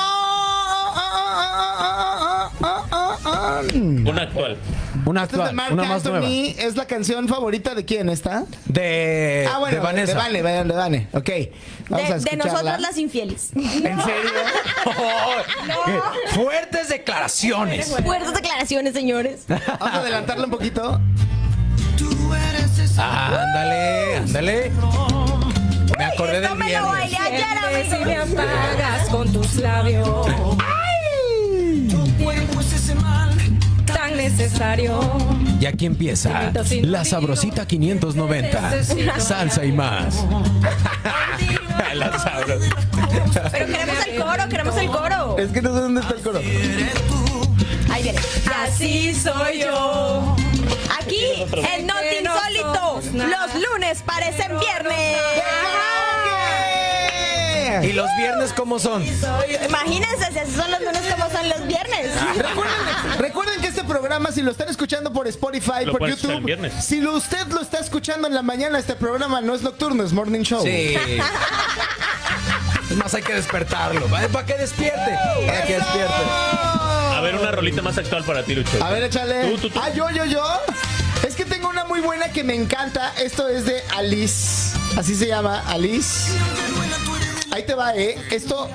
S5: Una actual.
S6: Una
S3: Esta es de
S6: actual,
S3: Marc
S6: una más nueva.
S3: Anthony, es la canción favorita de quién está?
S6: De,
S3: Ah, bueno,
S6: de Vanessa.
S3: de Vane, vayan, de Vane. Ok, vamos a
S2: De, de
S3: escucharla.
S2: nosotras las infieles.
S3: ¿En *laughs* serio?
S6: Eh, Fuertes declaraciones.
S2: Fuertes declaraciones, señores.
S3: Vamos a adelantarla un poquito.
S6: Ándale, ándale. Me acordé
S2: Esto
S6: del
S2: me lo
S6: viernes.
S2: bailé ayer, amigo.
S4: me apagas con tus labios. Tu cuerpo es ese mal tan necesario.
S6: Y aquí empieza La Sabrosita 590. Salsa y más. *laughs* La Sabrosita.
S2: Pero queremos el coro, queremos el coro.
S3: Es que no sé dónde está el coro.
S2: Ahí viene.
S4: Así soy yo.
S2: Aquí en Not
S4: Que no
S2: Insólito,
S4: somos nada.
S2: los lunes parecen viernes.
S6: ¿Y los viernes cómo son?
S2: Imagínense si así son los lunes como son los viernes.
S3: Recuerden, recuerden que este programa, si lo están escuchando por Spotify,
S5: Lo
S3: por
S5: puedes escuchar el
S3: YouTube,
S5: viernes.
S3: si lo- usted lo está escuchando en la mañana, este programa no es nocturno, es morning show. *laughs*
S6: Sí. Es más, hay que despertarlo. ¿vale? Para que despierte. Para que despierte.
S5: A ver, una rolita más actual para ti, Lucho.
S3: A ver, échale.
S5: Tú, tú, tú.
S3: Ah, yo, yo, yo. Es que tengo una muy buena que me encanta. Esto es de Alice. Así se llama, Alice. Ahí te va, eh. Esto,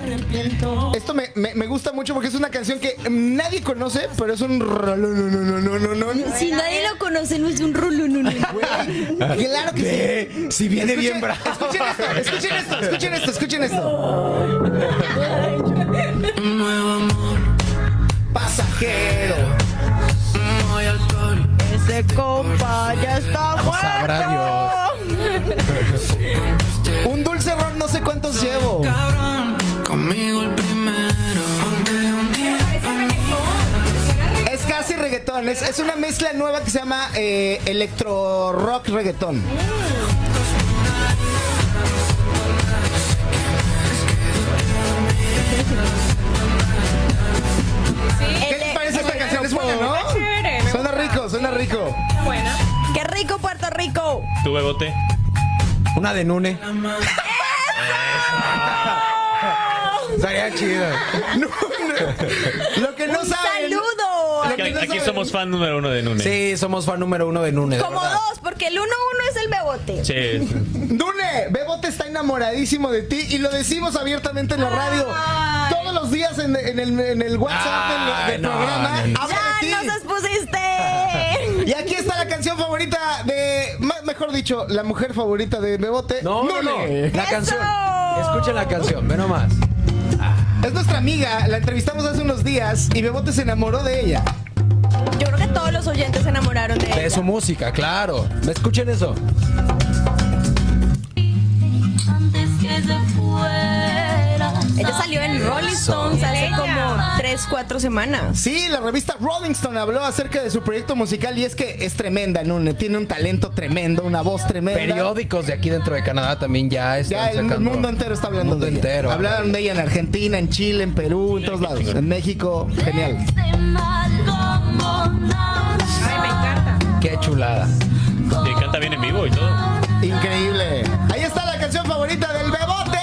S3: esto me, me- me gusta mucho porque es una canción que nadie conoce, pero es un rolononononononón.
S2: Si nadie lo conoce, no es un rulo, no, no.
S3: Güey, Claro que sí.
S6: Eh, si viene bien bravo.
S3: Escuchen esto, escuchen esto, escuchen esto, escuchen esto.
S6: Sabrá
S3: Un dulce ron, no sé cuántos llevo. Es casi reggaetón, es, es una mezcla nueva que se llama eh, electro rock reggaetón. ¿Qué les parece esta canción? Es buena, ¿no?
S4: Está chévere, me
S3: Suena
S4: gusta.
S3: rico, suena rico.
S4: Buena.
S2: ¡Qué rico Puerto Rico!
S5: Tu bebote.
S6: Dios. Una de Nune. Estaría chido.
S3: Lo que no
S2: ¡Un
S3: saben.
S2: saludo!
S3: Lo
S5: Que
S3: que no
S5: aquí
S3: saben-
S5: somos fan número uno de Nune.
S6: Sí, somos fan número uno de Nune. de
S2: Como
S6: verdad.
S2: dos, porque el 1-1 es el bebote.
S5: Sí.
S3: *laughs* Dune, Bebote está enamoradísimo de ti y lo decimos abiertamente en la radio. Todos los días en, en el, en el WhatsApp del- del,
S6: Ay, no,
S3: programa
S6: no, no.
S3: habla de ti.
S2: ¡Ya nos expusiste!
S3: Y aquí está la canción favorita de, más- mejor dicho, la mujer favorita de Bebote.
S6: No, no, no.
S3: Dune.
S6: La
S2: ¡Eso!
S6: canción. Escuchen la canción, ve nomás.
S3: Es nuestra amiga, la entrevistamos hace unos días y Bebote se enamoró de ella.
S2: Yo creo que todos los oyentes se enamoraron de
S6: De
S2: ella.
S6: su música, claro. ¿Me escuchen eso?
S8: antes que se fuera.
S2: Ella salió en Rolling Stones hace como 3, 4 semanas.
S3: Sí, la revista Rolling Stone habló acerca de su proyecto musical y es que es tremenda, Nune. Tiene un talento tremendo, una voz tremenda.
S6: Periódicos de aquí dentro de Canadá también ya están
S3: Ya el
S6: sacando-
S3: mundo entero está hablando
S6: mundo
S3: de ella.
S6: entero.
S3: Hablaron de ella en Argentina, en Chile, en Perú, en todos lados. En México, genial.
S8: Este mal
S4: Ay, me encanta.
S6: Qué chulada.
S5: Y canta bien en vivo y todo.
S3: Increíble. Ahí está la canción favorita del Bebote.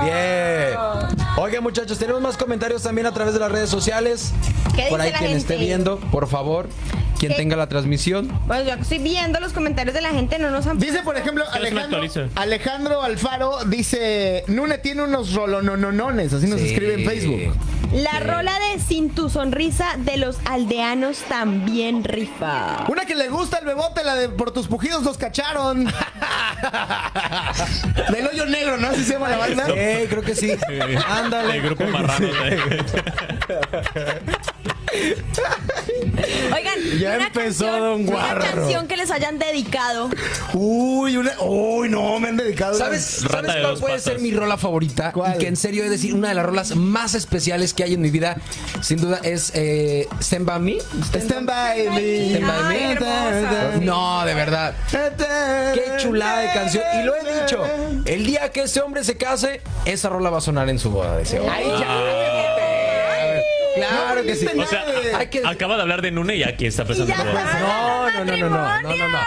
S6: Bien. Bien. Oigan, muchachos, tenemos más comentarios también a través de las redes sociales.
S2: ¿Qué
S6: Por
S2: dice
S6: ahí
S2: la
S6: quien
S2: gente?
S6: esté viendo, por favor, quien
S2: ¿Qué?
S6: tenga la transmisión.
S2: Bueno, yo estoy viendo los comentarios de la gente, no nos han...
S3: Dice, por ejemplo,
S5: que no se me
S3: Alejandro,
S5: actualiza.
S3: Alejandro Alfaro, dice, Nune tiene unos rolonononones, así nos
S6: Sí.
S3: escribe en Facebook.
S2: La rola de Sin tu sonrisa de los aldeanos también rifa.
S3: Una que le gusta al bebote, la de por tus pujidos los cacharon. *laughs* Del hoyo negro, ¿no? Así se llama la banda.
S6: Ey, creo que sí. Ándale.
S5: El grupo marrano. ¿eh?
S2: Oigan,
S6: Ya
S2: una
S6: empezó
S2: canción,
S6: Don
S2: Una
S6: Guarro.
S2: canción que les hayan dedicado.
S3: Uy, una... Uy, no, me han dedicado.
S6: ¿Sabes,
S5: Rata
S6: ¿sabes
S5: de
S6: cuál
S5: dos
S6: puede
S5: patas.
S6: ser mi rola favorita?
S3: ¿Cuál?
S6: Y que en serio es decir, una de las rolas más especiales que hay en mi vida, sin duda, es eh, Stand By Me.
S3: Stand by me.
S6: Stand by me.
S4: Ay, hermosa.
S6: No, de verdad. Qué chulada de canción. Y lo he dicho, el día que ese hombre se case, esa rola va a sonar en su boda, decía. Claro que sí.
S5: O sea,
S6: Hay que-
S5: acaba de hablar de Nune y aquí está pensando.
S2: Y ya
S5: en Bebote.
S2: está.
S6: Pues, No, no, no, no, no, no, no, no.
S2: ¡Matrimonio!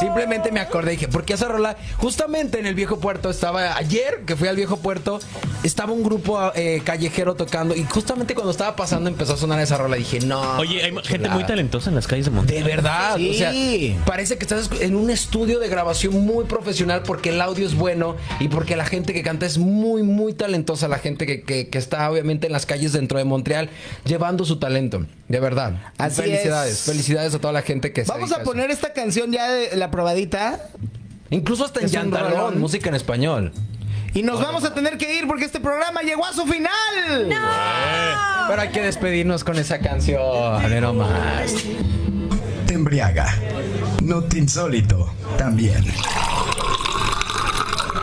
S6: Simplemente me acordé, dije, porque esa rola, justamente en el viejo puerto estaba, ayer que fui al viejo puerto, estaba un grupo eh, callejero tocando y justamente cuando estaba pasando empezó a sonar esa rola, dije, no.
S5: Oye, hay
S6: qué
S5: gente
S6: chulada.
S5: muy talentosa en las calles de Monterrey.
S6: De verdad,
S3: Sí.
S6: o sea, parece que estás en un estudio de grabación muy profesional porque el audio es bueno y porque la gente que canta es muy, muy talentosa, la gente que, que- que está obviamente en las calles dentro de Montreal llevando su talento, de verdad.
S3: Así
S6: felicidades,
S3: es.
S6: felicidades a toda la gente que se
S3: Vamos
S6: dedica
S3: a
S6: eso.
S3: poner esta canción ya de la probadita.
S6: Incluso hasta en
S3: Es un
S6: Yantalón,
S3: rolón.
S6: música en español.
S3: Y nos vamos a tener que ir porque este programa llegó a su final.
S6: Pero hay que despedirnos con esa canción. Pero más. *laughs*
S1: Te embriaga. No te insólito. También.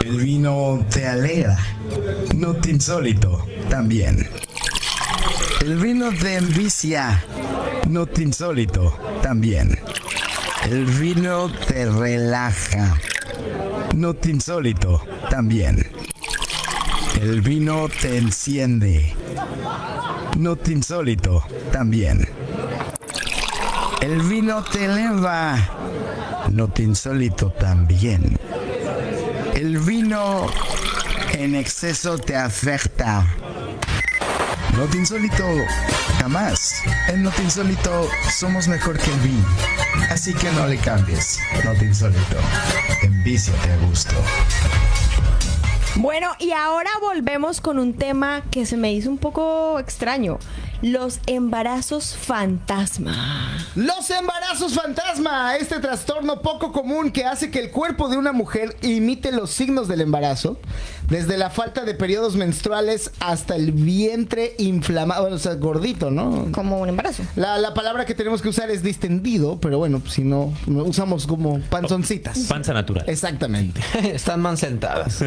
S1: El vino te alegra. No te insólito. También. El vino te envicia. No te insólito. También. El vino te relaja. No te insólito. También. El vino te enciende. No te insólito. También. El vino te eleva. No te insólito también. El vino en exceso te afecta. No te insólito jamás. En No te insólito somos mejor que el vino. Así que no le cambies. No te insólito. Envíciate a gusto.
S7: Bueno, y ahora volvemos con un tema que se me hizo un poco extraño. Los embarazos fantasma.
S3: Los embarazos fantasma, este trastorno poco común que hace que el cuerpo de una mujer imite los signos del embarazo, desde la falta de periodos menstruales hasta el vientre inflamado, bueno, o sea, gordito, ¿no?
S7: Como un embarazo.
S3: La, la palabra que tenemos que usar es distendido, pero bueno, pues, si no, no, usamos como panzoncitas.
S5: Panza natural.
S3: Exactamente.
S6: Están mal sentadas.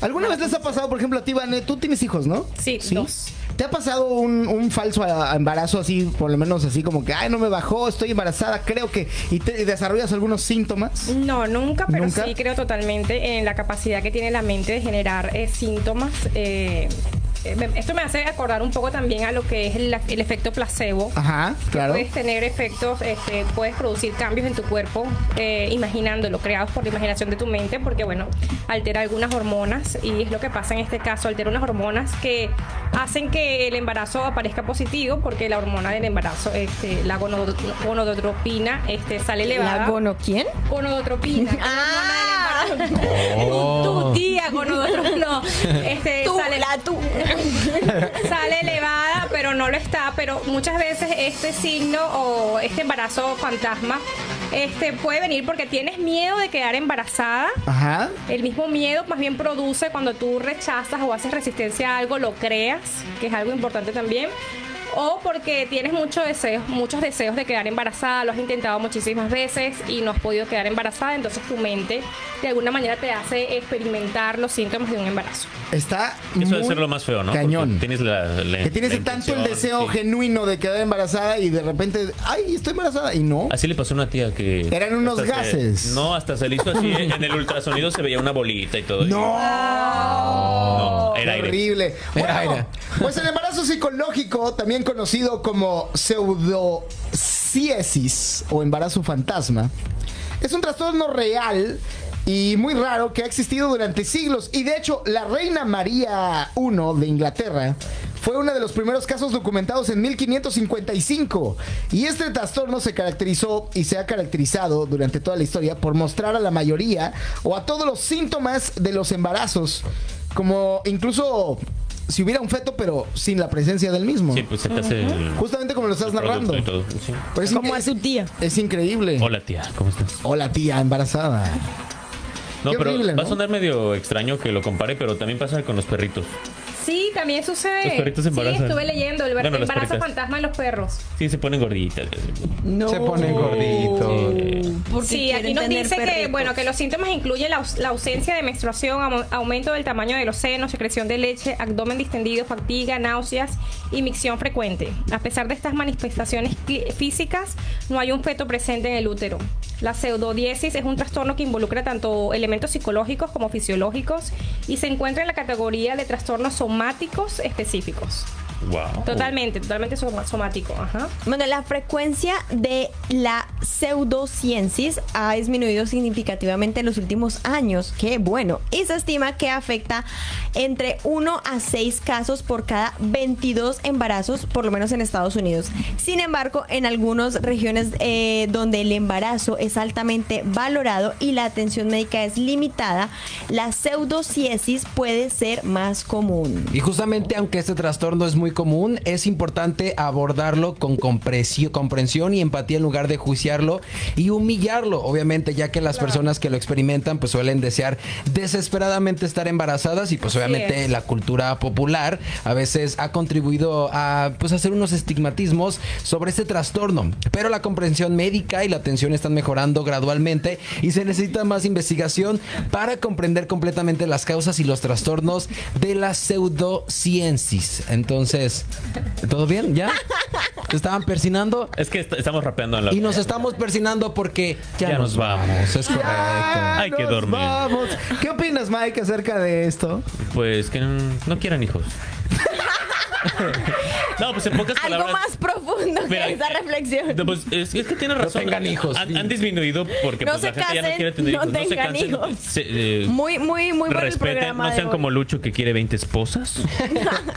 S3: ¿Alguna vez les ha pasado, por ejemplo, a ti, Vané, tú tienes hijos, ¿no?
S4: Sí, dos.
S3: ¿Te ha pasado un, un falso a- a embarazo así, por lo menos así como que, ay, no me bajó, estoy embarazada, creo que, y, te- y desarrollas algunos síntomas?
S4: No, nunca, pero
S3: ¿Nunca?
S4: sí creo totalmente en la capacidad que tiene la mente de generar eh, síntomas. eh, eh, me- esto me hace acordar un poco también a lo que es el, el efecto placebo.
S3: Ajá, Ah, claro.
S4: Puedes tener efectos, este, puedes producir cambios en tu cuerpo eh, imaginándolo, creados por la imaginación de tu mente, porque bueno, altera algunas hormonas y es lo que pasa en este caso, altera unas hormonas que hacen que el embarazo aparezca positivo, porque la hormona del embarazo, este, la gono- gonadotropina, este, sale elevada.
S7: ¿La gono quién?
S4: Gonodotropina.
S7: Ah.
S4: Ah, tu tía gonodotropina. No, este,
S7: Tú,
S4: sale,
S7: la tú.
S4: sale elevada, pero no lo está. Pero muchas veces este signo o este embarazo fantasma este, puede venir porque tienes miedo de quedar embarazada.
S3: Ajá.
S4: El mismo miedo más bien produce cuando tú rechazas o haces resistencia a algo, lo creas, que es algo importante también. O porque tienes muchos deseos, muchos deseos de quedar embarazada, lo has intentado muchísimas veces y no has podido quedar embarazada, entonces tu mente de alguna manera te hace experimentar los síntomas de un embarazo.
S3: Está
S5: Eso
S3: muy
S5: debe ser lo más feo, ¿no? Porque
S3: Cañón.
S5: Tienes la, la-
S3: Que tienes
S5: la
S3: tanto el
S5: intención,
S3: deseo
S5: sí.
S3: genuino de quedar embarazada y de repente, ay, estoy embarazada. Y no.
S5: Así le pasó a una tía que.
S3: Eran unos
S5: hasta se-
S3: gases.
S5: no, hasta se le hizo así. ¿eh? En el ultrasonido se veía una bolita
S3: *laughs*
S5: y todo. No, era aire.
S3: Horrible. Bueno,
S6: Era aire.
S3: Pues el embarazo psicológico, también conocido como pseudociesis o embarazo fantasma, es un trastorno real y muy raro que ha existido durante siglos. Y de hecho, la reina María I de Inglaterra fue uno de los primeros casos documentados en 1555. Y este trastorno se caracterizó y se ha caracterizado durante toda la historia por mostrar a la mayoría o a todos los síntomas de los embarazos, como incluso si hubiera un feto, pero sin la presencia del mismo.
S5: Sí, pues se te hace. el-
S3: Justamente como lo estás
S5: el
S3: narrando. Mm.
S5: producto y todo, sí.
S3: Pero es
S7: Como
S3: inque-
S7: a su tía.
S3: Es increíble.
S5: Hola tía, ¿cómo estás?
S3: Hola, tía, embarazada.
S7: *laughs*
S5: No,
S3: Qué
S5: pero
S3: horrible, ¿no?
S5: va a sonar medio extraño que lo compare, pero también pasa con los perritos.
S4: Sí, también sucede.
S5: Los perritos se embarazan.
S4: Sí, estuve leyendo el
S5: Bueno, las
S4: embarazo
S5: perritas.
S4: fantasma en los perros.
S5: Sí, se ponen gorditas.
S7: No.
S6: Se ponen gorditos.
S7: Porque
S4: sí, aquí
S7: quieren
S4: nos
S7: tener
S4: dice que
S7: perritos.
S4: bueno que los síntomas incluyen la, aus- la ausencia de menstruación, au- aumento del tamaño de los senos, secreción de leche, abdomen distendido, fatiga, náuseas y micción frecuente. A pesar de estas manifestaciones cli- físicas, no hay un feto presente en el útero. La pseudodiesis es un trastorno que involucra tanto elementos psicológicos como fisiológicos y se encuentra en la categoría de trastornos somáticos específicos.
S6: Oh.
S5: Wow.
S4: Totalmente, totalmente soma- somático. Ajá.
S7: Bueno, la frecuencia de la pseudociencias ha disminuido significativamente en los últimos años. Qué bueno. Y se estima que afecta entre 1 a 6 casos por cada 22 embarazos, por lo menos en Estados Unidos. Sin embargo, en algunas regiones eh, donde el embarazo es altamente valorado y la atención médica es limitada, la pseudociencias puede ser más común.
S6: Y justamente aunque este trastorno es muy común, es importante abordarlo con compresi- comprensión y empatía en lugar de juiciarlo y humillarlo, obviamente, ya que las personas que lo experimentan pues suelen desear desesperadamente estar embarazadas y pues
S4: Así
S6: obviamente
S4: es.
S6: la cultura popular a veces ha contribuido a pues hacer unos estigmatismos sobre este trastorno, pero la comprensión médica y la atención están mejorando gradualmente y se necesita más investigación para comprender completamente las causas y los trastornos de las pseudociencias. Entonces, ¿todo bien? ¿Ya? ¿Se estaban persinando?
S5: Es que est- estamos rapeando en la.
S6: Y nos estamos persinando porque ya,
S5: Ya
S6: nos
S5: nos
S6: vamos.
S5: vamos.
S6: Es correcto.
S5: Hay que
S3: nos
S5: dormir.
S3: Vamos. ¿Qué opinas, Mike, acerca de esto?
S5: Pues que no, no
S3: *laughs*
S5: quieran hijos. no, pues en pocas
S2: Algo
S5: palabras.
S2: más profundo que
S5: Mira,
S2: esa reflexión.
S5: No, pues, es, es que tiene razón.
S6: tengan hijos.
S5: Han, han disminuido porque
S2: No
S5: pues, la
S2: se
S5: gente ya
S2: casen,
S5: no quiere tener
S2: no
S5: hijos. No se
S2: tengan
S5: cansen.
S2: hijos.
S5: se, eh,
S2: Muy, muy, muy bueno el
S5: respeten,
S2: programa
S5: no
S2: de
S5: sean
S2: hoy.
S5: como Lucho que quiere 20 esposas.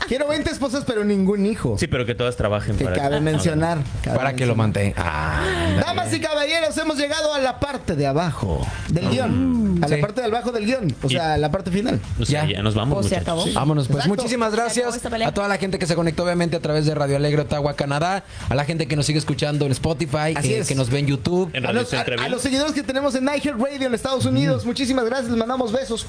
S3: Quiero 20 esposas, pero ningún hijo.
S5: Sí, pero que todas trabajen
S3: que
S5: para
S3: cabe mencionar. cabe
S6: Para que lo
S3: mencionar.
S6: mantenga. Ah,
S3: Damas y caballeros, hemos llegado a la parte de abajo
S5: Mm.
S3: del guión. A la
S6: Sí.
S3: parte de abajo del guión. O sea, a la parte final.
S5: No sé,
S6: Ya.
S5: ya. nos vamos.
S2: Pues se
S5: muchachos.
S2: acabó.
S5: Sí.
S6: Vámonos, pues.
S3: Exacto.
S6: Muchísimas gracias
S2: esta pelea.
S6: a toda la gente que se conectó, obviamente, a través de Radio Alegre Ottawa, Canadá, a la gente que nos sigue escuchando en Spotify,
S3: Así
S6: que,
S3: es.
S6: que nos ve en YouTube.
S5: En
S3: A
S5: Radio Mm.
S3: los, a-
S5: Centreville.
S3: a los seguidores que tenemos en Niger Radio en Estados Unidos, muchísimas gracias, les mandamos besos.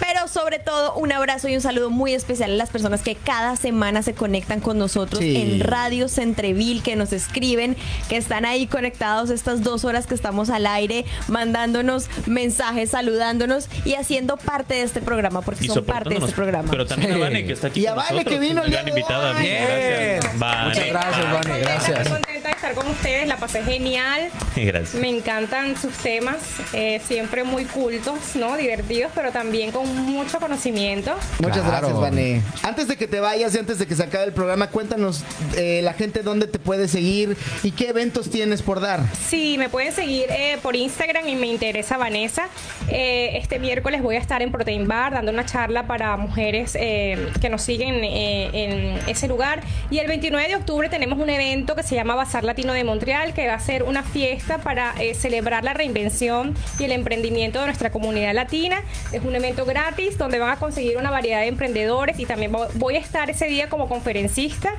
S2: Pero sobre todo, un abrazo y un saludo muy especial a las personas que cada semana se conectan con nosotros
S3: Sí.
S2: en Radio Centreville, que nos escriben, que están ahí conectados estas dos horas que estamos al aire, mandándonos mensajes, saludándonos y haciendo parte de este programa, porque
S5: Y
S2: son parte de este
S5: soportándonos.
S2: programa.
S5: Pero también
S6: Sí.
S5: a Vane, que está aquí.
S3: Y a
S5: con
S3: Vane,
S5: nosotros,
S3: que vino el
S5: gran
S3: día de
S5: invitada.
S3: hoy.
S5: Gracias. Vane.
S6: Muchas gracias, Vane,
S4: Estoy contenta,
S6: gracias.
S4: Estoy contenta de estar con ustedes, la pasé genial.
S5: Gracias.
S4: Me encantan sus temas, eh, siempre muy cultos, ¿no? Divertidos, pero también con mucho conocimiento.
S3: Muchas
S6: Claro.
S3: gracias, Vane. Antes de que te vayas y antes de que se acabe el programa, cuéntanos eh, la gente dónde te puede seguir y qué eventos tienes por dar.
S4: Sí, me pueden seguir eh, por Instagram y me interesa Vanessa. Eh, este miércoles voy a estar en Protein Bar dando una charla para mujeres eh, que nos siguen eh, en ese lugar. Y el 29 de octubre tenemos un evento que se llama Bazar Latino de Montreal, que va a ser una fiesta para eh, celebrar la reinvención y el emprendimiento de nuestra comunidad latina. Es un evento gratis donde van a conseguir una variedad de emprendedores y también vo- voy a estar ese día como conferencista,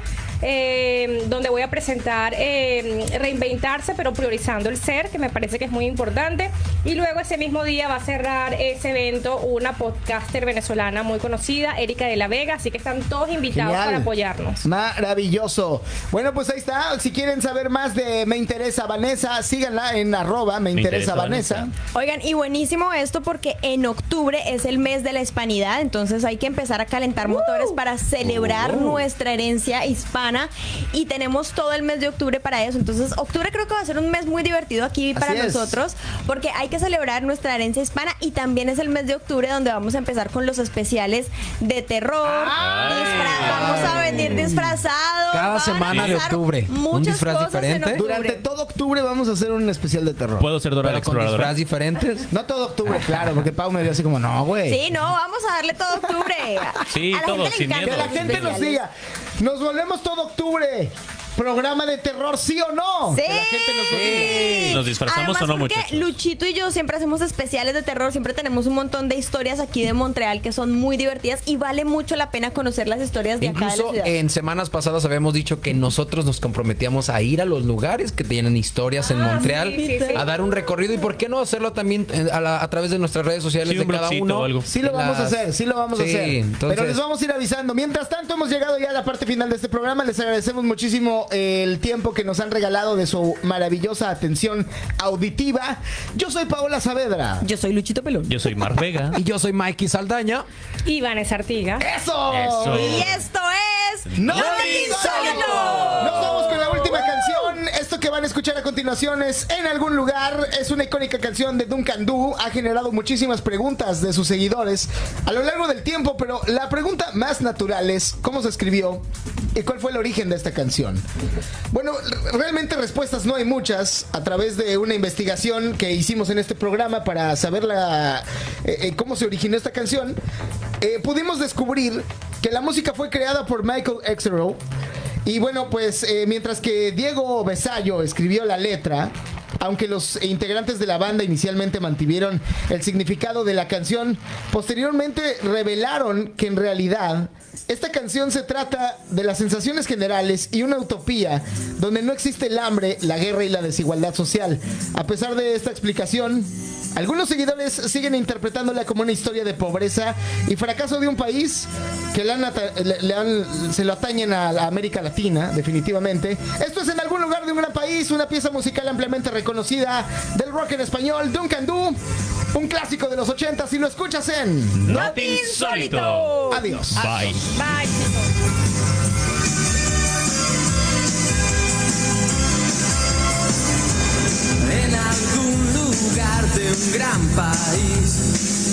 S4: eh, donde voy a presentar eh, Reinventarse, pero priorizando el ser, que me parece que es muy importante. Y luego ese mismo día va a cerrar ese evento una podcaster venezolana muy conocida, Erika de la Vega, así que están todos invitados
S3: Genial.
S4: para apoyarnos.
S3: Maravilloso. Bueno, pues ahí está. Si quieren saber más de Me Interesa Vanessa, síganla en arroba Me Interesa,
S5: Interesa
S3: Vanessa.
S5: Vanessa.
S2: Oigan, y buenísimo esto porque en octubre es el mes de la hispanidad, entonces hay que empezar a calentar motores para celebrar nuestra herencia hispana y tenemos todo el mes de octubre para eso. Entonces, octubre creo que va a ser un mes muy divertido aquí para
S3: es.
S2: nosotros porque hay que celebrar nuestra herencia hispana y también es el mes de octubre donde vamos a empezar con los especiales de terror. disfraz- vamos a venir disfrazados.
S6: Cada
S2: van a
S6: semana de
S2: pasar
S6: octubre, un
S2: Muchas
S6: disfraz
S2: cosas en
S6: diferente.
S2: octubre.
S3: Durante todo octubre vamos a hacer un especial de terror.
S5: Puedo ser Dora la
S6: Pero con
S5: Exploradora.
S3: *laughs*
S6: disfraz diferentes.
S3: No todo octubre, claro, porque Pau me vio así como, no, güey.
S2: Sí, no, vamos a darle todo octubre.
S5: Sí,
S2: a la
S5: todo,
S2: gente le
S5: sin
S2: encanta
S5: miedo.
S3: Que la gente nos
S2: especiales.
S3: diga, nos volvemos todo octubre. Programa de terror, sí o no.
S2: Sí.
S3: Que la gente nos lo diga.
S5: ¿Nos disfrazamos
S2: Además,
S5: o no,
S2: porque
S5: muchachos?
S2: Luchito y yo siempre hacemos especiales de terror, siempre tenemos un montón de historias aquí de Montreal que son muy divertidas y vale mucho la pena conocer las historias de
S6: Incluso
S2: acá de
S3: eh,
S2: la ciudad.
S6: en semanas pasadas habíamos dicho que nosotros nos comprometíamos a ir a los lugares que tienen historias en
S3: Ah,
S6: Montreal,
S4: sí, sí, sí.
S6: a dar un recorrido y por qué no hacerlo también eh, a, la- a través de nuestras redes sociales
S5: Sí,
S6: de
S5: un
S6: cada
S5: blogcito
S6: uno.
S5: o algo.
S3: Sí lo vamos a
S6: Las-
S3: hacer, sí lo vamos a
S6: Sí,
S3: hacer.
S6: entonces-
S3: Pero les vamos a ir avisando. Mientras tanto, hemos llegado ya a la parte final de este programa. Les agradecemos muchísimo el tiempo que nos han regalado de su maravillosa atención auditiva. Yo soy Paola Saavedra.
S2: Yo soy Luchito Pelón.
S5: Yo soy Mar Vega.
S6: Y yo soy Mikey Saldaña.
S4: Y Vanessa Artiga.
S3: ¡Eso!
S5: Eso.
S2: Y esto es
S3: ¡No
S2: Lo
S3: te
S2: Insólito.
S3: insólito! Nos vamos con la última canción. Esto que van a escuchar a continuación es En algún lugar. Es una icónica canción de Duncan Du. Ha generado muchísimas preguntas de sus seguidores a lo largo del tiempo, pero la pregunta más natural es ¿cómo se escribió y cuál fue el origen de esta canción? Bueno, re- realmente respuestas no hay muchas a través de una investigación que hicimos en este programa para saber la, eh, eh, cómo se originó esta canción. Eh, pudimos descubrir que la música fue creada por Michael Exero. Y bueno, pues eh, mientras que Diego Besallo escribió la letra, aunque los integrantes de la banda inicialmente mantuvieron el significado de la canción, posteriormente revelaron que en realidad Esta canción se trata de las sensaciones generales y una utopía donde no existe el hambre, la guerra y la desigualdad social. A pesar de esta explicación, algunos seguidores siguen interpretándola como una historia de pobreza y fracaso de un país que le han ata- le- le han- se lo atañen a la América Latina, definitivamente. Esto es en algún lugar de un gran país, una pieza musical ampliamente reconocida del rock en español, Duncan Du, un clásico de los 80 si lo escuchas en...
S5: Not insólito.
S3: Adiós.
S5: Bye.
S9: en algún lugar de un gran país.